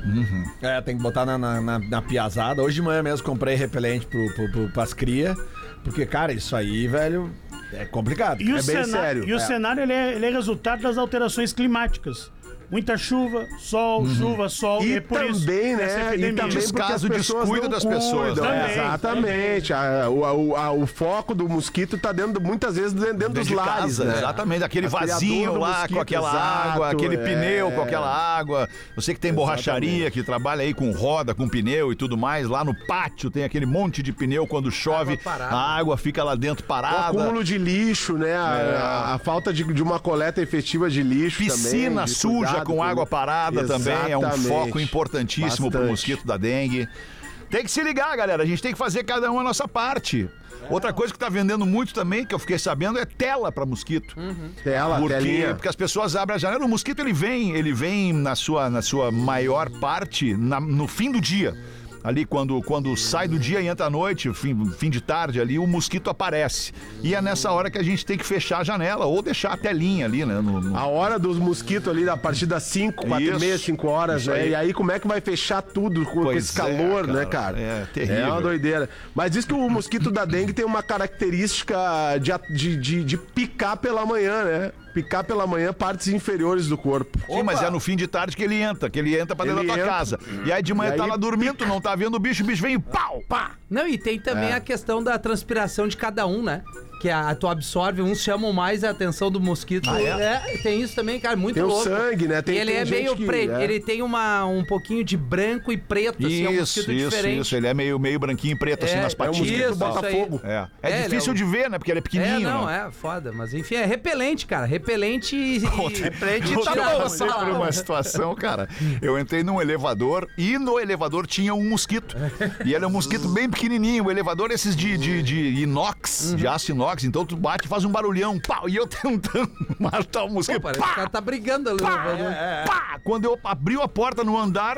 [SPEAKER 7] É, tem que botar na, na, na- na piazada. Hoje de manhã mesmo comprei repelente pro, pro, pro, pras cria. Porque, cara, isso aí, velho, é complicado.
[SPEAKER 4] E o
[SPEAKER 7] é
[SPEAKER 4] cenário, E o cenário ele é, ele é resultado das alterações climáticas. Muita chuva, sol, chuva, sol.
[SPEAKER 8] Uhum. E
[SPEAKER 4] é por isso
[SPEAKER 8] também,
[SPEAKER 4] essa
[SPEAKER 8] né? E
[SPEAKER 4] epidemia.
[SPEAKER 8] também porque as
[SPEAKER 5] Descaso,
[SPEAKER 8] pessoas
[SPEAKER 5] descuido
[SPEAKER 8] não
[SPEAKER 5] das pessoas,
[SPEAKER 8] cuidam.
[SPEAKER 4] né?
[SPEAKER 8] Exatamente. A- o, a- o- a- o foco do mosquito tá dentro, muitas vezes, dentro, dentro dos
[SPEAKER 5] de
[SPEAKER 8] lares,
[SPEAKER 5] casa,
[SPEAKER 8] né?
[SPEAKER 5] Exatamente, aquele
[SPEAKER 8] A criadora
[SPEAKER 5] vasinho
[SPEAKER 8] do
[SPEAKER 5] lá
[SPEAKER 8] mosquito,
[SPEAKER 5] com aquela
[SPEAKER 8] exato,
[SPEAKER 5] água, aquele
[SPEAKER 8] é.
[SPEAKER 5] pneu com aquela água. Você que tem borracharia, que trabalha aí com roda, com pneu e tudo mais, lá no pátio tem aquele monte de pneu quando chove,
[SPEAKER 9] parada.
[SPEAKER 5] a água fica lá dentro
[SPEAKER 8] O
[SPEAKER 5] parada.
[SPEAKER 8] acúmulo de lixo, né? A,
[SPEAKER 5] É.
[SPEAKER 8] a- a falta de, de uma coleta efetiva de lixo
[SPEAKER 5] Piscina
[SPEAKER 8] também, de
[SPEAKER 5] suja
[SPEAKER 8] cuidado
[SPEAKER 5] com água parada também é um
[SPEAKER 8] Exatamente.
[SPEAKER 5] foco importantíssimo para pro
[SPEAKER 8] Bastante.
[SPEAKER 5] mosquito da dengue. Tem que se ligar, galera. A gente tem que fazer cada um a nossa parte.
[SPEAKER 8] É.
[SPEAKER 5] Outra coisa que tá vendendo muito também, que eu fiquei sabendo, é tela para mosquito.
[SPEAKER 8] Hum. Tela,
[SPEAKER 5] Porque,
[SPEAKER 8] telinha.
[SPEAKER 5] porque as pessoas abrem a janela. O mosquito ele vem, ele vem na sua, na sua maior parte na- no fim do dia. Ali, quando, quando sai do dia e entra à noite, fim, fim de tarde ali, o mosquito aparece. E é nessa hora que a gente tem que fechar a janela ou deixar a telinha ali, né? no- no-
[SPEAKER 8] A hora dos mosquitos ali, a partir das 5, 4 e
[SPEAKER 5] Isso.
[SPEAKER 8] meia, 5 horas,
[SPEAKER 5] Isso
[SPEAKER 8] né?
[SPEAKER 5] aí.
[SPEAKER 8] E aí como é que vai fechar tudo com, com
[SPEAKER 5] Pois
[SPEAKER 8] esse calor,
[SPEAKER 5] é, cara.
[SPEAKER 8] né, cara?
[SPEAKER 5] É, terrível.
[SPEAKER 8] É uma doideira. Mas diz que o mosquito da dengue tem uma característica de, a- de, de, de picar pela manhã, né? Picar pela manhã partes inferiores do corpo.
[SPEAKER 5] Sim, mas é no fim de tarde que ele entra, que ele entra pra dentro
[SPEAKER 8] Ele
[SPEAKER 5] da tua
[SPEAKER 8] entra.
[SPEAKER 5] casa. E aí de manhã
[SPEAKER 8] E
[SPEAKER 5] tá
[SPEAKER 8] aí-
[SPEAKER 5] lá dormindo, tu não tá vendo o bicho, o bicho vem e pau, pá.
[SPEAKER 9] Não, e tem
[SPEAKER 5] É.
[SPEAKER 9] também a questão da transpiração de cada um, né? Que a, tu absorve, uns chamam mais a atenção do mosquito.
[SPEAKER 5] Ah,
[SPEAKER 9] é? tem isso também, cara, muito
[SPEAKER 8] Tem o
[SPEAKER 9] louco.
[SPEAKER 8] sangue, né? Tem-
[SPEAKER 9] ele
[SPEAKER 8] tem
[SPEAKER 9] é
[SPEAKER 8] gente
[SPEAKER 9] meio
[SPEAKER 8] que-
[SPEAKER 9] preto,
[SPEAKER 8] é.
[SPEAKER 9] ele tem uma, um pouquinho de branco e preto, assim, é um
[SPEAKER 5] isso,
[SPEAKER 9] mosquito
[SPEAKER 5] isso,
[SPEAKER 9] diferente.
[SPEAKER 5] isso. Ele é meio, meio branquinho e preto, assim,
[SPEAKER 9] É,
[SPEAKER 5] nas
[SPEAKER 9] é um
[SPEAKER 5] patinhas.
[SPEAKER 9] mosquito
[SPEAKER 5] e tal.
[SPEAKER 9] Botafogo.
[SPEAKER 5] É, é,
[SPEAKER 9] É, ele
[SPEAKER 5] difícil
[SPEAKER 9] é um-
[SPEAKER 5] de ver, né? Porque ele é
[SPEAKER 9] É,
[SPEAKER 5] pequenininho,
[SPEAKER 9] não,
[SPEAKER 5] né?
[SPEAKER 9] é foda, mas enfim, é repelente, cara. Repelente e. e-
[SPEAKER 5] Repelente
[SPEAKER 9] e
[SPEAKER 5] Eu
[SPEAKER 9] tira-
[SPEAKER 5] passei por uma tá situação, cara. Eu entrei num elevador e no elevador tinha um é
[SPEAKER 7] Uhum.
[SPEAKER 5] mosquito. E ele é um mosquito bem pequenininho. O elevador, esses de, de, de inox, de aço inox, boxe, então tu bate, faz um barulhão, pau, e eu tentando matar o mosquito.
[SPEAKER 9] Parece que o
[SPEAKER 5] pá,
[SPEAKER 9] cara tá brigando ali.
[SPEAKER 5] pá, é,
[SPEAKER 9] no- no-
[SPEAKER 5] pá. Quando eu abri a porta no andar,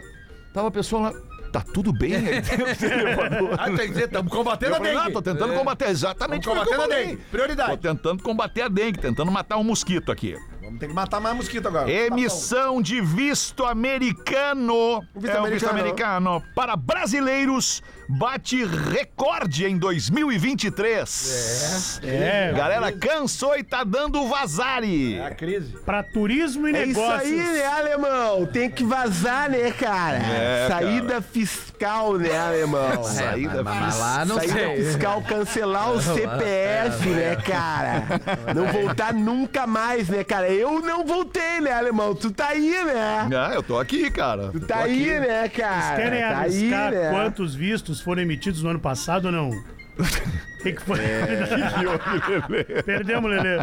[SPEAKER 5] tava a pessoa lá. Tá tudo bem aí dentro do elevador.
[SPEAKER 7] Ah, tem que dizer, estamos
[SPEAKER 5] Eu
[SPEAKER 7] combatendo a
[SPEAKER 5] falei, "Ah, tô
[SPEAKER 7] dengue.
[SPEAKER 5] tentando combater exatamente
[SPEAKER 7] Vamos
[SPEAKER 5] foi o que eu
[SPEAKER 7] combater a
[SPEAKER 5] falei.
[SPEAKER 7] dengue, prioridade.
[SPEAKER 5] Tô tentando combater a dengue, tentando matar um mosquito aqui.
[SPEAKER 7] Vamos ter que matar mais mosquito agora. Tá
[SPEAKER 5] Emissão de visto americano.
[SPEAKER 7] visto
[SPEAKER 5] é o visto
[SPEAKER 7] americano.
[SPEAKER 5] americano para brasileiros bate recorde em 2023.
[SPEAKER 4] É,
[SPEAKER 5] Galera cansou e tá dando vazare.
[SPEAKER 7] É a crise.
[SPEAKER 4] pra turismo e
[SPEAKER 8] É isso
[SPEAKER 4] negócios.
[SPEAKER 8] aí, né, alemão? Tem que vazar, né, cara?
[SPEAKER 5] É,
[SPEAKER 8] Saída fiscal, né, alemão?
[SPEAKER 5] Saída
[SPEAKER 9] É, Mas lá não
[SPEAKER 8] Saída
[SPEAKER 9] sei.
[SPEAKER 8] fiscal, cancelar o CPF, né, cara? Não voltar nunca mais, né, cara? Eu não voltei, né, alemão? Tu tá aí, né?
[SPEAKER 5] Ah, eu tô aqui, cara.
[SPEAKER 8] Tu tá aí, né, cara?
[SPEAKER 4] Querem
[SPEAKER 8] tá aí,
[SPEAKER 4] arriscar
[SPEAKER 5] né?
[SPEAKER 4] quantos vistos foram emitidos no ano passado ou não? O que, que foi?
[SPEAKER 5] É.
[SPEAKER 4] Perdemos, Lelê.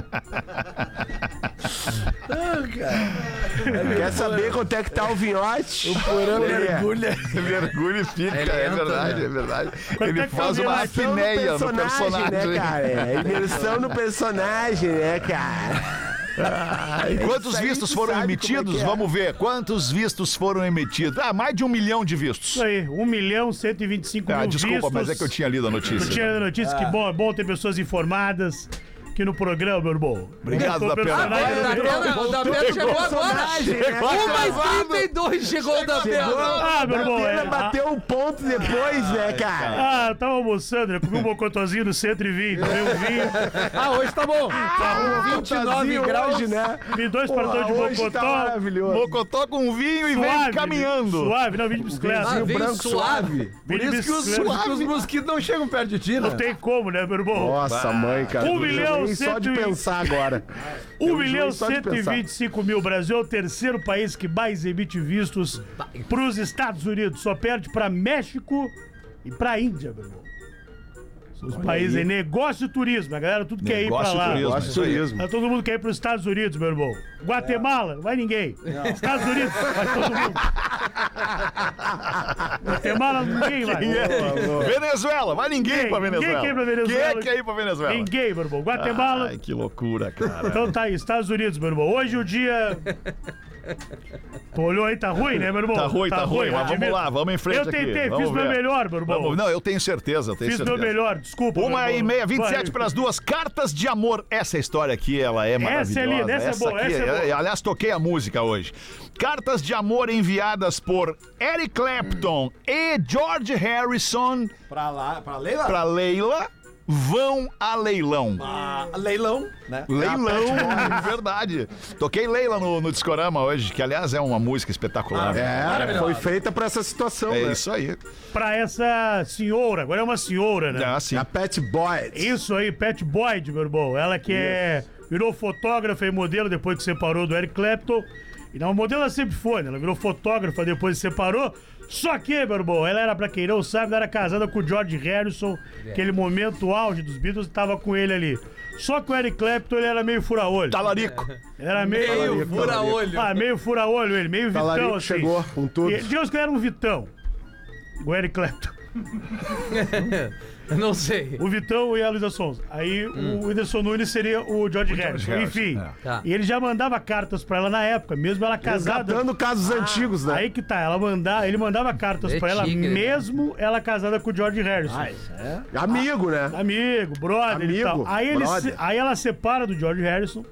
[SPEAKER 8] Quer saber quanto é que tá o vinhote? O porão mergulha.
[SPEAKER 5] Mergulho e fica, é, verdade, é verdade.
[SPEAKER 4] Quanto é
[SPEAKER 5] Ele
[SPEAKER 4] que
[SPEAKER 5] faz
[SPEAKER 4] tá
[SPEAKER 5] uma
[SPEAKER 4] a
[SPEAKER 8] Imersão no
[SPEAKER 5] apneia no
[SPEAKER 8] personagem, né,
[SPEAKER 5] personagem.
[SPEAKER 8] cara? É Imersão no personagem, né, cara?
[SPEAKER 5] Quantos
[SPEAKER 8] Isso aí
[SPEAKER 5] vistos
[SPEAKER 8] tu
[SPEAKER 5] foram
[SPEAKER 8] sabe
[SPEAKER 5] emitidos?
[SPEAKER 8] como é que é.
[SPEAKER 5] Vamos ver. Quantos vistos foram emitidos? Ah, mais de um milhão de vistos.
[SPEAKER 4] Isso aí, 1 milhão 125
[SPEAKER 5] Ah,
[SPEAKER 4] mil
[SPEAKER 5] desculpa,
[SPEAKER 4] vistos.
[SPEAKER 5] mas é que eu tinha Ah. lido a
[SPEAKER 4] Tu
[SPEAKER 5] notícia.
[SPEAKER 4] tinha a notícia que bom, é bom ter pessoas informadas aqui no programa, meu irmão.
[SPEAKER 5] Obrigado
[SPEAKER 4] Eu tô
[SPEAKER 5] da Pena.
[SPEAKER 9] Ah,
[SPEAKER 4] personagem um
[SPEAKER 9] o
[SPEAKER 4] do
[SPEAKER 9] da
[SPEAKER 4] meu-
[SPEAKER 9] Pena, o da Pena chegou agora.
[SPEAKER 8] Personagem, né, cara?
[SPEAKER 9] 1h32 chegou o da Pena.
[SPEAKER 4] Ah, meu irmão,
[SPEAKER 8] Pena
[SPEAKER 4] é.
[SPEAKER 8] bateu um ponto depois, né, cara?
[SPEAKER 4] Ah, eu tava almoçando, eu comi um bocotozinho do 120, tomei um vinho,
[SPEAKER 9] Ah, hoje tá bom.
[SPEAKER 4] Ah,
[SPEAKER 9] 29
[SPEAKER 8] Fantasia
[SPEAKER 9] graus.
[SPEAKER 8] hoje, né?
[SPEAKER 4] vi dois paradores de
[SPEAKER 8] Hoje
[SPEAKER 4] bocotó.
[SPEAKER 8] tá maravilhoso.
[SPEAKER 5] Mocotó com vinho e
[SPEAKER 4] Suave,
[SPEAKER 5] vem caminhando.
[SPEAKER 4] Suave, não, vim de bicicleta.
[SPEAKER 9] Ah, veio
[SPEAKER 8] branco
[SPEAKER 9] suave.
[SPEAKER 7] Por
[SPEAKER 4] Vim de
[SPEAKER 7] isso que os,
[SPEAKER 4] bicicleta.
[SPEAKER 7] por isso que os mosquitos não chegam perto de ti, né?
[SPEAKER 4] Não tem como, né, meu irmão?
[SPEAKER 8] Nossa, mãe, cara.
[SPEAKER 4] Um
[SPEAKER 8] eu
[SPEAKER 4] milhão,
[SPEAKER 8] joguei Só de
[SPEAKER 4] cento e-
[SPEAKER 8] pensar agora.
[SPEAKER 4] 1
[SPEAKER 8] Eu
[SPEAKER 4] milhão
[SPEAKER 8] enjoei só de
[SPEAKER 4] 125 mil. O Brasil é o terceiro país que mais emite vistos para os Estados Unidos. Só perde para México e para Índia, meu irmão. São os países aí. Negócio e turismo. A galera tudo quer é ir para
[SPEAKER 5] Negócio e
[SPEAKER 4] lá.
[SPEAKER 5] turismo.
[SPEAKER 8] Gosto de
[SPEAKER 5] isso aí.
[SPEAKER 8] turismo.
[SPEAKER 4] Tá Todo mundo quer ir para os Estados Unidos, meu irmão. Guatemala, não vai ninguém. Estados Unidos, vai todo mundo. Guatemala, ninguém vai.
[SPEAKER 5] Venezuela, vai ninguém
[SPEAKER 4] Ninguém,
[SPEAKER 5] pra Venezuela.
[SPEAKER 4] ninguém quer ir pra Venezuela.
[SPEAKER 5] Quem é quer ir pra Venezuela?
[SPEAKER 4] Ninguém, meu irmão. Guatemala,
[SPEAKER 5] Ai, que loucura, cara.
[SPEAKER 4] Então tá aí, Estados Unidos, meu irmão. Hoje o dia. Tu olhou aí, tá ruim, né, meu irmão?
[SPEAKER 5] Tá ruim, tá, ruim, mas vamos
[SPEAKER 4] admito.
[SPEAKER 5] lá, vamos em frente
[SPEAKER 4] Eu tentei,
[SPEAKER 5] aqui.
[SPEAKER 4] fiz
[SPEAKER 5] Vamos
[SPEAKER 4] meu
[SPEAKER 5] ver.
[SPEAKER 4] melhor, meu irmão.
[SPEAKER 5] Vamos- Não, eu tenho certeza, eu tenho
[SPEAKER 4] Fiz
[SPEAKER 5] certeza.
[SPEAKER 4] meu melhor, desculpa.
[SPEAKER 5] Uma
[SPEAKER 4] meu irmão.
[SPEAKER 5] e meia, 27
[SPEAKER 4] é Vai.
[SPEAKER 5] para as duas. Cartas de amor. Essa história aqui, ela é maravilhosa.
[SPEAKER 4] linda, essa é boa,
[SPEAKER 5] aqui,
[SPEAKER 4] essa é boa.
[SPEAKER 5] eh, Aliás, toquei a música hoje. Cartas de amor enviadas por Eric Clapton e George Harrison
[SPEAKER 7] Pra lá, pra Leila?
[SPEAKER 5] para Leila vão a leilão.
[SPEAKER 7] Ah, leilão, né?
[SPEAKER 5] Leilão,
[SPEAKER 4] Ah, tá.
[SPEAKER 5] verdade. Toquei Leila no, no Discorama hoje, que aliás é uma música espetacular.
[SPEAKER 4] Ah,
[SPEAKER 8] É, foi feita pra essa situação,
[SPEAKER 5] É
[SPEAKER 8] né?
[SPEAKER 5] isso aí.
[SPEAKER 4] Pra essa senhora, agora é uma senhora, né?
[SPEAKER 5] É assim.
[SPEAKER 8] A Pat Boyd.
[SPEAKER 4] Isso aí, Pat Boyd, meu irmão. Ela que é. Virou fotógrafa e modelo depois que separou do Eric Clapton. E não, modelo ela sempre foi, né? Ela virou fotógrafa depois que separou. Só que, meu irmão, ela era, pra quem não sabe, ela era casada com o George Harrison, aquele momento auge dos Beatles, tava com ele ali. Só que o Eric Clapton, ele era meio fura-olho.
[SPEAKER 5] tá
[SPEAKER 8] Tá
[SPEAKER 5] Talarico.
[SPEAKER 4] Ele Era meio.
[SPEAKER 9] Meio fura-olho.
[SPEAKER 4] Ah, meio fura-olho ele, meio vitão
[SPEAKER 8] Talarico
[SPEAKER 4] assim.
[SPEAKER 8] chegou com tudo.
[SPEAKER 4] E, digamos que ele era um vitão. O Eric Clapton.
[SPEAKER 9] Não sei.
[SPEAKER 4] O Vitão e a Luísa Sons. Aí o Whindersson Nunes seria o George Harrison. Enfim.
[SPEAKER 9] Tá.
[SPEAKER 4] E ele já mandava cartas pra ela na época, mesmo ela casada.
[SPEAKER 8] Resgatando casos antigos, né?
[SPEAKER 4] Ah, Aí que tá, ela mandava, ele mandava cartas
[SPEAKER 9] É
[SPEAKER 4] pra ela,
[SPEAKER 9] tigre, né?
[SPEAKER 4] mesmo ela casada com o George Harrison.
[SPEAKER 8] Amigo,
[SPEAKER 4] Ah,
[SPEAKER 8] né?
[SPEAKER 4] Amigo, brother e
[SPEAKER 8] Amigo,
[SPEAKER 4] tal. Aí, ele
[SPEAKER 8] brother.
[SPEAKER 4] se- aí ela separa do George Harrison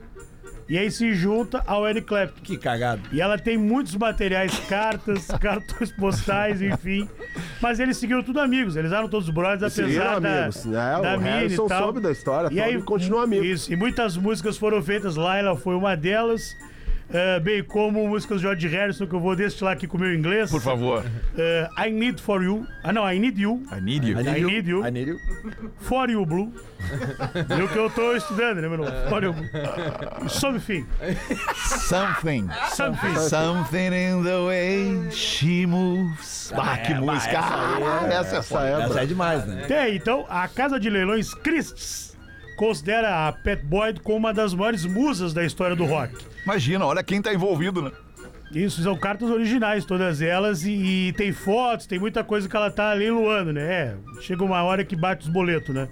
[SPEAKER 4] e aí se junta ao Eric Clapton.
[SPEAKER 7] Que cagado.
[SPEAKER 4] E ela tem muitos materiais, cartas, cartões postais, enfim. Mas eles seguiram tudo amigos, eles eram todos brothers, apesar
[SPEAKER 8] seguiram
[SPEAKER 4] da,
[SPEAKER 8] amigos, né? O
[SPEAKER 4] mina e
[SPEAKER 8] Harrison
[SPEAKER 4] tal.
[SPEAKER 8] soube da história toda e continua amigo.
[SPEAKER 4] Isso, e muitas músicas foram feitas lá, ela foi uma delas. eh, bem como músicas de George Harrison, que eu vou destilar aqui com o meu inglês.
[SPEAKER 5] Por favor.
[SPEAKER 4] Eh, I Need For You. Ah, não, I Need You.
[SPEAKER 5] I need you.
[SPEAKER 4] I Need You.
[SPEAKER 7] I need you.
[SPEAKER 4] For You Blue. e o que eu tô estudando, né, meu nome? For You Blue. Something.
[SPEAKER 5] É Something.
[SPEAKER 4] Something.
[SPEAKER 5] Something in the way she moves. Ah, que música. Ah, Essa é foda.
[SPEAKER 7] Essa é demais, né?
[SPEAKER 4] Tem, então, a Casa de Leilões Christie's considera a Pat Boyd como uma das maiores musas da história do rock.
[SPEAKER 5] Imagina, olha quem tá envolvido, né?
[SPEAKER 4] Isso, são cartas originais, todas elas, e, e tem fotos, tem muita coisa que ela tá leiloando, né? É, chega uma hora que bate os boletos, né?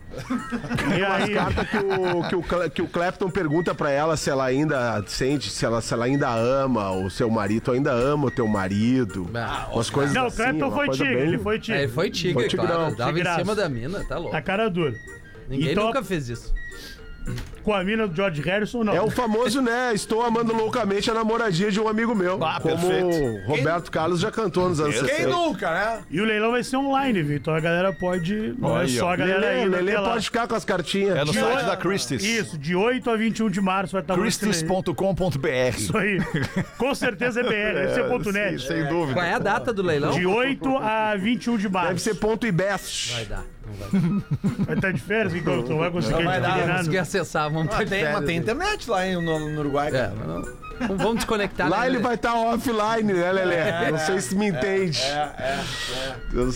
[SPEAKER 4] e aí,
[SPEAKER 8] carta que o, que, o, Cle- que o Clapton pergunta pra ela se ela ainda sente, se ela, se ela ainda ama o seu marido, tu ainda ama o teu marido. umas coisas
[SPEAKER 4] não, o
[SPEAKER 8] assim,
[SPEAKER 4] Clapton
[SPEAKER 8] uma
[SPEAKER 4] foi
[SPEAKER 8] coisa
[SPEAKER 4] tigre,
[SPEAKER 8] bem-
[SPEAKER 4] ele foi
[SPEAKER 9] Ah, É,
[SPEAKER 4] tigre.
[SPEAKER 9] ele foi tigre,
[SPEAKER 8] Foi tigrão.
[SPEAKER 9] claro. Dava em
[SPEAKER 4] Tigraço.
[SPEAKER 9] cima da mina, tá louco.
[SPEAKER 4] A cara dura.
[SPEAKER 9] Ninguém
[SPEAKER 4] Então-
[SPEAKER 9] nunca fez isso.
[SPEAKER 4] Com a mina do George Harrison, não.
[SPEAKER 8] É o famoso, né? Estou amando loucamente a namoradinha de um amigo meu.
[SPEAKER 5] Ah,
[SPEAKER 8] como
[SPEAKER 5] perfeito.
[SPEAKER 8] Roberto Carlos já cantou nos anos 60.
[SPEAKER 7] Quem nunca, né?
[SPEAKER 4] E o leilão vai ser online, Vitor. A galera pode. Não é
[SPEAKER 5] Olha,
[SPEAKER 4] só a galera
[SPEAKER 8] Lelê,
[SPEAKER 4] aí.
[SPEAKER 8] Lelê pode ficar com as cartinhas.
[SPEAKER 5] É no
[SPEAKER 4] De
[SPEAKER 5] site
[SPEAKER 4] olho-
[SPEAKER 5] da Christie's.
[SPEAKER 4] Isso, de 8 a 21 de março vai estar
[SPEAKER 5] Christie's.com.br.
[SPEAKER 4] Isso aí. Com certeza é BR, deve ser ponto
[SPEAKER 5] Sim,
[SPEAKER 4] net.
[SPEAKER 5] sem
[SPEAKER 9] Qual
[SPEAKER 5] dúvida.
[SPEAKER 9] é a data do leilão?
[SPEAKER 4] De 8 a 21 de março.
[SPEAKER 8] Deve ser ponto e best.
[SPEAKER 9] Vai dar. Não vai,
[SPEAKER 4] Vai estar de férias, então tu não vai conseguir
[SPEAKER 7] vai dar,
[SPEAKER 4] adquirir
[SPEAKER 9] não
[SPEAKER 4] nada.
[SPEAKER 9] consegui acessar, vamos
[SPEAKER 7] Ah,
[SPEAKER 9] ter
[SPEAKER 7] tem, mas tem internet lá hein, no, no Uruguai.
[SPEAKER 9] É,
[SPEAKER 7] cara.
[SPEAKER 9] mas não, não vamos desconectar.
[SPEAKER 8] Lá
[SPEAKER 9] né,
[SPEAKER 8] ele
[SPEAKER 9] Lelê?
[SPEAKER 8] vai estar offline, né, Lelê? não sei se me entende.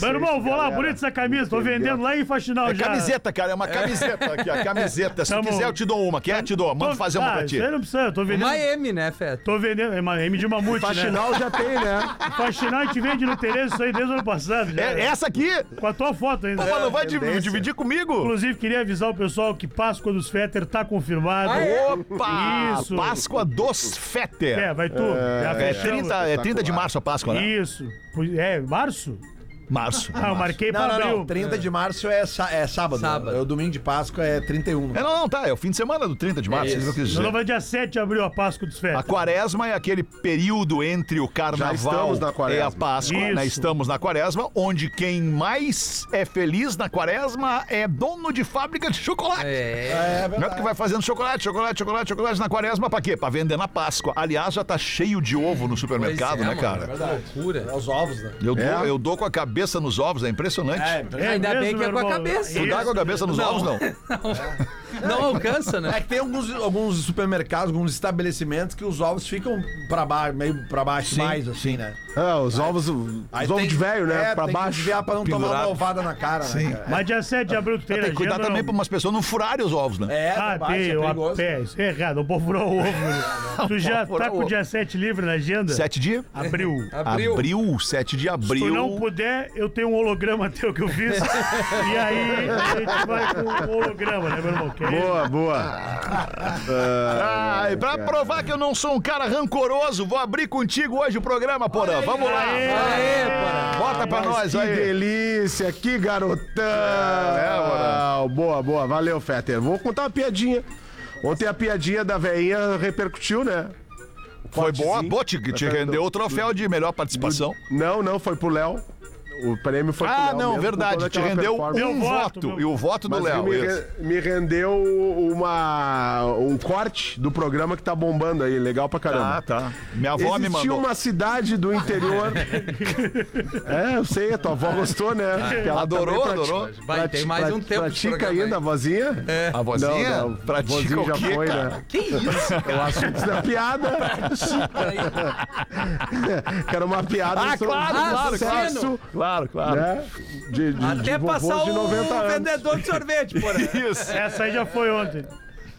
[SPEAKER 4] Mano, bom, vou lá, bonita essa camisa, tô vendendo lá em Faxinal
[SPEAKER 5] É
[SPEAKER 4] já.
[SPEAKER 5] camiseta, cara, é uma camiseta aqui, a camiseta. Se
[SPEAKER 4] Tamo-
[SPEAKER 5] quiser, eu te dou uma. Quer? Te dou. Manda
[SPEAKER 4] Tô-
[SPEAKER 5] fazer uma
[SPEAKER 4] Ah,
[SPEAKER 5] pra ti.
[SPEAKER 4] isso aí não precisa, eu tô vendendo.
[SPEAKER 9] Uma M, né, Feta?
[SPEAKER 4] Tô vendendo, é uma M de mamute, né?
[SPEAKER 8] Faxinal já tem, né?
[SPEAKER 4] Faxinal a gente vende no Tereza isso aí desde o ano passado. já.
[SPEAKER 5] É, essa aqui?
[SPEAKER 4] Com a tua foto ainda.
[SPEAKER 5] Pô, mas não vai div- dividir comigo?
[SPEAKER 4] Inclusive, queria avisar o pessoal que Páscoa dos Fetter tá confirmado.
[SPEAKER 5] Ah, é? Opa!
[SPEAKER 4] Isso.
[SPEAKER 5] Páscoa dos Fetter.
[SPEAKER 4] É, vai tu. Já
[SPEAKER 5] É
[SPEAKER 4] fechamos.
[SPEAKER 5] 30, é 30 de março a Páscoa, né?
[SPEAKER 4] Isso. Pois- É, março?
[SPEAKER 5] Março.
[SPEAKER 4] Ah, eu marquei
[SPEAKER 7] Não,
[SPEAKER 4] pra
[SPEAKER 7] não,
[SPEAKER 4] abril.
[SPEAKER 7] não. 30 de março é, sá- é sábado.
[SPEAKER 9] Sábado.
[SPEAKER 7] É o domingo de Páscoa é 31.
[SPEAKER 5] É, não, não, tá. É o fim de semana do 30 de março,
[SPEAKER 9] isso.
[SPEAKER 5] vocês não quis
[SPEAKER 4] Não, não,
[SPEAKER 5] dizer.
[SPEAKER 4] vai dia 7 de abril a Páscoa dos
[SPEAKER 5] A
[SPEAKER 4] Fetter.
[SPEAKER 5] quaresma é aquele período entre o carnaval
[SPEAKER 8] estamos na
[SPEAKER 5] e
[SPEAKER 8] quaresma.
[SPEAKER 5] a Páscoa.
[SPEAKER 4] Isso.
[SPEAKER 5] né? Estamos na quaresma, onde quem mais é feliz na quaresma é dono de fábrica de chocolate.
[SPEAKER 7] Tá
[SPEAKER 9] É.
[SPEAKER 5] Não é porque vai fazendo chocolate, chocolate, chocolate, chocolate na quaresma pra quê? Pra vender na Páscoa. Aliás, já tá cheio de ovo no
[SPEAKER 9] pois
[SPEAKER 5] supermercado,
[SPEAKER 9] é,
[SPEAKER 5] né,
[SPEAKER 9] mano,
[SPEAKER 5] cara?
[SPEAKER 9] Que loucura.
[SPEAKER 7] É os ovos, né?
[SPEAKER 5] Eu, dou, eu dou com a cabeça nos ovos, é impressionante.
[SPEAKER 4] É
[SPEAKER 9] Ainda bem que é
[SPEAKER 4] meu
[SPEAKER 9] com a
[SPEAKER 4] irmão.
[SPEAKER 9] cabeça.
[SPEAKER 5] Tu dá
[SPEAKER 4] Isso.
[SPEAKER 5] com a cabeça nos ovos, não?
[SPEAKER 9] Não alcança,
[SPEAKER 7] É
[SPEAKER 9] né?
[SPEAKER 7] que tem alguns, alguns supermercados, alguns estabelecimentos que os ovos ficam pra baixo, meio pra baixo mais, assim, né?
[SPEAKER 8] Ah, os ovos, os
[SPEAKER 7] Aí
[SPEAKER 8] ovos
[SPEAKER 7] tem-
[SPEAKER 8] de velho, né?
[SPEAKER 7] É,
[SPEAKER 8] pra
[SPEAKER 7] tem
[SPEAKER 8] baixo.
[SPEAKER 7] Que desviar pra não tomar
[SPEAKER 5] pendurado.
[SPEAKER 7] uma ovada na cara, né? cara?
[SPEAKER 4] Mas dia 7 de abril tu tem
[SPEAKER 5] Tem que cuidar
[SPEAKER 4] agenda,
[SPEAKER 5] também
[SPEAKER 4] não?
[SPEAKER 5] pra umas pessoas não furarem os ovos, né?
[SPEAKER 7] É,
[SPEAKER 4] Ah,
[SPEAKER 7] pra baixo,
[SPEAKER 4] tem,
[SPEAKER 7] é
[SPEAKER 4] eu a
[SPEAKER 7] perigoso.
[SPEAKER 4] pé, isso é errado, o povo furou o ovo. meu. tu já
[SPEAKER 5] furou
[SPEAKER 4] tá com
[SPEAKER 5] o
[SPEAKER 4] o dia 7 livre na agenda?
[SPEAKER 5] Sete de
[SPEAKER 4] Abril.
[SPEAKER 9] Abriu.
[SPEAKER 5] abril, 7 de
[SPEAKER 4] Se tu
[SPEAKER 5] abril.
[SPEAKER 4] não puder, eu tenho um holograma teu que eu fiz. e aí a gente vai com o holograma, né, meu irmão? Que é
[SPEAKER 8] Boa, boa.
[SPEAKER 5] Ah, e pra provar que eu não sou um cara rancoroso, vou abrir contigo hoje o programa, Porã. Vamos lá.
[SPEAKER 9] É, Aê, porra.
[SPEAKER 5] Bota pra nós
[SPEAKER 8] que
[SPEAKER 5] aí.
[SPEAKER 8] delícia, que garotão.
[SPEAKER 7] É,
[SPEAKER 5] mano?
[SPEAKER 8] boa, boa. Valeu, Fetter. Vou contar uma piadinha. Ontem a piadinha da veinha repercutiu, né?
[SPEAKER 5] Foi boa,
[SPEAKER 8] cortezinho.
[SPEAKER 5] boa, te, te rendeu o troféu de melhor participação.
[SPEAKER 8] Não, não, foi pro Léo. O prêmio foi pro Léo.
[SPEAKER 5] Ah, não,
[SPEAKER 8] mesmo, com
[SPEAKER 5] verdade.
[SPEAKER 8] toda
[SPEAKER 5] Te
[SPEAKER 8] aquela
[SPEAKER 5] rendeu
[SPEAKER 8] performance.
[SPEAKER 4] Meu
[SPEAKER 5] um
[SPEAKER 4] voto,
[SPEAKER 5] voto.
[SPEAKER 4] meu-
[SPEAKER 5] E o voto do
[SPEAKER 8] Mas
[SPEAKER 5] Léo.
[SPEAKER 8] me,
[SPEAKER 5] isso.
[SPEAKER 8] re- me rendeu uma, um corte do programa que tá bombando aí, legal pra
[SPEAKER 5] Tá,
[SPEAKER 8] caramba.
[SPEAKER 5] tá. Minha avó me
[SPEAKER 8] Existia
[SPEAKER 5] mandou.
[SPEAKER 8] uma cidade do interior. é, eu sei, a tua avó gostou, né?
[SPEAKER 5] Ah,
[SPEAKER 8] Porque ela
[SPEAKER 5] Adorou,
[SPEAKER 8] também prati-
[SPEAKER 5] adorou.
[SPEAKER 9] Vai, tem mais um tempo de
[SPEAKER 8] Pratica
[SPEAKER 9] programa
[SPEAKER 8] ainda a
[SPEAKER 9] aí.
[SPEAKER 8] vozinha? É.
[SPEAKER 5] A vozinha?
[SPEAKER 8] Não, não,
[SPEAKER 5] pratica
[SPEAKER 8] vozinha
[SPEAKER 5] o
[SPEAKER 8] já
[SPEAKER 5] quê,
[SPEAKER 8] foi,
[SPEAKER 5] cara?
[SPEAKER 8] né?
[SPEAKER 9] Que isso?
[SPEAKER 8] É o assunto da piada. que era uma piada
[SPEAKER 5] Ah,
[SPEAKER 8] sobre
[SPEAKER 5] claro,
[SPEAKER 9] Ah,
[SPEAKER 5] claro, claro.
[SPEAKER 9] seno.
[SPEAKER 5] Claro, claro.
[SPEAKER 8] né? De, de,
[SPEAKER 9] Até
[SPEAKER 8] de vovôs
[SPEAKER 9] passar
[SPEAKER 8] de
[SPEAKER 9] o
[SPEAKER 8] 90 anos.
[SPEAKER 9] vendedor de sorvete, porra.
[SPEAKER 5] Isso.
[SPEAKER 4] Essa aí já foi ontem.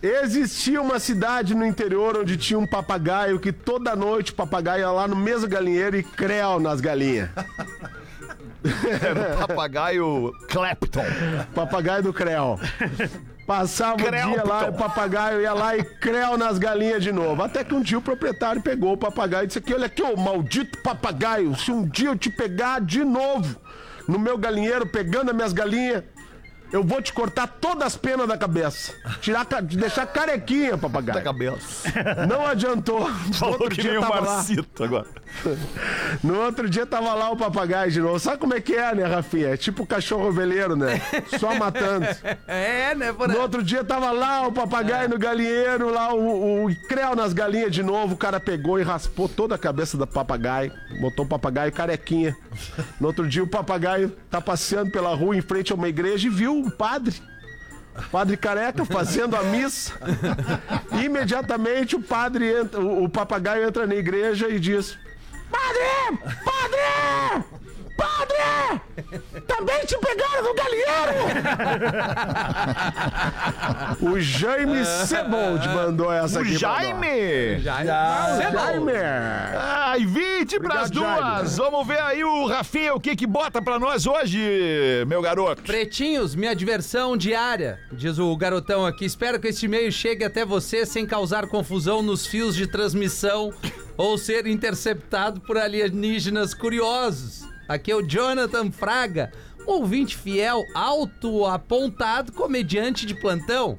[SPEAKER 8] Existia uma cidade no interior onde tinha um papagaio que toda noite o papagaio ia lá no mesmo galinheiro e creu nas galinhas.
[SPEAKER 5] Papagaio Clapton.
[SPEAKER 8] Papagaio do creu. Passava o
[SPEAKER 5] Creu,
[SPEAKER 8] dia lá,
[SPEAKER 5] putão.
[SPEAKER 8] o papagaio ia lá e creu nas galinhas de novo. Até que um dia o proprietário pegou o papagaio e disse aqui, olha aqui, ô maldito papagaio, se um dia eu te pegar de novo no meu galinheiro, pegando as minhas galinhas, eu vou te cortar todas as penas da cabeça. Tirar, ca- te deixar carequinha,
[SPEAKER 5] Da
[SPEAKER 8] papagaio.
[SPEAKER 5] cabeça.
[SPEAKER 8] Não adiantou.
[SPEAKER 5] Falou que nem o
[SPEAKER 8] tava lá.
[SPEAKER 5] Marcito agora.
[SPEAKER 8] No outro dia tava lá o papagaio de novo. Sabe como é que é, né, Rafinha? É tipo cachorro veleiro, né? Só matando.
[SPEAKER 9] É, né, porra?
[SPEAKER 8] No outro dia tava lá o
[SPEAKER 5] É.
[SPEAKER 8] papagaio no galinheiro, lá o, o creu nas galinhas de novo. O cara pegou e raspou toda a cabeça do papagaio. Botou o papagaio carequinha. No outro dia o papagaio tá passeando pela rua em frente a uma igreja e viu um padre. O Padre careca fazendo a missa. Imediatamente o padre entra, o, o papagaio entra na igreja e diz: Padre! Padre! Padre! Também te pegaram no galinheiro! o Jaime Sebold mandou essa
[SPEAKER 5] O
[SPEAKER 8] aqui. pra nós. É.
[SPEAKER 5] Jaime!
[SPEAKER 9] Ah, né?
[SPEAKER 8] Jaime!
[SPEAKER 5] Ai, 20 pras
[SPEAKER 8] Obrigado,
[SPEAKER 5] duas! Vamos ver aí o Rafinha, o que que bota pra nós hoje, meu garoto.
[SPEAKER 9] Pretinhos, minha diversão diária, diz o garotão aqui. Espero que este e-mail chegue até você sem causar confusão nos fios de transmissão ou ser interceptado por alienígenas curiosos. Aqui é o Jonathan Fraga, um ouvinte fiel, alto, apontado, comediante de plantão.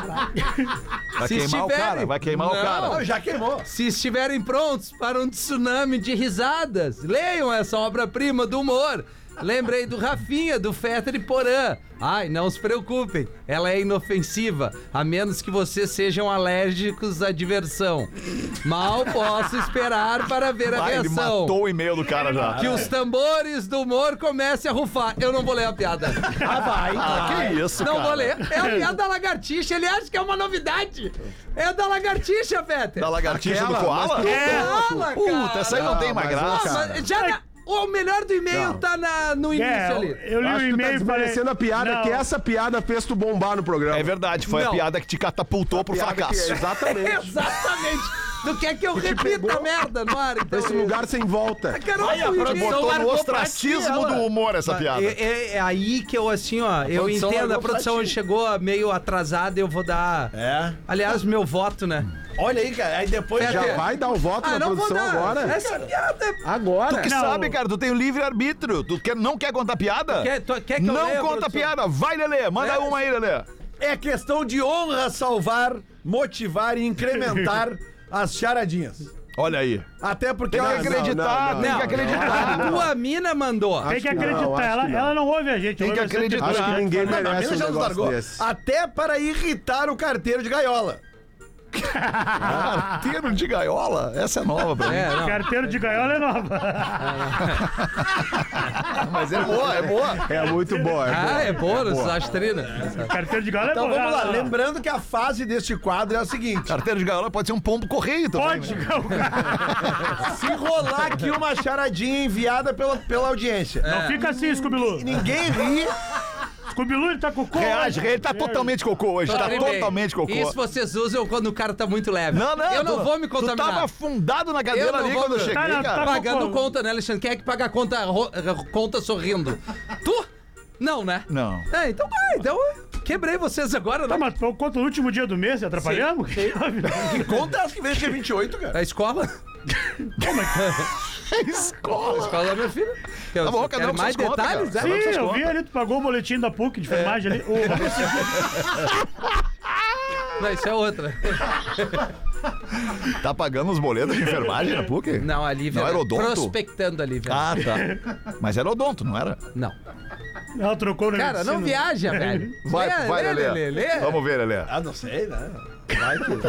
[SPEAKER 5] Vai
[SPEAKER 9] Se
[SPEAKER 5] queimar o
[SPEAKER 9] estiverem-
[SPEAKER 5] cara, vai queimar o
[SPEAKER 9] Não.
[SPEAKER 5] cara.
[SPEAKER 7] Já queimou.
[SPEAKER 9] Se estiverem prontos para um tsunami de risadas, leiam essa obra-prima do humor. Lembrei do Rafinha, do Fetter e Porã. Ai, não se preocupem, ela é inofensiva, a menos que vocês sejam alérgicos à diversão. Mal posso esperar para ver a
[SPEAKER 5] Vai, ele
[SPEAKER 9] reação.
[SPEAKER 5] matou o e-mail do cara já.
[SPEAKER 9] Que os tambores do humor comecem a rufar. Eu não vou ler a piada.
[SPEAKER 5] Ah, que isso,
[SPEAKER 9] não
[SPEAKER 5] cara.
[SPEAKER 9] vou ler. É a piada da lagartixa, ele acha que é uma novidade. É da lagartixa, Fetter.
[SPEAKER 5] Da tá lagartixa do koala?
[SPEAKER 9] Fala, cara.
[SPEAKER 5] Puta, essa aí não tem mais
[SPEAKER 9] Ah,
[SPEAKER 5] graça.
[SPEAKER 9] é? mas já na- o melhor do e-mail tá na- no início
[SPEAKER 4] É, eu,
[SPEAKER 9] ali.
[SPEAKER 4] eu li
[SPEAKER 8] Acho
[SPEAKER 4] o
[SPEAKER 8] que
[SPEAKER 4] e-mail e
[SPEAKER 8] tu tá
[SPEAKER 4] falei.
[SPEAKER 8] desmerecendo a piada,
[SPEAKER 4] Não,
[SPEAKER 8] que é essa piada fez tu bombar no programa.
[SPEAKER 5] É verdade, foi a
[SPEAKER 9] Não.
[SPEAKER 5] piada que te catapultou pro
[SPEAKER 8] Piada que- é
[SPEAKER 5] fracasso.
[SPEAKER 9] é.
[SPEAKER 8] exatamente.
[SPEAKER 4] tá.
[SPEAKER 9] Exatamente. Tu quer que eu repita a merda no ar? Então,
[SPEAKER 8] Esse lugar sem volta.
[SPEAKER 9] Cara,
[SPEAKER 5] Aí a
[SPEAKER 9] o e-mail-
[SPEAKER 5] produção
[SPEAKER 9] Então largou
[SPEAKER 5] no
[SPEAKER 9] pra ti,
[SPEAKER 5] ostracismo
[SPEAKER 9] ela.
[SPEAKER 5] do humor essa piada.
[SPEAKER 9] É, é- é aí que eu, assim, ó, eu
[SPEAKER 7] produção
[SPEAKER 9] entendo. A
[SPEAKER 7] largou pra
[SPEAKER 9] produção
[SPEAKER 7] ti.
[SPEAKER 9] chegou meio atrasada, eu vou dar.
[SPEAKER 7] É.
[SPEAKER 9] Aliás, meu voto, né?
[SPEAKER 7] Olha aí, cara. Aí depois
[SPEAKER 9] É,
[SPEAKER 7] já.
[SPEAKER 9] é.
[SPEAKER 8] Já vai dar o voto na produção agora?
[SPEAKER 9] Essa piada é.
[SPEAKER 5] Ah,
[SPEAKER 8] Agora?
[SPEAKER 5] Que
[SPEAKER 4] Não.
[SPEAKER 5] sabe, cara, tu tem o livre-arbítrio. Tu quer, não quer contar piada?
[SPEAKER 9] Quer, tu- quer que eu
[SPEAKER 5] não
[SPEAKER 9] leia,
[SPEAKER 5] conta
[SPEAKER 9] produção?
[SPEAKER 5] piada. Vai, Lelê. Manda
[SPEAKER 9] É.
[SPEAKER 5] uma aí, Lelê.
[SPEAKER 7] É questão de honra salvar, motivar e incrementar as charadinhas.
[SPEAKER 5] Olha aí.
[SPEAKER 7] Até porque
[SPEAKER 5] Tem
[SPEAKER 7] eu
[SPEAKER 5] que acreditar,
[SPEAKER 8] não,
[SPEAKER 5] tem
[SPEAKER 9] não,
[SPEAKER 5] que acreditar.
[SPEAKER 9] A tua mina mandou.
[SPEAKER 5] Ah,
[SPEAKER 4] Tem que
[SPEAKER 8] Acho que não,
[SPEAKER 4] acreditar.
[SPEAKER 8] acho que
[SPEAKER 4] ela,
[SPEAKER 8] não.
[SPEAKER 4] ela não ouve a gente.
[SPEAKER 5] Tem que
[SPEAKER 4] ouve bastante
[SPEAKER 5] acreditar.
[SPEAKER 8] Acho que
[SPEAKER 4] coisa.
[SPEAKER 8] ninguém
[SPEAKER 7] Não, não, a
[SPEAKER 8] merece
[SPEAKER 7] mina
[SPEAKER 8] um
[SPEAKER 7] já nos
[SPEAKER 8] negócio
[SPEAKER 7] largou.
[SPEAKER 8] desse.
[SPEAKER 7] Até para irritar o carteiro de gaiola.
[SPEAKER 5] Carteiro de gaiola? Essa é nova pra mim.
[SPEAKER 9] Ah. É, não.
[SPEAKER 4] Carteiro de gaiola é nova.
[SPEAKER 5] Mas é boa, é boa.
[SPEAKER 8] É muito bom. é bom.
[SPEAKER 9] Ah, é bônus, astrina.
[SPEAKER 4] Carteiro de gaiola é
[SPEAKER 7] Então
[SPEAKER 4] boa.
[SPEAKER 7] vamos lá.
[SPEAKER 4] Ah,
[SPEAKER 7] Lembrando que a fase deste quadro é a seguinte:
[SPEAKER 5] Carteiro de gaiola pode ser um pombo correio também.
[SPEAKER 4] Pode,
[SPEAKER 5] né?
[SPEAKER 4] não,
[SPEAKER 7] se rolar aqui uma charadinha enviada pela, pela audiência.
[SPEAKER 4] não fica assim, Scooby-Loo.
[SPEAKER 7] Ninguém ri,
[SPEAKER 4] Scooby-Loo, ele tá com o cu.
[SPEAKER 5] Reage, ele tá totalmente cocô hoje. Tá
[SPEAKER 9] Tudo bem.
[SPEAKER 5] totalmente cocô.
[SPEAKER 9] Isso vocês usam quando o cara tá muito leve.
[SPEAKER 5] Não, não.
[SPEAKER 9] Eu não
[SPEAKER 5] tu-
[SPEAKER 9] vou me
[SPEAKER 5] Tu tava
[SPEAKER 9] contaminar.
[SPEAKER 5] afundado na
[SPEAKER 9] Eu
[SPEAKER 5] cadeira
[SPEAKER 9] não
[SPEAKER 5] ali
[SPEAKER 9] vou
[SPEAKER 5] quando eu
[SPEAKER 9] me-
[SPEAKER 5] cheguei,
[SPEAKER 4] Tá, não,
[SPEAKER 5] cara.
[SPEAKER 4] tá-
[SPEAKER 9] Pagando
[SPEAKER 4] com-
[SPEAKER 9] conta, né, Alexandre? Quem é que paga a conta, ro- eh, conta sorrindo? Tu? Não, né?
[SPEAKER 5] Não.
[SPEAKER 9] É, então tá, então eh, quebrei vocês agora,
[SPEAKER 4] Tá,
[SPEAKER 9] né?
[SPEAKER 4] mas por conta do último dia do mês, atrapalhamos?
[SPEAKER 7] conta as que vem dia 28,
[SPEAKER 5] Tá
[SPEAKER 7] cara.
[SPEAKER 9] A escola? A
[SPEAKER 5] Escola.
[SPEAKER 9] escola da minha filha. é, Eu,
[SPEAKER 5] Tá bom, cada um
[SPEAKER 9] quero
[SPEAKER 5] com
[SPEAKER 9] mais
[SPEAKER 5] suas contas,
[SPEAKER 9] detalhes,
[SPEAKER 5] cara.
[SPEAKER 9] né?
[SPEAKER 4] Sim, eu vi ali, tu pagou o boletim da PUC de enfermagem ali. Ô,
[SPEAKER 9] Não, isso é outra.
[SPEAKER 5] Tá pagando os boletos de enfermagem na PUC?
[SPEAKER 9] Não, a Lívia.
[SPEAKER 5] Não era
[SPEAKER 9] né?
[SPEAKER 5] odonto?
[SPEAKER 9] Prospectando a Lívia.
[SPEAKER 5] Ah, tá. Mas era odonto, não era?
[SPEAKER 9] Não.
[SPEAKER 4] Ela trocou na
[SPEAKER 9] Cara, não
[SPEAKER 4] medicina.
[SPEAKER 9] viaja, velho.
[SPEAKER 5] Vai,
[SPEAKER 9] Lê,
[SPEAKER 5] vai,
[SPEAKER 9] lê,
[SPEAKER 5] Lelê.
[SPEAKER 9] lê, lê.
[SPEAKER 5] Vamos ver, Lelê.
[SPEAKER 7] Ah, não sei, né?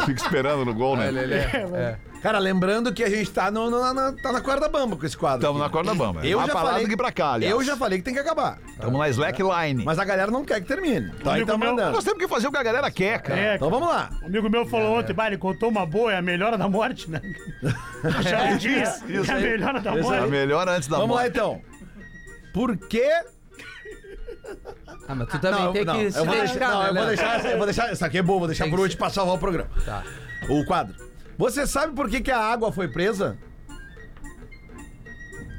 [SPEAKER 5] Fica esperando no gol, né?
[SPEAKER 9] Lê, lê. É.
[SPEAKER 7] Cara, lembrando que a gente tá, no, no- na, tá na corda bamba com esse quadro.
[SPEAKER 8] Então,
[SPEAKER 5] Estamos na
[SPEAKER 7] aqui.
[SPEAKER 5] corda bamba.
[SPEAKER 7] Eu
[SPEAKER 5] Mais
[SPEAKER 7] já
[SPEAKER 5] pra lá
[SPEAKER 7] falei.
[SPEAKER 5] do que pra cá, aliás.
[SPEAKER 7] Eu já falei que tem que acabar.
[SPEAKER 5] Estamos na slackline.
[SPEAKER 7] Mas a galera não quer que termine. Então aí
[SPEAKER 4] Amigo
[SPEAKER 7] tá
[SPEAKER 4] meu-
[SPEAKER 7] mandando.
[SPEAKER 5] Nós temos que fazer o que a galera quer, cara.
[SPEAKER 4] É,
[SPEAKER 7] Então vamos lá.
[SPEAKER 4] um amigo meu falou ontem, bah, ele contou uma boa, é a melhora da morte, né? Já dizia,
[SPEAKER 5] isso
[SPEAKER 4] é a
[SPEAKER 5] aí.
[SPEAKER 4] melhora da
[SPEAKER 5] É
[SPEAKER 4] morte.
[SPEAKER 5] melhor antes da
[SPEAKER 7] Vamos lá
[SPEAKER 5] morte.
[SPEAKER 7] então. Por que.
[SPEAKER 9] Ah, mas tu também tem
[SPEAKER 7] não,
[SPEAKER 9] que se
[SPEAKER 7] eu vou
[SPEAKER 9] deixar,
[SPEAKER 7] deixar, não,
[SPEAKER 9] né,
[SPEAKER 7] eu vou
[SPEAKER 9] Lelê?
[SPEAKER 7] deixar, essa- eu vou deixar. Essa aqui é boa, vou deixar
[SPEAKER 9] Tem
[SPEAKER 7] por
[SPEAKER 9] que
[SPEAKER 7] último pra salvar o programa.
[SPEAKER 9] Tá.
[SPEAKER 7] O quadro. Você sabe por que, que a água foi presa?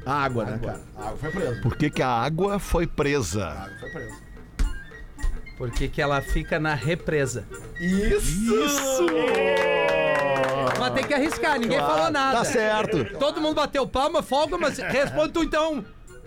[SPEAKER 7] A água, né, cara? A água foi presa.
[SPEAKER 5] Por que, que a água foi presa?
[SPEAKER 7] Foi presa.
[SPEAKER 9] Porque que ela fica na represa.
[SPEAKER 7] Isso!
[SPEAKER 9] Mas tem que arriscar, ninguém falou nada.
[SPEAKER 5] Tá certo.
[SPEAKER 9] Todo mundo bateu palma, folga, mas responde tu então.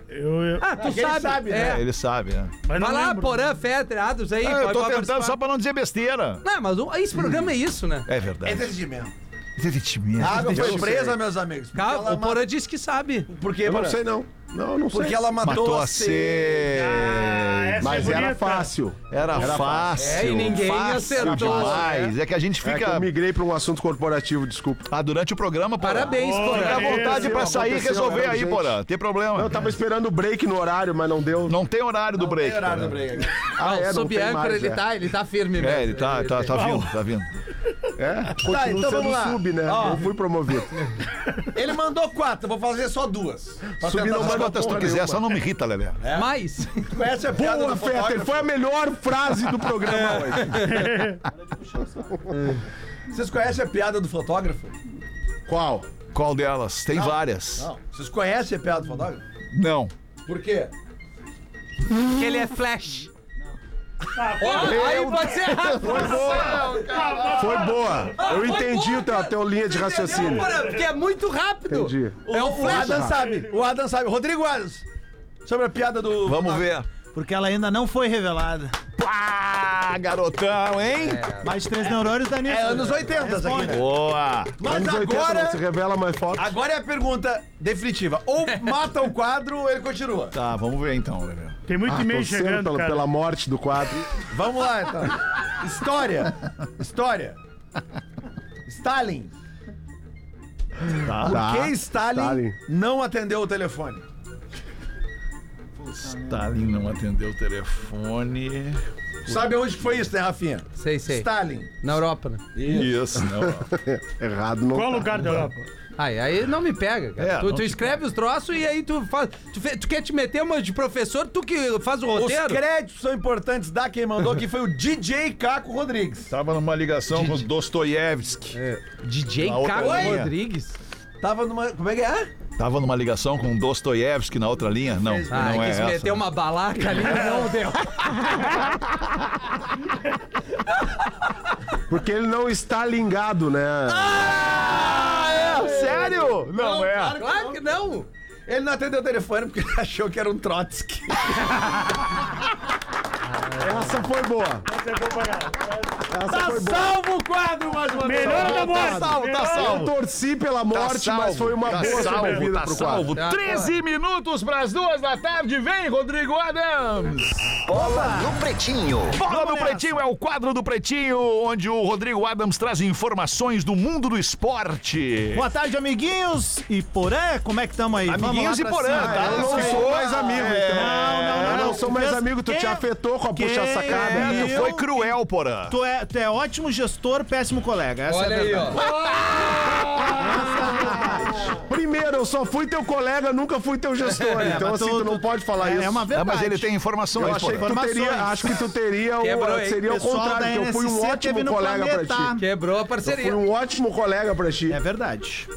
[SPEAKER 4] Eu, eu,
[SPEAKER 9] Ah, tu
[SPEAKER 7] Ninguém
[SPEAKER 9] sabe.
[SPEAKER 7] sabe,
[SPEAKER 9] é.
[SPEAKER 5] É, ele sabe, né?
[SPEAKER 4] mas não
[SPEAKER 9] Vai lá,
[SPEAKER 4] lembro.
[SPEAKER 9] Porã, Fetter, Ados aí.
[SPEAKER 5] Ah,
[SPEAKER 9] pode-
[SPEAKER 5] eu tô
[SPEAKER 9] pode
[SPEAKER 5] tentando
[SPEAKER 9] participar.
[SPEAKER 5] só pra não dizer besteira.
[SPEAKER 9] Não, mas o- esse programa é isso, né?
[SPEAKER 5] É verdade.
[SPEAKER 7] Entendimento.
[SPEAKER 5] Detetimento.
[SPEAKER 7] A água foi presa, meus amigos. Porque
[SPEAKER 9] Calma,
[SPEAKER 7] ela
[SPEAKER 9] o
[SPEAKER 7] ma-
[SPEAKER 9] Porã disse que sabe.
[SPEAKER 7] Por quê,
[SPEAKER 8] Eu não
[SPEAKER 7] Porã?
[SPEAKER 8] sei, não. Não, não sei.
[SPEAKER 7] Porque ela matou,
[SPEAKER 5] Matou
[SPEAKER 7] a
[SPEAKER 5] a
[SPEAKER 7] sede.
[SPEAKER 4] Ah,
[SPEAKER 5] sede.
[SPEAKER 4] essa
[SPEAKER 8] Mas
[SPEAKER 4] é
[SPEAKER 8] era
[SPEAKER 4] bonita.
[SPEAKER 8] fácil.
[SPEAKER 5] Era fácil.
[SPEAKER 9] É, e ninguém
[SPEAKER 5] fácil
[SPEAKER 9] acertou,
[SPEAKER 5] Demais. É que a gente
[SPEAKER 8] É que
[SPEAKER 5] fica.
[SPEAKER 8] eu migrei para um assunto corporativo, desculpa.
[SPEAKER 5] Ah, durante o programa, Porã.
[SPEAKER 9] Parabéns,
[SPEAKER 4] Boa,
[SPEAKER 5] Fica à
[SPEAKER 4] cara.
[SPEAKER 9] Porã.
[SPEAKER 5] vontade pra
[SPEAKER 8] Aconteceu,
[SPEAKER 5] sair e
[SPEAKER 8] aconteceu,
[SPEAKER 5] resolver
[SPEAKER 8] era
[SPEAKER 5] aí,
[SPEAKER 8] urgente.
[SPEAKER 5] Porã. Tem problema.
[SPEAKER 8] Eu tava esperando o break no horário, mas não deu.
[SPEAKER 5] Não tem horário do break. né?
[SPEAKER 7] Tem horário do
[SPEAKER 5] Porã.
[SPEAKER 7] break aqui.
[SPEAKER 8] é,
[SPEAKER 9] Ah, o
[SPEAKER 8] não tem
[SPEAKER 9] sub-âncora,
[SPEAKER 8] mais,
[SPEAKER 9] ele,
[SPEAKER 8] é.
[SPEAKER 9] tá, ele tá firme mesmo.
[SPEAKER 5] É, ele tá, tá, tá vindo, tá vindo.
[SPEAKER 8] É, continua
[SPEAKER 7] então
[SPEAKER 8] sendo
[SPEAKER 7] vamos lá.
[SPEAKER 8] sub, né?
[SPEAKER 7] Ó.
[SPEAKER 8] Não fui promovido.
[SPEAKER 7] Ele mandou quatro, eu vou fazer só duas. Pra
[SPEAKER 8] Subir
[SPEAKER 7] tentar-
[SPEAKER 8] não
[SPEAKER 5] Faz
[SPEAKER 8] manda
[SPEAKER 5] quantas tu
[SPEAKER 8] porra
[SPEAKER 5] quiser,
[SPEAKER 8] nenhuma.
[SPEAKER 5] só não me irrita, Lelé.
[SPEAKER 9] É. Mas,
[SPEAKER 7] Conhece a piada
[SPEAKER 8] Boa,
[SPEAKER 7] do
[SPEAKER 8] Fetter,
[SPEAKER 7] fotógrafo?
[SPEAKER 8] foi a melhor frase do programa hoje.
[SPEAKER 7] Vocês conhecem a piada do fotógrafo?
[SPEAKER 8] Qual?
[SPEAKER 5] Qual delas? Tem várias.
[SPEAKER 7] Não. Vocês conhecem a piada do fotógrafo?
[SPEAKER 5] Não.
[SPEAKER 7] Por quê?
[SPEAKER 9] ele é flash.
[SPEAKER 8] Eu- Foi boa. Foi boa. Eu entendi o teu, a tua linha de raciocínio.
[SPEAKER 9] Porque é muito rápido.
[SPEAKER 8] Entendi.
[SPEAKER 9] É o
[SPEAKER 7] O
[SPEAKER 9] flash.
[SPEAKER 7] Adam sabe. O Adam sabe. Rodrigo Adams. Sobre a piada do.
[SPEAKER 5] Vamos ver.
[SPEAKER 6] Porque ela ainda não foi revelada.
[SPEAKER 5] Pá, garotão, hein?
[SPEAKER 6] Mais três neurônios da nisso.
[SPEAKER 7] É anos 80 isso aqui, né?
[SPEAKER 5] Boa.
[SPEAKER 7] Mas
[SPEAKER 8] Anos 80
[SPEAKER 7] agora.
[SPEAKER 8] não se revela mais foto.
[SPEAKER 7] Agora é a pergunta definitiva. Ou mata o quadro ou ele continua.
[SPEAKER 5] Tá, vamos ver então, Lelé.
[SPEAKER 4] Tem muito e-mail
[SPEAKER 8] Ah, Torcendo
[SPEAKER 4] chegando,
[SPEAKER 8] pela,
[SPEAKER 4] cara.
[SPEAKER 8] pela morte do quadro.
[SPEAKER 7] Vamos lá, então. História. História. Stalin.
[SPEAKER 8] Tá.
[SPEAKER 7] Por que Stalin,
[SPEAKER 8] Ah, Stalin.
[SPEAKER 7] não atendeu o telefone?
[SPEAKER 5] Stalin não atendeu o telefone.
[SPEAKER 7] Sabe onde que foi isso, né, Rafinha?
[SPEAKER 9] Sei, sei.
[SPEAKER 7] Stalin.
[SPEAKER 9] Na Europa, né?
[SPEAKER 5] Isso, não.
[SPEAKER 8] Errado não.
[SPEAKER 4] Qual
[SPEAKER 8] tá.
[SPEAKER 4] lugar da Europa?
[SPEAKER 9] Aí, aí não me pega, cara.
[SPEAKER 5] É,
[SPEAKER 9] tu
[SPEAKER 5] não
[SPEAKER 9] tu
[SPEAKER 5] te
[SPEAKER 9] escreve os troços e aí tu faz. Tu, fe- tu quer te meter uma de professor, tu que faz o
[SPEAKER 7] Os
[SPEAKER 9] roteiro?
[SPEAKER 7] créditos são importantes da quem mandou, que foi o DJ Caco Rodrigues.
[SPEAKER 5] Tava numa ligação com os Dostoiévski.
[SPEAKER 9] É, DJ
[SPEAKER 5] Na outra
[SPEAKER 9] Caco
[SPEAKER 5] linha.
[SPEAKER 9] Rodrigues.
[SPEAKER 7] Tava numa. Como é que é?
[SPEAKER 5] Tava numa ligação com Dostoiévski na outra linha? Não, não
[SPEAKER 9] Ah, que
[SPEAKER 5] é
[SPEAKER 9] se
[SPEAKER 5] essa.
[SPEAKER 9] meter uma balaca ali não deu.
[SPEAKER 8] Porque ele não está ligado, né?
[SPEAKER 5] Ah, é? Sério? Não, é.
[SPEAKER 9] Claro que não.
[SPEAKER 7] Ele não atendeu o telefone porque ele achou que era um Trotsky.
[SPEAKER 8] Essa foi boa. Essa
[SPEAKER 6] Tá
[SPEAKER 8] foi boa.
[SPEAKER 7] Salvo o quadro mais uma vez.
[SPEAKER 4] Melhor da
[SPEAKER 5] Tá
[SPEAKER 4] morte.
[SPEAKER 5] salvo, tá
[SPEAKER 8] Eu
[SPEAKER 5] salvo.
[SPEAKER 8] torci pela
[SPEAKER 5] Tá
[SPEAKER 8] morte, mas
[SPEAKER 5] salvo,
[SPEAKER 8] foi uma
[SPEAKER 5] tá
[SPEAKER 8] boa
[SPEAKER 5] salvo,
[SPEAKER 8] sobrevida
[SPEAKER 5] tá
[SPEAKER 8] pro quadro.
[SPEAKER 5] salvo. 13 minutos pras duas da tarde. Vem, Rodrigo Adams.
[SPEAKER 2] No Pretinho.
[SPEAKER 5] Bola do Pretinho é o quadro do Pretinho, onde o Rodrigo Adams traz informações do mundo do esporte.
[SPEAKER 6] Boa tarde, amiguinhos. E Porã, como é que estamos aí? Vamos
[SPEAKER 5] Amiguinhos
[SPEAKER 6] lá
[SPEAKER 5] e
[SPEAKER 6] pra
[SPEAKER 5] Porã,
[SPEAKER 6] cima.
[SPEAKER 5] tá?
[SPEAKER 6] É
[SPEAKER 8] Eu
[SPEAKER 6] isso
[SPEAKER 8] não
[SPEAKER 6] aí.
[SPEAKER 8] sou mais amigo, então.
[SPEAKER 6] É. Não, não, não,
[SPEAKER 8] Eu não
[SPEAKER 6] não.
[SPEAKER 8] sou mais
[SPEAKER 6] Pensa-
[SPEAKER 8] amigo, tu te
[SPEAKER 6] Quem- é?
[SPEAKER 8] afetou com a puxa sacada.
[SPEAKER 6] Quem-
[SPEAKER 5] É, tu
[SPEAKER 6] Eu-
[SPEAKER 5] foi cruel, porã.
[SPEAKER 6] Tu é, tu é ótimo gestor, péssimo colega. Essa é
[SPEAKER 9] Olha
[SPEAKER 6] a
[SPEAKER 9] aí,
[SPEAKER 6] verdade.
[SPEAKER 9] ó.
[SPEAKER 6] é?
[SPEAKER 8] Primeiro, eu só fui teu colega, nunca fui teu gestor. então,
[SPEAKER 6] mas
[SPEAKER 8] assim,
[SPEAKER 6] tu-
[SPEAKER 8] tu não
[SPEAKER 6] tu-
[SPEAKER 8] pode falar
[SPEAKER 6] É,
[SPEAKER 8] isso.
[SPEAKER 6] é uma
[SPEAKER 5] Ah,
[SPEAKER 6] verdade.
[SPEAKER 5] mas ele tem informações,
[SPEAKER 8] Eu achei que tu
[SPEAKER 6] Informações.
[SPEAKER 8] teria, acho que tu teria, o-
[SPEAKER 9] Quebrou, hein?
[SPEAKER 8] seria o
[SPEAKER 6] Pessoal da
[SPEAKER 8] contrário, que eu fui um
[SPEAKER 6] NSC teve
[SPEAKER 8] ótimo
[SPEAKER 6] no
[SPEAKER 8] colega pra
[SPEAKER 6] Planeta.
[SPEAKER 8] ti.
[SPEAKER 9] Quebrou a
[SPEAKER 8] Eu fui
[SPEAKER 9] parceria.
[SPEAKER 8] um ótimo colega pra ti,
[SPEAKER 6] É verdade.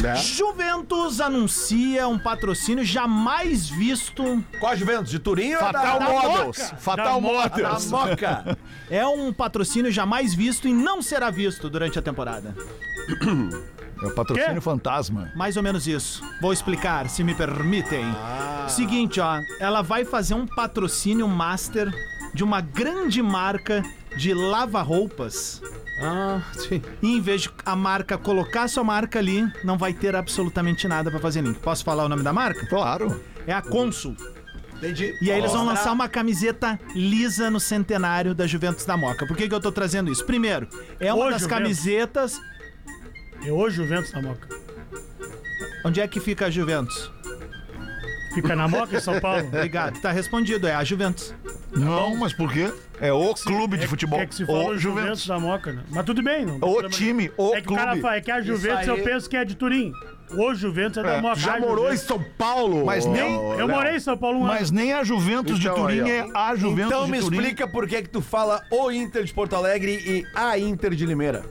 [SPEAKER 8] né?
[SPEAKER 6] Juventus anuncia um patrocínio jamais visto.
[SPEAKER 7] Qual Juventus? De Turim ou
[SPEAKER 5] Fatal
[SPEAKER 7] da, da
[SPEAKER 5] Models. Fatal
[SPEAKER 4] Da Moca.
[SPEAKER 7] Da
[SPEAKER 5] Models.
[SPEAKER 7] Moca.
[SPEAKER 6] É um patrocínio jamais visto e não será visto durante a temporada.
[SPEAKER 5] É o patrocínio
[SPEAKER 4] Quê?
[SPEAKER 5] fantasma.
[SPEAKER 6] Mais ou menos isso. Vou explicar, se me permitem. Seguinte, ó, ela vai fazer um patrocínio master de uma grande marca de lava-roupas.
[SPEAKER 9] Ah, sim.
[SPEAKER 6] E em vez de a marca colocar sua marca ali, não vai ter absolutamente nada pra fazer link. Posso falar o nome da marca?
[SPEAKER 5] Claro.
[SPEAKER 6] É a Consul.
[SPEAKER 7] Entendi.
[SPEAKER 6] E aí eles vão lançar uma camiseta lisa no centenário da Juventus da Moca. Por que, que eu tô trazendo isso? Primeiro, é uma
[SPEAKER 4] Ô,
[SPEAKER 6] das
[SPEAKER 4] Juventus.
[SPEAKER 6] camisetas.
[SPEAKER 4] É hoje o Juventus na Moca.
[SPEAKER 6] Onde é que fica a Juventus?
[SPEAKER 4] Fica na Moca em São Paulo.
[SPEAKER 6] Obrigado, tá respondido, é a Juventus.
[SPEAKER 5] Não, mas por quê? É o clube de futebol.
[SPEAKER 4] É que se fala
[SPEAKER 5] o
[SPEAKER 4] o Juventus
[SPEAKER 5] Juventus.
[SPEAKER 4] da Moca, né? Mas tudo bem, não. tem
[SPEAKER 5] O
[SPEAKER 4] problema
[SPEAKER 5] time,
[SPEAKER 4] nenhum.
[SPEAKER 5] o
[SPEAKER 4] É que o cara
[SPEAKER 5] clube.
[SPEAKER 4] fala, é que a Juventus
[SPEAKER 7] Isso aí.
[SPEAKER 4] eu penso que é de Turim. O Juventus é da Moca.
[SPEAKER 8] Já
[SPEAKER 4] a
[SPEAKER 8] morou em
[SPEAKER 4] Juventus.
[SPEAKER 8] São Paulo?
[SPEAKER 5] Mas
[SPEAKER 8] ô,
[SPEAKER 5] nem-
[SPEAKER 8] ô,
[SPEAKER 4] Eu
[SPEAKER 8] Léo?
[SPEAKER 4] morei em São Paulo um ano.
[SPEAKER 5] Mas nem a Juventus de
[SPEAKER 8] Então, aí,
[SPEAKER 5] Turim
[SPEAKER 8] ó.
[SPEAKER 5] é a Juventus
[SPEAKER 7] Então me
[SPEAKER 5] de Turim.
[SPEAKER 7] explica por que que tu fala o Inter de Porto Alegre e a Inter de Limeira.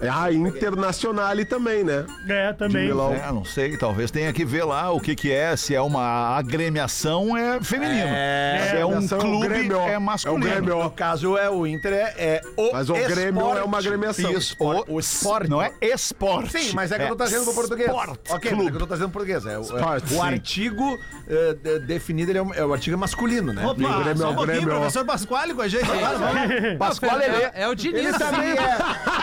[SPEAKER 8] É a Internacional também, né?
[SPEAKER 4] É, também.
[SPEAKER 8] De Milão.
[SPEAKER 5] É, não sei, talvez tenha que ver lá o que que é, se é uma agremiação é feminino. se é um
[SPEAKER 8] Agremiação é o
[SPEAKER 5] clube
[SPEAKER 8] Grêmio.
[SPEAKER 5] é,
[SPEAKER 8] É o
[SPEAKER 5] masculino.
[SPEAKER 8] Grêmio.
[SPEAKER 7] No caso, é o Inter é, é o
[SPEAKER 8] Mas o Grêmio
[SPEAKER 7] esporte.
[SPEAKER 8] é uma agremiação.
[SPEAKER 5] Isso, o, esporte. Não é esporte.
[SPEAKER 7] Sim, mas é que eu tô trazendo pro português.
[SPEAKER 5] Esporte
[SPEAKER 7] ok, mas é que eu tô trazendo pro português. É, o-
[SPEAKER 8] Esporte,
[SPEAKER 7] é, o
[SPEAKER 8] sim.
[SPEAKER 7] artigo é, de- definido ele é, um- é o artigo masculino, né?
[SPEAKER 6] Opa,
[SPEAKER 8] Grêmio,
[SPEAKER 6] só
[SPEAKER 8] o
[SPEAKER 6] um pouquinho,
[SPEAKER 8] Grêmio.
[SPEAKER 6] professor Pasquale com a gente. Claro, vamos.
[SPEAKER 5] Pascoal Lelê.
[SPEAKER 9] É, é o Diniz.
[SPEAKER 7] Ele também é.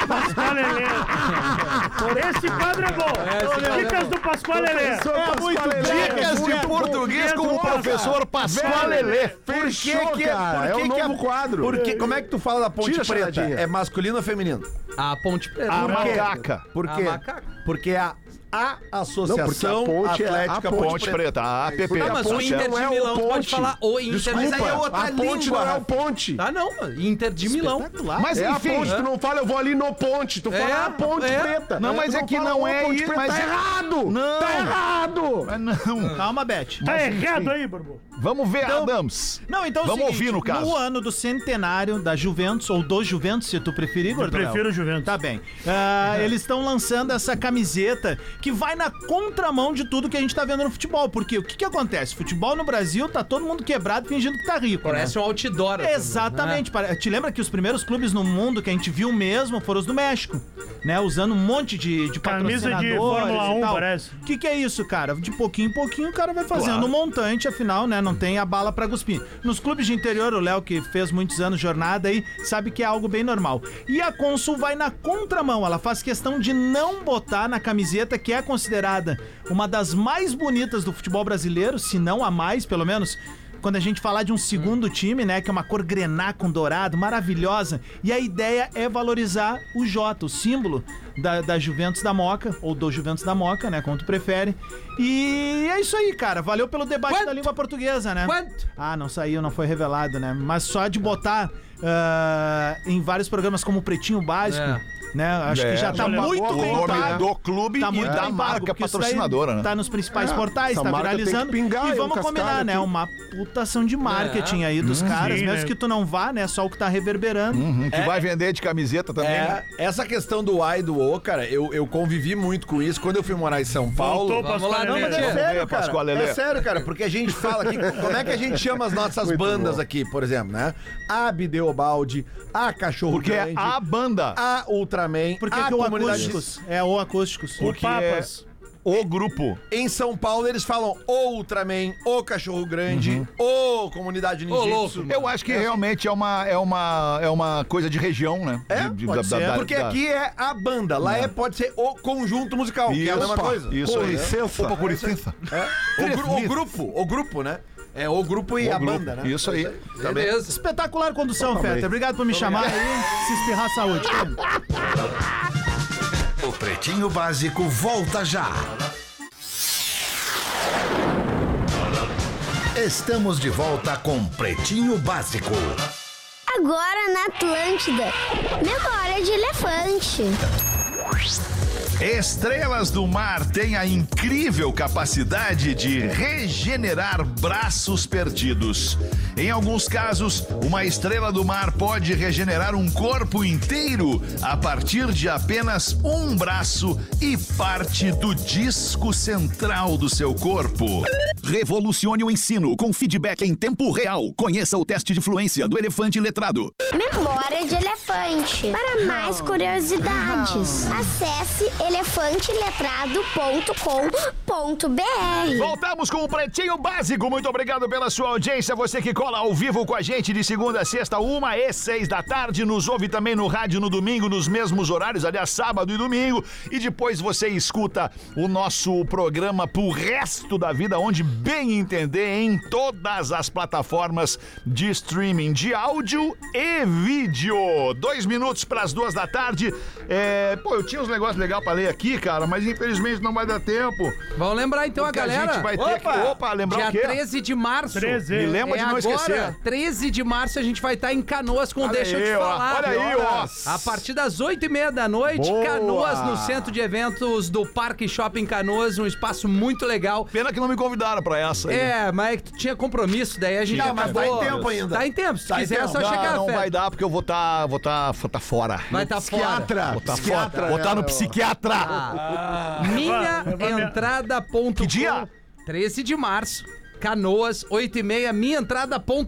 [SPEAKER 4] Pascoal Lelê. Por esse quadro é bom. Dicas do Pascoal Lelê.
[SPEAKER 8] é muito
[SPEAKER 5] Dicas de português com o professor Pascoal Lelê.
[SPEAKER 8] Fechou,
[SPEAKER 7] que-
[SPEAKER 8] cara.
[SPEAKER 7] por
[SPEAKER 8] É
[SPEAKER 7] que
[SPEAKER 8] o
[SPEAKER 7] que
[SPEAKER 8] novo
[SPEAKER 7] é-
[SPEAKER 8] quadro.
[SPEAKER 7] Por que- como é que tu fala da ponte
[SPEAKER 8] Tira a
[SPEAKER 7] preta?
[SPEAKER 8] charadinha.
[SPEAKER 7] É masculino ou feminino?
[SPEAKER 9] A Ponte Preta.
[SPEAKER 5] A
[SPEAKER 9] Por quê?
[SPEAKER 5] macaca.
[SPEAKER 7] Por
[SPEAKER 9] A
[SPEAKER 7] quê?
[SPEAKER 9] macaca.
[SPEAKER 7] Porque é a a
[SPEAKER 8] Não,
[SPEAKER 7] Associação
[SPEAKER 8] porque a ponte é a
[SPEAKER 7] Atlética
[SPEAKER 8] ponte
[SPEAKER 5] Ponte Preta, a APP.
[SPEAKER 8] Porque
[SPEAKER 9] Ah, mas o
[SPEAKER 8] ponte
[SPEAKER 9] Inter
[SPEAKER 8] não
[SPEAKER 9] de
[SPEAKER 8] é o
[SPEAKER 9] Milão, tu pode
[SPEAKER 8] ponte.
[SPEAKER 9] falar o Inter.
[SPEAKER 8] Desculpa,
[SPEAKER 9] Mas aí é outra
[SPEAKER 8] a ponte
[SPEAKER 9] língua,
[SPEAKER 8] não é o
[SPEAKER 9] Rafa.
[SPEAKER 8] ponte.
[SPEAKER 9] Ah, não, mano. Inter de Milão.
[SPEAKER 5] Mas
[SPEAKER 8] é
[SPEAKER 5] enfim,
[SPEAKER 8] a ponte, tu não fala, eu vou ali no ponte, tu
[SPEAKER 9] né? É,
[SPEAKER 8] fala a ponte
[SPEAKER 9] é.
[SPEAKER 8] preta.
[SPEAKER 5] Não, mas
[SPEAKER 8] Tu
[SPEAKER 5] é que
[SPEAKER 8] fala
[SPEAKER 5] não
[SPEAKER 8] o
[SPEAKER 5] é
[SPEAKER 8] ponte
[SPEAKER 5] isso,
[SPEAKER 8] preta,
[SPEAKER 5] mas
[SPEAKER 8] tá
[SPEAKER 5] é-
[SPEAKER 8] errado!
[SPEAKER 5] Não.
[SPEAKER 8] Tá errado!
[SPEAKER 5] Ah, não.
[SPEAKER 6] Calma, Beth.
[SPEAKER 4] Tá errado aí, Barbu.
[SPEAKER 5] Vamos ver,
[SPEAKER 6] Então-
[SPEAKER 5] Adams.
[SPEAKER 6] Não, então é o
[SPEAKER 5] Vamos
[SPEAKER 6] seguinte,
[SPEAKER 5] ouvir, no caso.
[SPEAKER 6] ano do centenário da Juventus, ou do Juventus, se tu preferir,
[SPEAKER 4] Eu
[SPEAKER 6] Gordão.
[SPEAKER 4] prefiro o Juventus.
[SPEAKER 6] Tá bem. Ah, eles estão lançando essa camiseta que vai na contramão de tudo que a gente tá vendo no futebol. Porque o que que acontece? Futebol no Brasil tá todo mundo quebrado fingindo que tá rico, né?
[SPEAKER 9] Parece um outdoor. assim,
[SPEAKER 6] Exatamente. pare- Te lembra que os primeiros clubes no mundo que a gente viu mesmo foram os do México, né? Usando um monte de, de
[SPEAKER 4] Camisa de
[SPEAKER 6] patrocinadores
[SPEAKER 4] Fórmula
[SPEAKER 6] e
[SPEAKER 4] 1
[SPEAKER 6] tal.
[SPEAKER 4] parece.
[SPEAKER 6] O que, que é isso, cara? De pouquinho em pouquinho o cara vai fazendo um montante, afinal, né? Não tem a bala pra cuspir. Nos clubes de interior, o Léo, que fez muitos anos jornada aí, sabe que é algo bem normal. E a Consul vai na contramão, ela faz questão de não botar na camiseta que é considerada uma das mais bonitas do futebol brasileiro, se não a mais, pelo menos. Quando a gente falar
[SPEAKER 9] Uhum.
[SPEAKER 6] de um segundo time, né? Que é uma cor grená com dourado, maravilhosa. E a ideia é valorizar o Jota, o símbolo da, da Juventus da Moca, ou do Juventus da Moca, né? Como tu prefere. E é isso aí, cara. Valeu pelo debate
[SPEAKER 9] Quanto?
[SPEAKER 6] da língua portuguesa, né?
[SPEAKER 9] Quanto?
[SPEAKER 6] Ah, não saiu, não foi revelado, né? Mas só de botar ah, em vários programas como o Pretinho Básico,
[SPEAKER 9] É.
[SPEAKER 6] né? Acho
[SPEAKER 5] É,
[SPEAKER 6] que já tá
[SPEAKER 4] olha,
[SPEAKER 6] muito
[SPEAKER 5] O
[SPEAKER 6] bem
[SPEAKER 5] nome
[SPEAKER 6] pago.
[SPEAKER 5] do clube
[SPEAKER 6] Tá
[SPEAKER 5] e
[SPEAKER 6] muito
[SPEAKER 5] da
[SPEAKER 6] bem pago,
[SPEAKER 5] marca
[SPEAKER 6] porque isso daí
[SPEAKER 5] patrocinadora, né?
[SPEAKER 6] Tá nos principais
[SPEAKER 8] É,
[SPEAKER 6] portais,
[SPEAKER 8] essa
[SPEAKER 6] tá
[SPEAKER 8] marca tem que
[SPEAKER 6] viralizando.
[SPEAKER 8] pingar,
[SPEAKER 6] e
[SPEAKER 8] é,
[SPEAKER 6] vamos
[SPEAKER 8] um
[SPEAKER 6] combinar,
[SPEAKER 8] cascalho aqui.
[SPEAKER 6] né?
[SPEAKER 8] É. Uhum.
[SPEAKER 6] Uma putação de marketing aí dos caras,
[SPEAKER 4] Sim,
[SPEAKER 6] mesmo
[SPEAKER 4] né?
[SPEAKER 6] que tu não vá, né? Só o que tá reverberando.
[SPEAKER 5] Hum, Que vai vender de camiseta também. né?
[SPEAKER 7] É, essa questão do A e do O, cara, eu, eu convivi muito com isso quando eu fui morar em São Paulo.
[SPEAKER 4] Voltou
[SPEAKER 9] Vamos lá,
[SPEAKER 4] Pascoal
[SPEAKER 9] não,
[SPEAKER 4] Helena.
[SPEAKER 9] mas é-
[SPEAKER 7] É
[SPEAKER 5] Lelê,
[SPEAKER 7] sério, cara.
[SPEAKER 5] Pascoal Lelê.
[SPEAKER 7] É sério, cara, porque a gente fala aqui, como é que a gente chama as nossas bandas aqui, por exemplo, né? A Bideobaldi, a Cachorro
[SPEAKER 5] Porque é
[SPEAKER 7] Grande,
[SPEAKER 5] a banda,
[SPEAKER 7] a Ultraman,
[SPEAKER 6] Porque
[SPEAKER 7] a
[SPEAKER 6] que o
[SPEAKER 7] Comunidade-
[SPEAKER 6] acústicos. É o acústicos.
[SPEAKER 4] Ah, O
[SPEAKER 5] que é
[SPEAKER 4] Papas.
[SPEAKER 5] o grupo.
[SPEAKER 7] Em São Paulo eles falam o Ultraman, o Cachorro
[SPEAKER 5] Uhum.
[SPEAKER 7] Grande, o Comunidade Ninjitsu.
[SPEAKER 9] louco,
[SPEAKER 5] Eu acho que realmente é uma, é, uma, é uma coisa de região, né?
[SPEAKER 7] É,
[SPEAKER 5] de,
[SPEAKER 6] pode ser,
[SPEAKER 7] Porque aqui é a banda, lá é, pode ser o conjunto musical, que é a mesma
[SPEAKER 5] Isso,
[SPEAKER 7] coisa.
[SPEAKER 5] isso
[SPEAKER 8] Com
[SPEAKER 5] aí.
[SPEAKER 8] licença.
[SPEAKER 5] Opa, com licença.
[SPEAKER 7] É. O, gru- o grupo, o grupo, né? É o grupo e
[SPEAKER 5] O
[SPEAKER 7] a
[SPEAKER 5] grupo.
[SPEAKER 7] banda, né?
[SPEAKER 5] Isso aí.
[SPEAKER 9] né? Beleza.
[SPEAKER 6] Espetacular condução, Feta. Obrigado por me chamar aí. Se espirrar, saúde.
[SPEAKER 2] O Pretinho Básico volta já. Estamos de volta com Pretinho Básico.
[SPEAKER 10] Agora na Atlântida. Memória de elefante.
[SPEAKER 5] Estrelas do mar têm a incrível capacidade de regenerar braços perdidos. Em alguns casos, uma estrela do mar pode regenerar um corpo inteiro a partir de apenas um braço e parte do disco central do seu corpo. Revolucione o ensino com feedback em tempo real. Conheça o teste de fluência do elefante letrado.
[SPEAKER 10] Memória de elefante. Para mais curiosidades, acesse elefanteletrado.com.br.
[SPEAKER 5] Voltamos com o Pretinho Básico. Muito obrigado pela sua audiência. Você que cola ao vivo com a gente de segunda a sexta, uma e seis da tarde. Nos ouve também no rádio no domingo, nos mesmos horários, aliás, sábado e domingo. E depois você escuta o nosso programa pro resto da vida, onde bem entender, em todas as plataformas de streaming de áudio e vídeo. Dois minutos para as duas da tarde. É, Pô, eu tinha uns negócios legais para ler aqui, cara, mas infelizmente não vai dar tempo.
[SPEAKER 9] Vamos lembrar então
[SPEAKER 5] Porque
[SPEAKER 9] a
[SPEAKER 5] a
[SPEAKER 9] galera.
[SPEAKER 5] gente vai ter que- opa, lembrar
[SPEAKER 9] dia
[SPEAKER 5] o quê?
[SPEAKER 9] 13 de março.
[SPEAKER 4] 13.
[SPEAKER 5] Me lembra
[SPEAKER 9] É
[SPEAKER 5] de não
[SPEAKER 9] agora,
[SPEAKER 5] esquecer.
[SPEAKER 9] 13 de março, a gente vai estar em Canoas com
[SPEAKER 5] Olha
[SPEAKER 9] Deixa Eu Te
[SPEAKER 5] aí, ó.
[SPEAKER 9] Falar.
[SPEAKER 5] Olha aí, ó.
[SPEAKER 9] A partir das 8h30 da noite,
[SPEAKER 5] Boa.
[SPEAKER 9] Canoas, no centro de eventos do Parque Shopping Canoas, um espaço muito legal.
[SPEAKER 5] Pena que não me convidaram pra essa. aí.
[SPEAKER 9] É, mas é que tu tinha compromisso, daí a gente
[SPEAKER 7] Não, mas dá
[SPEAKER 9] acabou.
[SPEAKER 7] em Tá tempo ainda.
[SPEAKER 9] Dá em tempo, se
[SPEAKER 7] Dá em
[SPEAKER 9] quiser é
[SPEAKER 7] tempo.
[SPEAKER 9] só
[SPEAKER 5] não,
[SPEAKER 9] chegar,
[SPEAKER 5] não
[SPEAKER 9] Fede.
[SPEAKER 5] vai dar porque eu vou estar vou tá, vou tá fora.
[SPEAKER 9] Vai estar fora.
[SPEAKER 5] Vou tá
[SPEAKER 9] né,
[SPEAKER 5] fora. Vou tá no psiquiatra.
[SPEAKER 9] Ah,
[SPEAKER 4] Leva- leva
[SPEAKER 9] Minhaentrada.com.
[SPEAKER 5] Que dia?
[SPEAKER 9] 13 de março. Canoas, 8 e meia,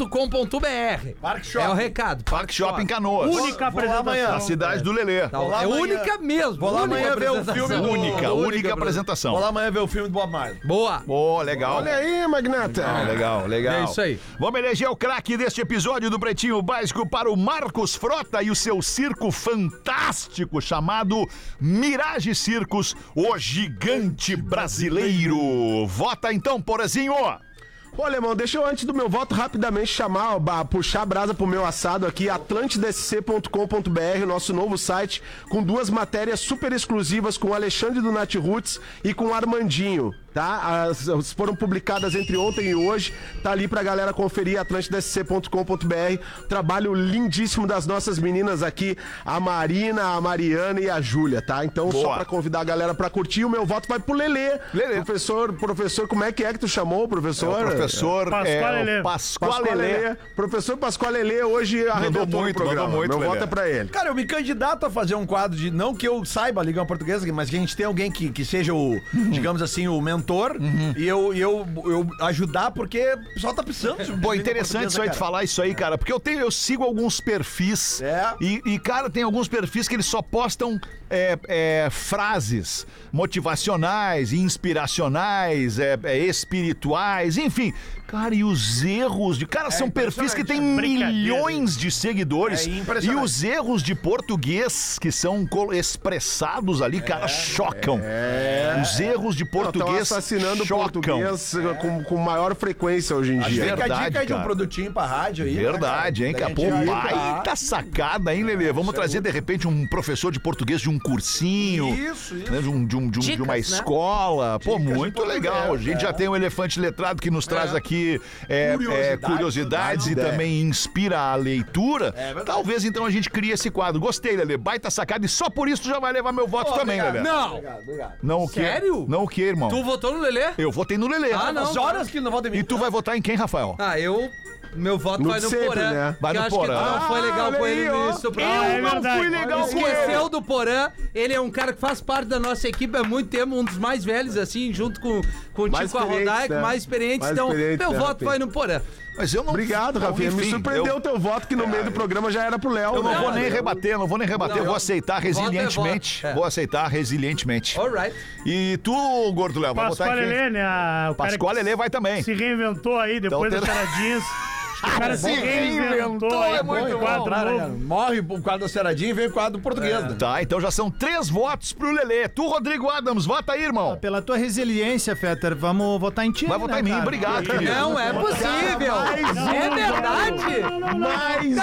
[SPEAKER 9] minhaentrada.com.br.
[SPEAKER 7] Parque Shopping.
[SPEAKER 9] É o recado.
[SPEAKER 5] Parque Shopping Canoas.
[SPEAKER 4] Única
[SPEAKER 7] Vou lá
[SPEAKER 5] A
[SPEAKER 7] amanhã.
[SPEAKER 4] apresentação.
[SPEAKER 5] cidade do Lelê.
[SPEAKER 9] Tá,
[SPEAKER 7] lá
[SPEAKER 9] é
[SPEAKER 7] amanhã.
[SPEAKER 9] única mesmo.
[SPEAKER 7] Vou lá
[SPEAKER 9] única
[SPEAKER 7] amanhã ver o filme
[SPEAKER 9] apresentação.
[SPEAKER 7] do-
[SPEAKER 5] Única, única
[SPEAKER 7] Vou lá
[SPEAKER 5] apresentação.
[SPEAKER 7] amanhã ver o filme do Bob Marley.
[SPEAKER 9] Boa.
[SPEAKER 5] Pô, legal.
[SPEAKER 8] Olha aí, Magnata.
[SPEAKER 5] Ah, legal, legal.
[SPEAKER 9] É isso aí.
[SPEAKER 5] Vamos eleger o craque deste episódio do Pretinho Básico para o Marcos Frota e o seu circo fantástico chamado Mirage Circos, o gigante brasileiro. Vota então, Porazinho.
[SPEAKER 8] Ô, Alemão, deixa eu antes do meu voto rapidamente chamar, ó, ba- puxar a brasa pro meu assado aqui, atlantidesc.com.br, nosso novo site, com duas matérias super exclusivas com o Alexandre do Nath Roots e com o Armandinho, tá? As, as foram publicadas entre ontem e hoje, tá ali pra galera conferir, atlantidesc.com.br, trabalho lindíssimo das nossas meninas aqui, a Marina, a Mariana e a Júlia, tá? Então, só
[SPEAKER 5] Boa.
[SPEAKER 8] pra convidar a galera pra curtir, o meu voto vai pro Lelê.
[SPEAKER 5] Lelê.
[SPEAKER 8] Professor, professor, como é que é que tu chamou, professor?
[SPEAKER 5] Professor
[SPEAKER 4] Pascoal
[SPEAKER 5] é,
[SPEAKER 4] Lelê.
[SPEAKER 5] o Pascoal
[SPEAKER 8] Pascoal
[SPEAKER 5] Lelê.
[SPEAKER 8] Lelê. Professor Pascoal Lelê hoje arrebentou
[SPEAKER 5] muito,
[SPEAKER 8] o programa.
[SPEAKER 5] mandou muito,
[SPEAKER 8] Meu voto
[SPEAKER 5] Lelê.
[SPEAKER 8] é pra ele.
[SPEAKER 7] Cara, eu me candidato a fazer um quadro de. Não que eu saiba a Liga Portuguesa, mas que a gente tem alguém que, que seja o,
[SPEAKER 9] Uhum.
[SPEAKER 7] digamos assim, o mentor. E eu, e eu, eu ajudar, porque o pessoal tá precisando. de
[SPEAKER 5] Pô,
[SPEAKER 7] Liga
[SPEAKER 5] interessante isso aí tu
[SPEAKER 7] Portuguesa, né, cara.
[SPEAKER 5] falar isso aí, cara, porque eu tenho, eu sigo alguns perfis
[SPEAKER 7] É.
[SPEAKER 5] e, e, cara, tem alguns perfis que eles só postam é, é, frases motivacionais, inspiracionais, é, é, espirituais, enfim, cara, e os erros de, cara, são perfis que têm
[SPEAKER 4] Brincadeira.
[SPEAKER 5] milhões de seguidores
[SPEAKER 7] É
[SPEAKER 5] e
[SPEAKER 7] impressionante.
[SPEAKER 5] os erros de português que são col- expressados
[SPEAKER 7] É,
[SPEAKER 5] ali, cara, chocam. Os erros de
[SPEAKER 8] Estão
[SPEAKER 5] português
[SPEAKER 8] assassinando o
[SPEAKER 5] chocam.
[SPEAKER 8] português com, com maior frequência hoje em dia.
[SPEAKER 7] Fica a
[SPEAKER 5] Verdade,
[SPEAKER 7] dica aí de um
[SPEAKER 5] cara.
[SPEAKER 7] produtinho pra rádio aí. né,
[SPEAKER 5] Verdade,
[SPEAKER 7] cara?
[SPEAKER 5] hein,
[SPEAKER 7] Da
[SPEAKER 5] Capô?
[SPEAKER 7] gente ir pra-
[SPEAKER 5] Baita sacada, hein, Lelê? Vamos trazer, de repente, um professor de português de um cursinho.
[SPEAKER 7] Isso, isso.
[SPEAKER 5] né, de, um- de um- de um- de
[SPEAKER 9] Dicas,
[SPEAKER 5] uma
[SPEAKER 9] né?
[SPEAKER 5] escola. Pô,
[SPEAKER 7] Dicas de
[SPEAKER 5] muito
[SPEAKER 7] português,
[SPEAKER 5] legal. A gente já tem um elefante letrado que nos traz aqui é, é,
[SPEAKER 7] Curiosidades,
[SPEAKER 5] curiosidades e
[SPEAKER 7] né?
[SPEAKER 5] também inspira a leitura.
[SPEAKER 7] verdade.
[SPEAKER 5] Talvez, então, a gente crie esse quadro. Gostei, Lelê. Baita sacada. E só por isso tu já vai levar meu voto também,
[SPEAKER 7] obrigado.
[SPEAKER 5] Lelê.
[SPEAKER 9] Não!
[SPEAKER 7] Obrigado, obrigado.
[SPEAKER 5] Não o quê?
[SPEAKER 9] Sério?
[SPEAKER 5] Não o quê, irmão?
[SPEAKER 9] Tu votou no Lelê?
[SPEAKER 5] Eu votei no Lelê.
[SPEAKER 9] Ah, não.
[SPEAKER 7] As horas que não vão ter
[SPEAKER 5] E tu vai votar em quem, Rafael?
[SPEAKER 9] Ah, eu. Meu voto
[SPEAKER 8] No
[SPEAKER 9] vai
[SPEAKER 8] de
[SPEAKER 9] no
[SPEAKER 8] sempre,
[SPEAKER 9] Porã.
[SPEAKER 8] né?
[SPEAKER 5] Vai
[SPEAKER 9] que
[SPEAKER 5] no
[SPEAKER 9] eu acho que
[SPEAKER 5] Porã.
[SPEAKER 9] tu não foi legal
[SPEAKER 8] olha
[SPEAKER 9] com ele
[SPEAKER 8] aí,
[SPEAKER 9] no
[SPEAKER 8] ó.
[SPEAKER 9] início do
[SPEAKER 4] é
[SPEAKER 9] programa.
[SPEAKER 4] verdade.
[SPEAKER 9] Esqueceu é do Porã, ele é um cara que faz parte da nossa equipe há muito tempo, um dos mais velhos, assim, junto com, com o
[SPEAKER 8] Mais
[SPEAKER 9] Tico
[SPEAKER 8] experientes,
[SPEAKER 9] Arrodaico,
[SPEAKER 8] né?
[SPEAKER 9] mais experiente.
[SPEAKER 8] Mais
[SPEAKER 9] então,
[SPEAKER 8] experiente,
[SPEAKER 9] meu
[SPEAKER 8] né,
[SPEAKER 9] voto
[SPEAKER 8] Rafinha?
[SPEAKER 9] vai no Porã.
[SPEAKER 5] Mas eu não.
[SPEAKER 8] Obrigado,
[SPEAKER 5] Bom,
[SPEAKER 8] Rafinha. Me
[SPEAKER 5] enfim,
[SPEAKER 8] surpreendeu
[SPEAKER 5] eu-
[SPEAKER 8] o teu voto, que no meio do programa já era pro Léo.
[SPEAKER 5] Eu não,
[SPEAKER 8] né?
[SPEAKER 5] vou nem
[SPEAKER 9] eu-
[SPEAKER 5] rebater, não vou nem rebater,
[SPEAKER 9] Não,
[SPEAKER 5] eu
[SPEAKER 9] eu-
[SPEAKER 5] vou aceitar
[SPEAKER 9] voto é voto.
[SPEAKER 5] resilientemente.
[SPEAKER 9] É.
[SPEAKER 5] Vou aceitar resilientemente.
[SPEAKER 9] Alright.
[SPEAKER 5] E tu, Gordo Léo, vai votar
[SPEAKER 4] Pascoal
[SPEAKER 5] em quem?
[SPEAKER 4] Lelê, né? a- O cara
[SPEAKER 5] Pascoal
[SPEAKER 4] que
[SPEAKER 5] Lelê vai também.
[SPEAKER 4] Se reinventou aí depois
[SPEAKER 5] Então,
[SPEAKER 4] das charadinhas. Acho que O cara se reinventou aí.
[SPEAKER 5] é
[SPEAKER 4] com o
[SPEAKER 5] muito
[SPEAKER 4] quadro
[SPEAKER 7] Claro, né, cara?
[SPEAKER 4] novo.
[SPEAKER 7] Morre o quadro da Ceradinha e vem o quadro do português.
[SPEAKER 9] É.
[SPEAKER 7] né?
[SPEAKER 5] Tá, então já são três votos pro Lelê. Tu, Rodrigo Adams, vota aí, irmão.
[SPEAKER 6] Pela tua resiliência, Fetter, vamos votar em ti.
[SPEAKER 5] Vai
[SPEAKER 6] né,
[SPEAKER 5] votar em mim,
[SPEAKER 6] cara?
[SPEAKER 5] obrigado, querido.
[SPEAKER 9] Não é possível! É verdade!
[SPEAKER 8] Mais um,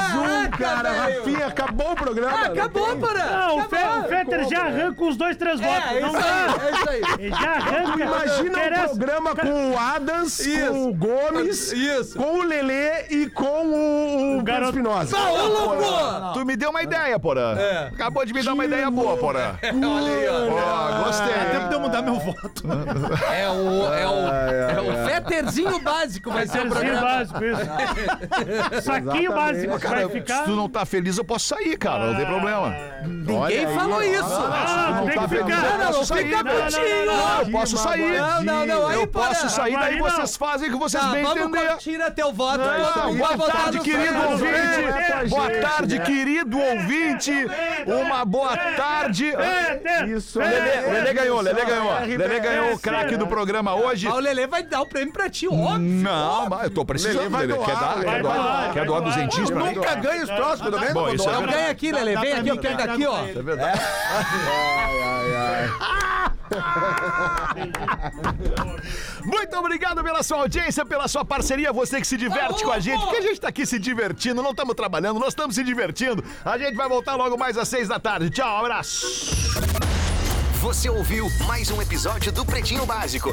[SPEAKER 9] Caraca,
[SPEAKER 8] cara.
[SPEAKER 9] velho.
[SPEAKER 8] Rafinha, acabou o programa.
[SPEAKER 9] Ah, acabou, Porã!
[SPEAKER 4] Não, o Fe-
[SPEAKER 9] acabou.
[SPEAKER 4] o Fetter já arranca os dois, três votos.
[SPEAKER 9] É, é
[SPEAKER 4] não
[SPEAKER 9] isso
[SPEAKER 4] dá.
[SPEAKER 9] aí, é isso aí.
[SPEAKER 4] Ele já arranca.
[SPEAKER 8] Imagina um
[SPEAKER 4] Interessa.
[SPEAKER 8] programa com o Adams, com o Gomes,
[SPEAKER 9] Isso.
[SPEAKER 8] com o Lelê e com o, o,
[SPEAKER 4] garoto-
[SPEAKER 8] Espinosa.
[SPEAKER 9] Ô, louco!
[SPEAKER 5] Tu me deu uma ideia, Porã.
[SPEAKER 9] É.
[SPEAKER 5] Acabou de me dar uma ideia boa, Porã. Ó,
[SPEAKER 6] Até pra
[SPEAKER 5] gostei.
[SPEAKER 6] eu mudar meu voto.
[SPEAKER 9] É o, é o,
[SPEAKER 8] Ah,
[SPEAKER 9] é o Fetterzinho básico vai ser o
[SPEAKER 5] né?
[SPEAKER 4] Saquinho
[SPEAKER 9] programa.
[SPEAKER 4] básico, isso. Saquinho básico. Vai
[SPEAKER 5] Se
[SPEAKER 4] ficar.
[SPEAKER 5] tu não tá feliz, eu posso sair, cara. Não tem problema.
[SPEAKER 9] Ninguém falou isso.
[SPEAKER 4] Ah,
[SPEAKER 5] não
[SPEAKER 4] tem
[SPEAKER 5] tá
[SPEAKER 4] que
[SPEAKER 5] feliz,
[SPEAKER 4] ficar.
[SPEAKER 5] eu posso
[SPEAKER 9] Não,
[SPEAKER 5] sair.
[SPEAKER 9] fica quietinho.
[SPEAKER 5] Não, eu posso sair.
[SPEAKER 9] Não, não, não, aí,
[SPEAKER 5] Eu
[SPEAKER 9] Porã.
[SPEAKER 5] posso sair, daí
[SPEAKER 4] Aí não.
[SPEAKER 5] vocês fazem o que vocês
[SPEAKER 9] Tá,
[SPEAKER 5] bem
[SPEAKER 9] vamos
[SPEAKER 5] entenderem.
[SPEAKER 9] com- tira teu voto. todo
[SPEAKER 5] Então,
[SPEAKER 9] mundo
[SPEAKER 5] boa
[SPEAKER 8] tá
[SPEAKER 9] vai votar
[SPEAKER 5] tarde,
[SPEAKER 9] no
[SPEAKER 5] querido
[SPEAKER 9] Fernando.
[SPEAKER 5] ouvinte.
[SPEAKER 8] é pra
[SPEAKER 5] boa
[SPEAKER 8] gente,
[SPEAKER 5] tarde, querido ouvinte. É, Uma boa tarde.
[SPEAKER 4] Fetter,
[SPEAKER 8] Isso.
[SPEAKER 5] Lelê,
[SPEAKER 8] É,
[SPEAKER 5] Lelê ganhou, Lelê
[SPEAKER 8] é,
[SPEAKER 5] ganhou.
[SPEAKER 8] é,
[SPEAKER 5] Lelê
[SPEAKER 8] é,
[SPEAKER 5] ganhou
[SPEAKER 4] é,
[SPEAKER 5] o craque
[SPEAKER 4] é,
[SPEAKER 5] do
[SPEAKER 4] é.
[SPEAKER 5] programa hoje.
[SPEAKER 9] Ah, o Lelê vai dar o prêmio pra ti,
[SPEAKER 7] Hum.
[SPEAKER 9] óbvio.
[SPEAKER 5] Não, mas eu tô
[SPEAKER 8] Lelê
[SPEAKER 5] precisando,
[SPEAKER 8] vai
[SPEAKER 5] Lelê. Quer
[SPEAKER 8] doar,
[SPEAKER 5] dar?
[SPEAKER 8] Lelê
[SPEAKER 5] Quer
[SPEAKER 8] vai
[SPEAKER 5] doar?
[SPEAKER 4] doar,
[SPEAKER 5] Quer
[SPEAKER 4] vai
[SPEAKER 5] doar
[SPEAKER 4] doar.
[SPEAKER 5] duzentins pra mim?
[SPEAKER 7] Nunca ganha os troços, pelo menos.
[SPEAKER 5] Bom,
[SPEAKER 7] vou
[SPEAKER 5] isso é
[SPEAKER 7] doar.
[SPEAKER 9] Então ganha aqui, Lelê.
[SPEAKER 6] Dá
[SPEAKER 9] Vem
[SPEAKER 6] pra
[SPEAKER 9] aqui,
[SPEAKER 6] mim,
[SPEAKER 9] pega
[SPEAKER 6] dá
[SPEAKER 9] aqui, ó.
[SPEAKER 6] pra ele.
[SPEAKER 5] Muito obrigado pela sua audiência, pela sua parceria, você que se diverte com a gente, porque a gente tá aqui se divertindo, não estamos trabalhando, nós estamos se divertindo. A gente vai voltar logo mais às seis da tarde. Tchau, abraço.
[SPEAKER 11] Você ouviu mais um episódio do Pretinho Básico.